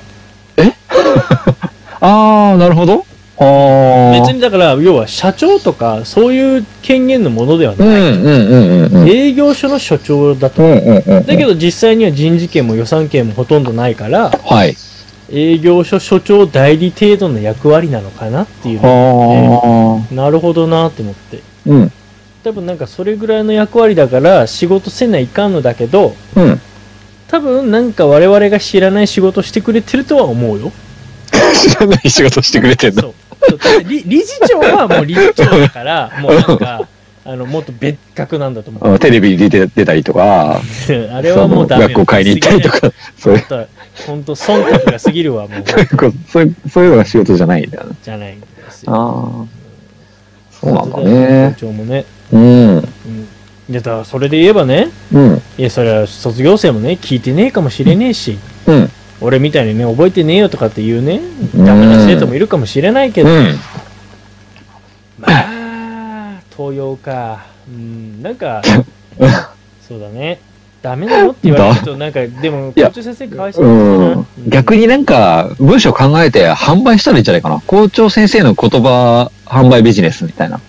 ああ、なるほど。ああ。
別にだから要は社長とかそういう権限のものでは
う
ない、
んうんうんうんうん。
営業所の所長だと、
うんうんうんうん。
だけど実際には人事権も予算権もほとんどないから
はい。
営業所所長代理程度の役割なのかなっていう
ああ。
なるほどなって思って
うん。
多分なんかそれぐらいの役割だから仕事せないかんのだけど
うん。
多分なんか我々が知らない仕事してくれてるとは思うよ
知らない仕事してくれてんだ。
そうそうだって理理事長はもう理事長だからもうなん かあのもっと別格なんだと思う
あのテレビに出て出たりとか、
あれはもうダメよ
学校買いに行ったりとか、そういう、
本当忖度が過ぎるわもう
そういうことそういうそういうのが仕事じゃないんだよね。
じゃないんですよ
ああ。そうなんだ
校
ね。
長もね、
うん。
うん、いやだからそれで言えばね
うん。
いやそれは卒業生もね聞いてねえかもしれねえし
うん。
俺みたいにね、覚えてねえよとかっていうね、ダメな生徒もいるかもしれないけど、
うん。
まあ、東洋か。うん、な んか、そうだね。ダメなのって言われると、なんか、でも、
い
校
や
長先生かわいそうだ
う。
なん
逆になんか、文章考えて販売したらいいんじゃないかな。校長先生の言葉販売ビジネスみたいな。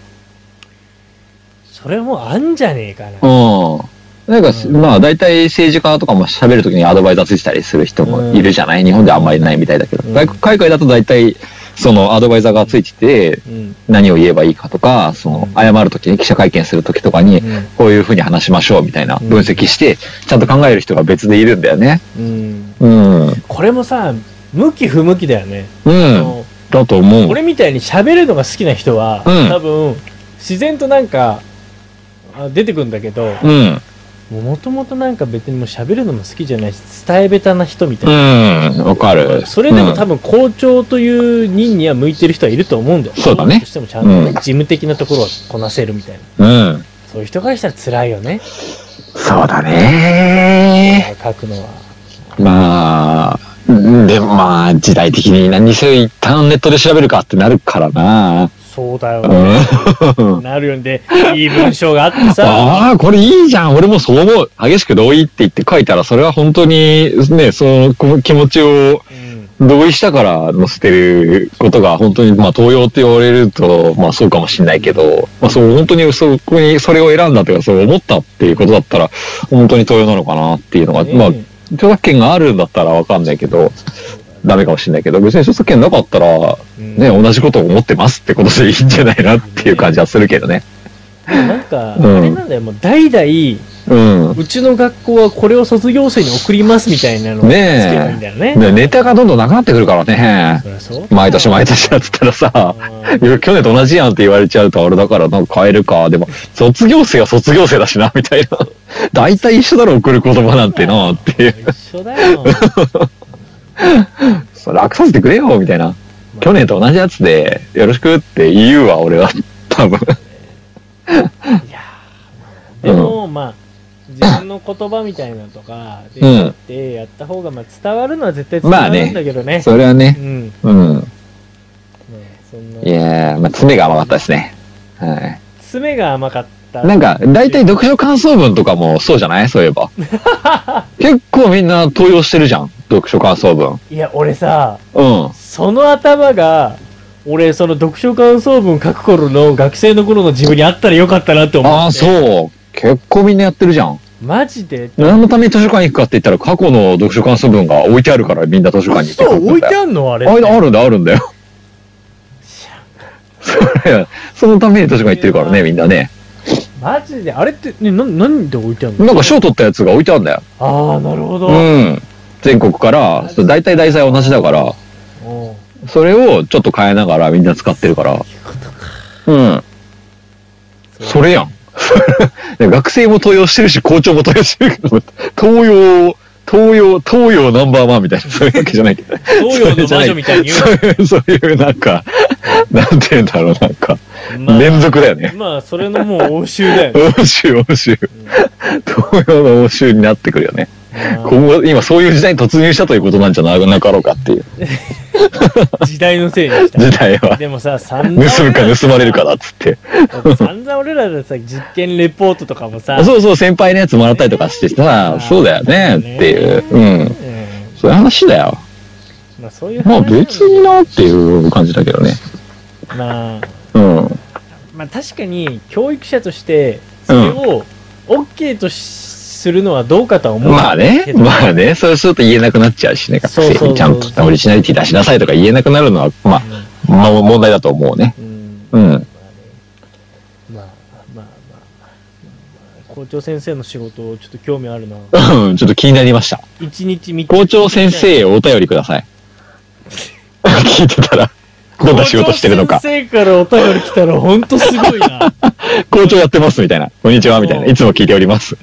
それもあんじゃねえかな。
うん。なんか、
うん
まあ、大体政治家とかも喋るときにアドバイザーついてたりする人もいるじゃない、日本ではあんまりないみたいだけど、
うん
外国海外だと大体、そのアドバイザーがついてて、
うん。
何を言えばいいかとか、その
う、ん
謝るときに記者会見するときとかに、
うん
こういうふうに話しましょうみたいな
うん
分析して、ちゃんと考える人が別でいるんだよね。
うん。
うん。う
これもさ、向き不向きだよね。あ
ん。
の
だと思う。
俺みたいに喋るのが好きな人は、
うん
多分、自然となんか、あ出てくんだけど、
うん。
もともとなんか別にもう喋るのも好きじゃないし、伝え下手な人みたいな。
うん、わかる。
それでも
うん
多分校長という任には向いてる人はいると思うんだよ。
そうだね
としてもちゃんと
うん
事務的なところはこなせるみたいな。
うん。
そういう人からしたら辛いよね。
そうだね。
書くのは。
まあ、うんでもまあ、時代的に何せ一旦ネットで調べるかってなるからな。
そうだよ
う
ね。
ん。
なるよね。いい文章があってさ。
ああ、これいいじゃん。俺もそう思う。激しく同意って言って書いたら、それは本当に、ね、そのこ気持ちを
うん
同意したから載せてることが、本当に、まあ、東洋って言われると、まあ、そうかもしんないけど、まあ、そう、本当にそこに、それを選んだというか、そう思ったっていうことだったら、本当に東洋なのかなっていうのが、
ねえ
まあ、著作権があるんだったらわかんないけど、ダメかもしんないけど、別に著作権なかったら、
うん
ね、同じことを思ってますってことでいいんじゃないなっていう感じはするけどね。
なんか、
うん
あれなんだよ、もう代々、
うん。
うちの学校はこれを卒業生に送りますみたいなのをつけ
ねえ
ばいいんだよね。
ね、ネタがどんどんなくなってくるからね
そ。りゃそう
毎年毎年だったらさ、いや 去年と同じやんって言われちゃうとあれだからなんか変えるか。でも、卒業生は卒業生だしな、みたいな。 大体一緒だろ、送る言葉なんてな、って いう。
一緒だよ。
そう楽させてくれよ、みたいな。去年と同じやつで、よろしくって言うわ、俺は。 多分。
いやーでも、まあ、自分の言葉みたいなのとか、で、
うん
やってやった方が、まあ、伝わるのは絶対伝わるんだけどね。
それはね
う。ん。ね
うん。
そん
い
な。
やー、まあ、爪が甘かったですね。はい。
爪が甘かった。
なんか、大体読書感想文とかもそうじゃないそういえば。 結構みんな登用してるじゃん。読書感想文。
いや、俺さ、
うん。
その頭が、俺、その読書感想文書く頃の学生の頃の自分にあったらよかったなって思って。
ああ、そう。結構みんなやってるじゃん。
マジで
何のために図書館行くかって言ったら過去の読書感想文が置いてあるからみんな図書館に行って
嘘置いて
あ
あんのあれ。
るああるんだよ、あるんだよ。それ、そのために図書館行ってるからね、みんなね。
マジであれって、ね、な、なんで置いてあんの
なんか賞取ったやつが置いてあるんだよ。
ああ、なるほど。
う
うん
ん。全国から、そう大体題材は同じだから、それをちょっと変えながらみんな使ってるから。うん。それやん。 学生も登用してるし、校長も登用してるけど、東洋、東洋、東洋ナンバーワンみたいな、そういうわけじゃないけど。
東洋の魔女みたいに言
そういう、そういう、なんか、なんて言うんだろう、なんか、
う。ま
連続だよね
あ、。まあ、それのもう応酬だ よね。
欧州、欧州。東洋の欧州になってくるよね。今後、今そういう時代に突入したということなんじゃななかろうかっていう
時代のせいにした。
時代は。
でもさ、散々
盗むか盗まれるかだっつって。
散々俺らでさ、実験レポートとかもさ、
そうそう、先輩のやつもらったりとかしてさ、そうだよね、っていう。うん。
うん
そういう話だよ。
まあ、そういう
まあ
話なんだ
別になっていう感じだけどね。
まあ、
うん。
まあ確かに、教育者として、それを OK としするのはどうかとは思う。
まあね
け、ど
まあね、そうすると言えなくなっちゃうしね、学
そうそう
生
そう
にちゃんとオリジナリティ出しなさいとか言えなくなるのは、まあ、まあ問題だと思うね。
うん
うん。
まあまあまあ、まあまあ、校長先生の仕事ちょっと興味あるな
うん ちょっと気になりました。
一日三日
校長先生お便りください。 聞いてたら、どんな仕事してるのか
校。長先生からお便り来たらほんとすごいな
校長やってますみたいな。こんにちはみたいな。いつも聞いております。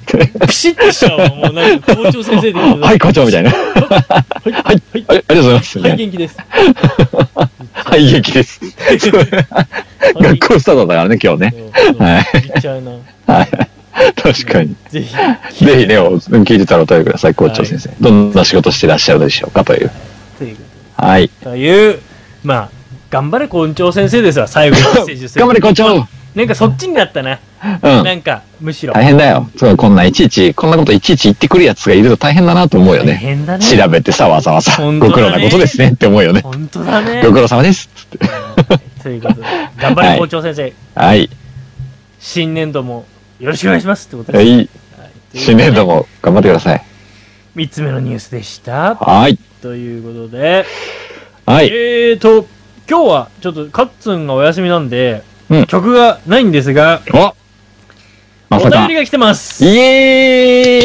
ピシッとしちゃうわもうなんか校長先生で
はい、校長みたいな。はい、
はいは
あり
い
ありがとうございます。みた
はい
な
い元気です
はい、元気です。 学校スタートだからね、今日ね。
は
はい
行っちゃうな
はい。確かに。
ぜひ
ぜひね、お聞いてたらお便りください、校長先生。どんな仕事してらっしゃるでしょうかという。
という
はい。
というまあ頑張れ校長先生ですわ最後にメッセージする
頑張れ、校長
なんかそっちになったな
うん
な。んかむしろ
大変だよ。そう、こんないちいち、こんなこといちいち言ってくるやつがいると大変だなと思うよ
大
ね。
変だね
調べてさ、わざわざ。
本当
ご
だ
苦
ね
労なことですねって思うよね。
本当だね
ご苦労様です。つって
ということで、頑張
は
れ
い
校長先生、
はい。
新年度もよろしくお願いしますってこと
は
で、
い。新年度も頑張ってください。
3つ目のニュースでした。
はい。
ということで、
はい。
えーと、今日はちょっとカッツンがお休みなんで、
うん
曲がないんですが、
おま
お
さ
便
か
り。が来てます。
イエ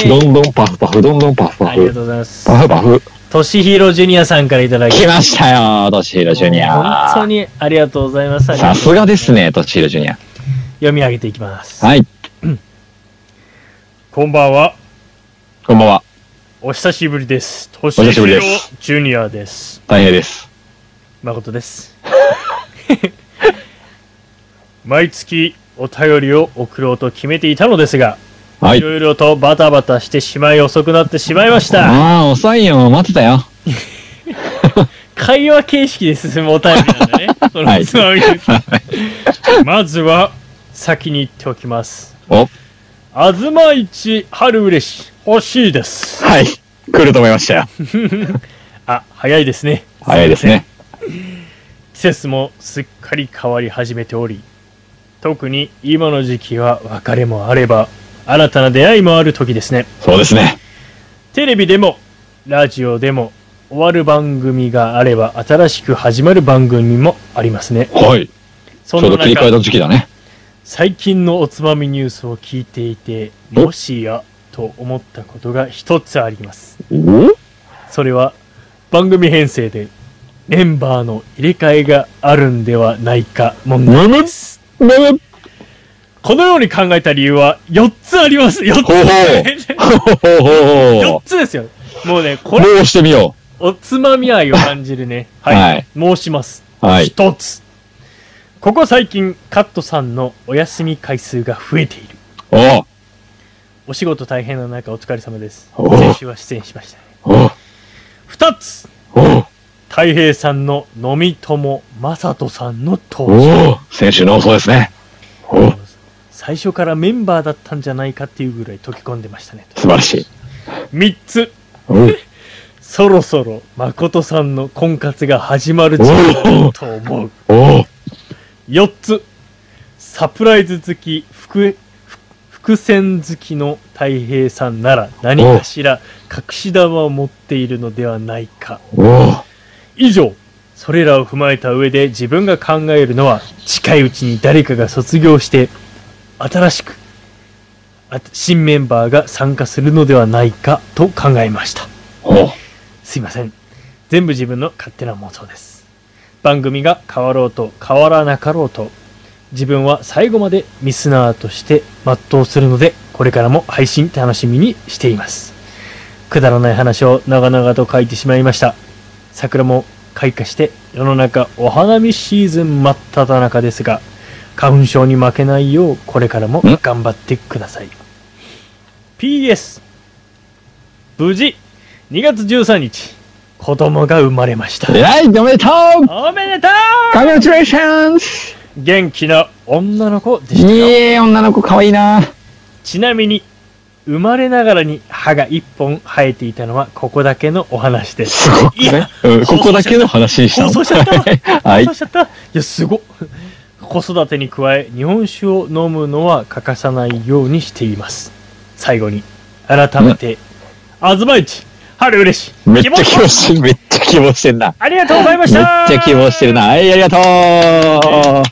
ーイどんどんパフパフ、どんどんパフパ
ありが
フ。
とうございます
パ。フパフ。
としひろジュニアさんからいただき
来ましたよ、とちひろジュニ
本当
ア。
にありがとうございます。
さすがですね、とちひろジュニア。
読み上げていきます。
はい。
こんばんは。
こんばんは。
お久しぶりです。お
久しぶりです。
ジュニアです。
大平です。
誠です。 毎月お便りを送ろうと決めていたのですが、
はい
いろいろとバタバタしてしまい遅くなってしまいました。
ああ、おさんやん、待ってたよ。
会話形式で進むお便りなんだね。そ の
はい
つまみですまずは、先に言っておきます。
お、
あずまいち春嬉し、欲しいです。
はい。来ると思いましたよ。
あ、早いですね。
早いですね。
季節もすっかり変わり始めており、特に今の時期は別れもあれば、新たな出会いもある時ですね。
そうですね。
テレビでも、ラジオでも、終わる番組があれば、新しく始まる番組もありますね。
はい。ち
そ
ょう
の
ど切り替え
中、
た時期だね。
最近のおつまみニュースを聞いていて、
お
もしや、と思ったことが一つあります。
お
それは番組編成でメンバーの入れ替えがあるんではないか問題です。このように考えた理由は4つあります。4
ほう
つ。
ほほ
4つですよ。もうね、これ、
もうしてみよ
おつまみ愛を感じるね。は
はいい。
申します。
う。はい。
1つ。ここ最近、カットさんのお休み回数が増えている。
お
お仕事大変な中、お疲れ様です。
お
先週は出演しましたね。
お
2つ。
お
太平さんの飲み友、正人さんの登場。
お選手のそうですね。お
最初からメンバーだったんじゃないかっていうぐらい溶け込んでましたねと
素晴らしい。
3つ
お
そろそろ誠さんの婚活が始まる時期だと思う
お
4つサプライズ好き伏伏線好きのたい平さんなら何かしら隠し玉を持っているのではないか
お
以上それらを踏まえた上で自分が考えるのは近いうちに誰かが卒業して新しくあ新メンバーが参加するのではないかと考えました
お
すいません全部自分の勝手な妄想です番組が変わろうと変わらなかろうと自分は最後までミスナーとして全うするのでこれからも配信楽しみにしていますくだらない話を長々と書いてしまいました桜も開花して世の中お花見シーズン真っ只中ですが花粉症に負けないようこれからも頑張ってください PS 無事2月13日子供が生まれました
えらいおめでとう
おめでとう
カミュチュレーションズ
元気な女の子で
い
したよ
え、女の子かわいいな。
ちなみに生まれながらに歯が1本生えていたのはここだけのお話です
すごく
いや
ね。うんここだけの話にした
放
の
送しちゃった
はい
放送。しちゃったいやすごっ子育てに加え日本酒を飲むのは欠かさないようにしています最後に改めてあずまいち春嬉しい
めっちゃ希望してる、めっちゃ希望してるな。
ありがとうございまし
めったちゃ希望してるな。はい、ありがとう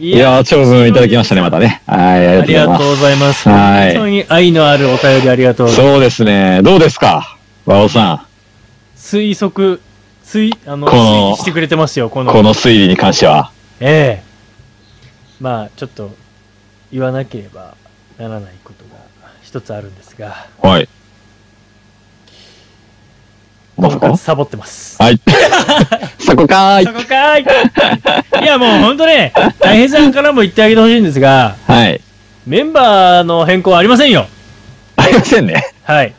い
いやー、長文いただきましたね、またね。はい、あ
あり
りがとう
が
ござ
と
いう
ございます
はい
本当に愛のあるお便りありがとう
ま。
ございますす
そうですね。どうですか和尾さ
推測、推、あの、
この
推理してくれてますよ、こ
ん、
の。
この推理に関しては。
ええまあ、ちょっと、言わなければならないことが一つあるんですが、
はい。まさ
僕は
か
サボってます。
はい。そこかー
そ
い。
こかーいいや、もうほんとね、大平さんからも言ってあげてほしいんですが、
はい。
メンバーの変更はありませんよ。
ありませんね。
はい。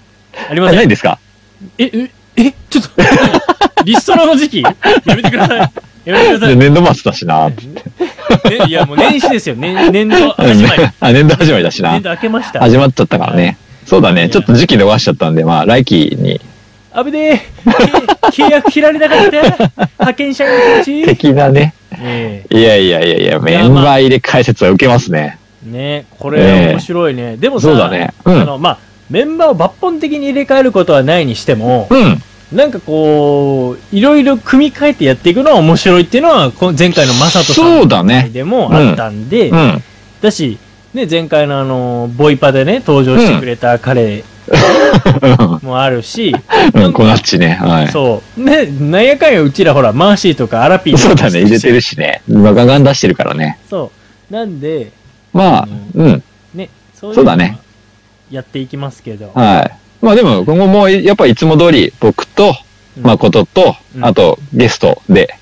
ありま
あ
せ
ない
ん。
んですか
え、え、え、ちょ っと、リストラの時期やめてください。やめてくださ
で
い。
年度末だしなーって。
ねいや、もう年始ですよ。年、年度始まり。
あ、年度始まりだしな
年。度明けました。
始まっちゃったからね。そうだ
いや
ね。ちょっと時期逃しちゃったんで、まあ、来期に
あぶねえ け契約切られなかったよ派遣社員の気 持ち
的なね。
ね
いやいやいやいや、メンバー入れ解説は受けますね。
えねえこれ
ええ
面白いね、でもさ
そうだねうん
あのまあメンバーを抜本的に入れ替えることはないにしても
うん。
なんかこういろいろ組み替えてやっていくのは面白いっていうのはこの前回のマサトさん
そ
の
うだね。
でもあったんで、
うん。
だし、ね、前回のあのボイパでね登場してくれた彼もあるし、
うん、こなっちね。はい。そ
そうねなんやかんやうちらほらマーシーとかアラピー
う
とか
だね。入れてるしね。ガンガン出してるからね。
そう。なんで、
まあ、うん。
ね、そういう
そうだね
やっていきますけど、
はい。まあでも、今後も、やっぱいつも通り、僕と、
うん
誠と、
うん
あと、ゲスト で、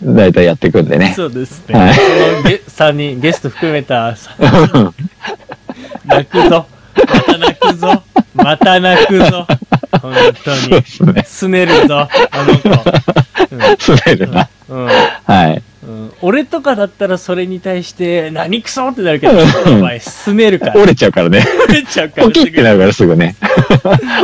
だいたいやっていくんでね。
そうですね、
はい
そのゲ3人ゲスト含めたさ泣くぞまた泣くぞまた泣くぞ本
そうです
当に
ね
すねるぞあの
滑るな。
子、うん
はい。
うんうん、俺とかだったらそれに対して何クソってなるけど
うん
お前すねるから
折れちゃうからね。
折れちゃうから
ポキってなるからすぐね。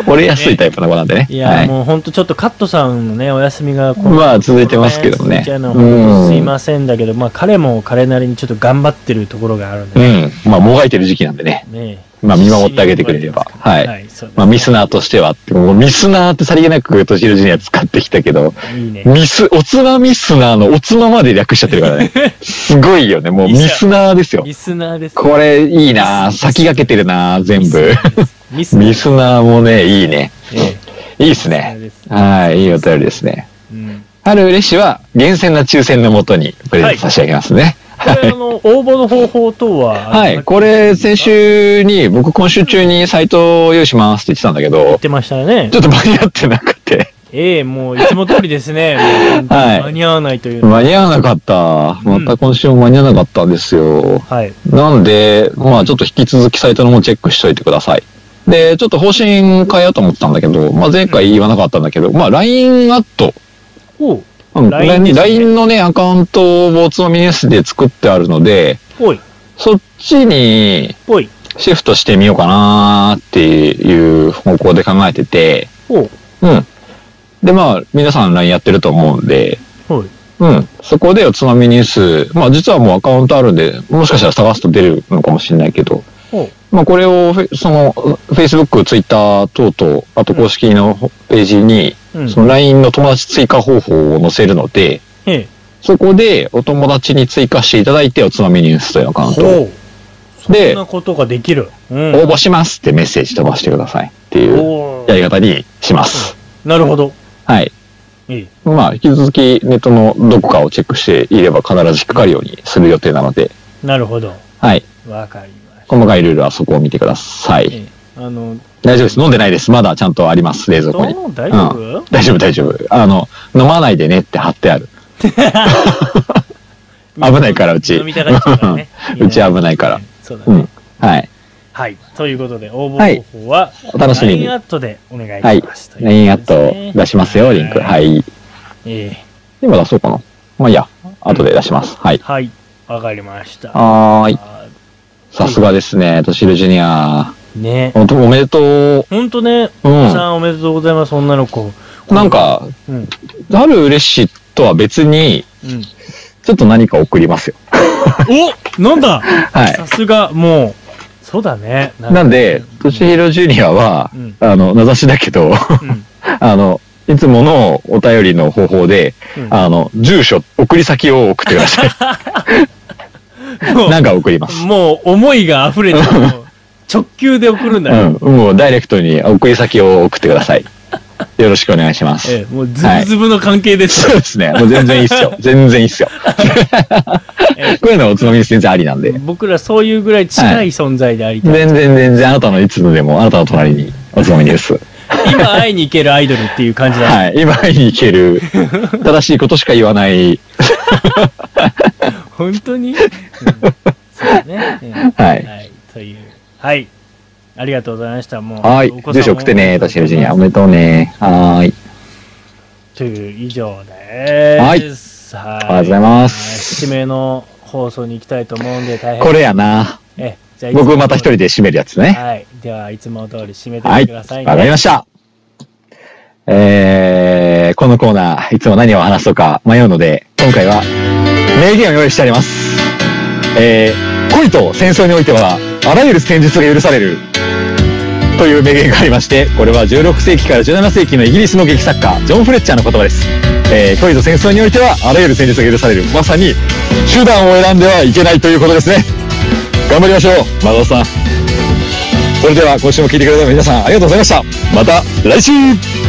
折れやすいタイプの子なんでね。
いや、
はい
もうほんとちょっとカットさんのね、お休みがこの
まあ続いてますけどね
続いちゃうのは
うん
ほんとすいませんだけど、まあ彼も彼なりにちょっと頑張ってるところがあるんで
うん。まあ、もがいてる時期なんでね。
ね。
まあ、見守ってあげてくれれば。はい。
はい、そう
まあ、ミスナーとしては、もうミスナーってさりげなく、としるじには使ってきたけど、
いいね。
ミス、おつまミスナーのおつままで略しちゃってるから ね。すごいよね。もうミスナーですよ。
ミスナーです。
これいいなぁ先駆けてるなぁ全部。
ミスナー
ミ
です。
スナーもね、いいね。
ミス
いいっす
ナー
ね。
です。
はい、いいお便りですね。
うん。
ある嬉しは、厳選な抽選のもとにプレゼント差し上げますね。
これ、あの、応募の方法等は、
はい、これ先週に、僕今週中にサイトを用意しますって言ってたんだけ
言っ
ど、
てましたね
ちょ。っと間に合ってなくて、
ええ、もういつも通りで すね。もう
はい
間に合わないという。
間に合わなかった。
う
ま
ん
た今週も間に合わなかったんですよ。
はい。
なんで、まあちょっと引き続きサイトのもチェックしといてください。で、ちょっと方針変えようと思ったんだけど、まあ前回言わなかったんだけど、まあ LINE アット、
おう、
うん
LINE ですね
LINE のね、アカウントをつまみニュースで作ってあるので、
ぽい、
そっちに
ぽい、
シフトしてみようかなーっていう方向で考えてて、
おう、
うん。で、まあ、皆さん LINE やってると思うんで、
ほい。
うん。そこでおつまみニュース、まあ実はもうアカウントあるんで、もしかしたら探すと出るのかもしれないけど、
ほう
まあこれをフェ、その、Facebook、Twitter 等々、あと公式のホページに、
うん。
その LINE の友達追加方法を載せるので、
ええ。
そこでお友達に追加していただいて、おつまみニュースというアカウントを
ほう。そ
で
んなことができる。うん。
応募しますってメッセージ飛ばしてくださいっていう
お
や
ー
り方にします。
なるほど。
はい。
いい。
まあ、引き続きネットのどこかをチェックしていれば必ず引っかかるようにする予定なので、
なるほど。
はい。
わかりました。
細かいルールはそこを見てくださ
え
い。
えあの、
大丈夫です。飲んでないです。まだちゃんとあります。冷蔵
ど
庫
う
に。
も大丈夫
大丈夫、大丈夫。あの、飲まないでねって貼ってある。危ないから、うち。。
飲みたがっちゃうからね
うち危ないから。。
そうだ
う
ね
ん。。はい。
はい。ということで、応募方法は、
お楽しみ
LINE
に
ア。ットでお願い
は
し
い
ます。。。
LINE アット出しますよ、リンク。はいい。
ええ
今出そうかな。まあ、いいや。後で出します。はい。
はい。わかりました。
はーい。
あ
さすがですね、としるジュニア。
ね。
本当おめでとう。
ほんとね、
うん
さんおめでとうございます、女の子。
なんか、
うん。
ある嬉しいとは別に、
うん。
ちょっと何か送りますよ。
おなんだ
は。
さすが、もう、そうだね。ない
なんで、としひろジュニアは、
うん
あの、名指しだけど、
うん。
あの、いつものお便りの方法で、
うん
あの、住所、送り先を送ってください。
も
なんか送ります。
う、もう思いが溢れてる、もう直球で送るん
う
だよ。
ん。もうダイレクトに送り先を送ってください。よろしくお願いします。
ええ、もうズブズブの関係です
そうですね。もう全然いいっす よ。全然いいっすよ。
え
こういうのはおつまみに全然ありなんで。
僕らそういうぐらい近い存在でありたい、
全然全然あなたのいつでもあなたの隣におつまみです。
今会いに行けるアイドルっていう感じだ、
はい、今に行ける。正しいことしか言わない。
本当に、うんそうだね、うん
はい
というはいありがとうございましたもう
はい
お子さん。も
住所送ってね、確かにジュニア。おめでとうね。はーい。
という以上ですはいあ
りがとうございます
締めの放送に行きたいと思うんで大変
これやな。
えじゃあいつも
僕また一人で締めるやつね。
はいではいつも通り締め
は
て
い。
くだ
わ
さいね、
かりました。えー、このコーナー、いつも何を話そうか迷うので、今回は、名言を用意してあります。えー、恋と戦争においては、あらゆる戦術が許される。という名言がありまして、これは16世紀から17世紀のイギリスの劇作家、ジョン・フレッチャーの言葉です。えー、恋と戦争においては、あらゆる戦術が許される。まさに、手段を選んではいけないということですね。頑張りましょう、マドさん。それでは今週も聞いてくれた皆さんありがとうございましたまた来週